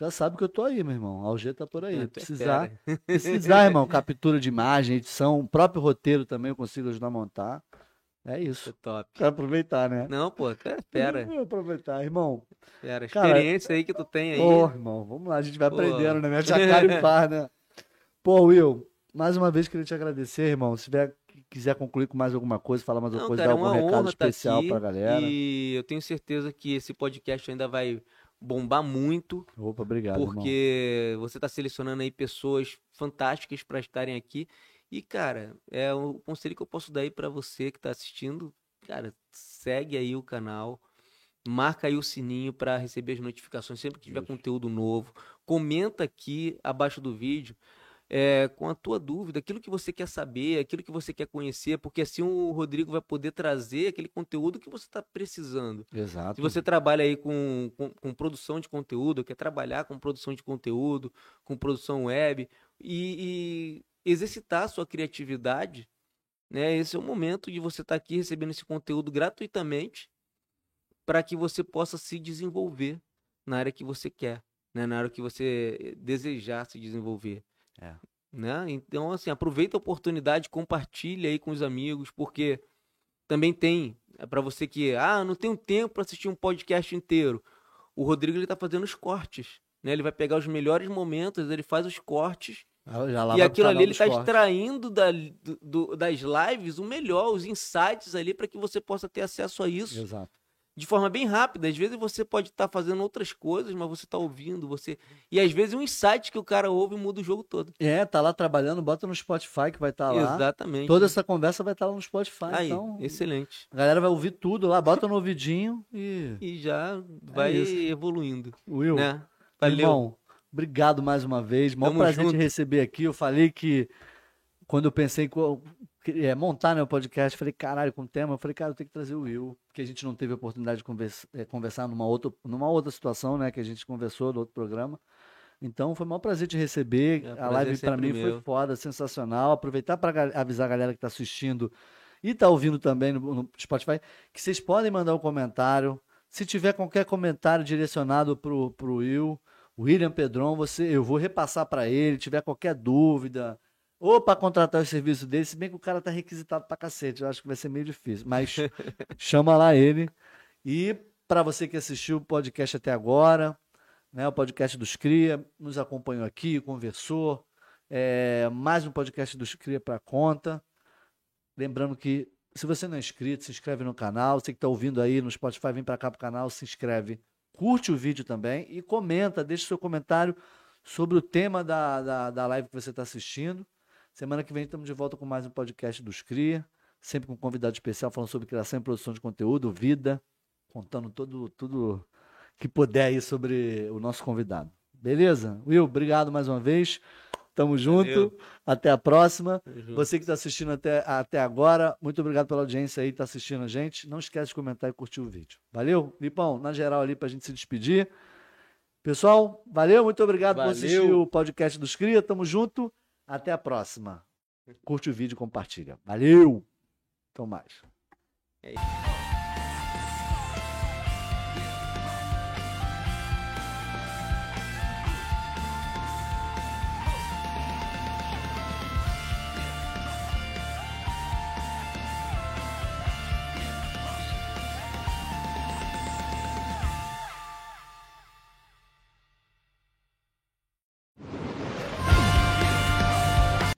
Já sabe que eu tô aí, meu irmão. A Alg tá por aí. É, tu é precisar, [laughs] fera. precisar, irmão. Captura de imagem, edição, o próprio roteiro também eu consigo ajudar a montar. É Isso isso. é top. Pra aproveitar, né? Não, pô, tu é fera. Vamos aproveitar, irmão. fera. Uhum. Cara, Experiência aí que tu tem aí. Pô, irmão, vamos lá, a gente vai Pô. aprendendo, né? Me [laughs] achacaripar, né? Pô, Will, mais uma vez queria te agradecer, irmão. Se tiver, quiser concluir com mais alguma coisa, falar mais alguma Não, coisa, cara, é dar algum uma recado honra tá especial aqui pra galera. E eu tenho certeza que esse podcast ainda vai bombar muito, Opa, obrigado, irmão. porque você tá selecionando aí pessoas fantásticas para estarem aqui. E, cara, é o conselho que eu posso dar aí para você que tá assistindo, cara, segue aí o canal, marca aí o sininho para receber as notificações sempre que tiver Justo. conteúdo novo. Comenta aqui abaixo do vídeo. é, com a tua dúvida, aquilo que você quer saber, aquilo que você quer conhecer, porque assim o Rodrigo vai poder trazer aquele conteúdo que você está precisando. Exato. Se você trabalha aí com, com, com produção de conteúdo, quer trabalhar com produção de conteúdo, com produção web e, e exercitar a sua criatividade, né? Esse é o momento de você estar aqui recebendo esse conteúdo gratuitamente para que você possa se desenvolver na área que você quer, né? Na área que você desejar se desenvolver. É. Né? Então, assim, aproveita a oportunidade, compartilha aí com os amigos, porque também tem é para você que, ah, não tenho tempo para assistir um podcast inteiro. O Rodrigo ele tá fazendo os cortes, né? Ele vai pegar os melhores momentos, ele faz os cortes Ah, Já lá vai e pro aquilo canal ali ele dos tá está cortes. extraindo da- do- do- das lives o melhor, os insights ali para que você possa ter acesso a isso Exato. de forma bem rápida. Às vezes você pode estar fazendo outras coisas, mas você está ouvindo, você e às vezes um insight que o cara ouve muda o jogo todo. É, tá lá trabalhando, bota no Spotify que vai estar Tá lá. Exatamente. Toda essa conversa vai estar lá no Spotify, Aí, então excelente. a galera vai ouvir tudo lá, bota no ouvidinho e E já vai É isso. evoluindo, Will, né? Valeu. irmão, obrigado mais uma vez, maior Tamo prazer te junto. receber aqui, eu falei que quando eu pensei em co- é, montar né, o podcast, eu falei, caralho, com o tema, eu falei, cara, eu tenho que trazer o Will, porque a gente não teve a oportunidade de conversa- é, conversar numa outra, numa outra situação, né, que a gente conversou no outro programa, então foi o maior prazer te receber, É, a prazer live pra sempre mim foi meu. foda, sensacional, aproveitar para avisar a galera que tá assistindo e tá ouvindo também no, no Spotify, que vocês podem mandar um comentário. Se tiver qualquer comentário direcionado pro, pro Will, William Pedron, você, eu vou repassar para ele. Tiver qualquer dúvida ou para contratar o serviço dele, se bem que o cara tá requisitado pra cacete, eu acho que vai ser meio difícil, mas chama lá ele. E para você que assistiu o podcast até agora, né, o podcast dos Cria, nos acompanhou aqui, conversou. É, mais um podcast dos Cria para conta. Lembrando que se você não é inscrito, se inscreve no canal. Você que está ouvindo aí no Spotify, vem para cá pro canal, se inscreve, curte o vídeo também e comenta, deixa seu comentário sobre o tema da, da, da live que você está assistindo. Semana que vem estamos de volta com mais um podcast dos Cria, sempre com um convidado especial falando sobre criação e produção de conteúdo, vida, contando todo, tudo que puder aí sobre o nosso convidado. Beleza? Will, obrigado mais uma vez. Tamo junto. Valeu. Até a próxima. Tamo junto. Você que está assistindo até, até agora, muito obrigado pela audiência aí, está assistindo a gente. Não esquece de comentar e curtir o vídeo. Valeu? Lipão, na geral ali para a gente se despedir. Pessoal, valeu, muito obrigado por Valeu. assistir o podcast dos Cria. Tamo junto. Até a próxima. Curte o vídeo, compartilha. Valeu! Então mais. É isso.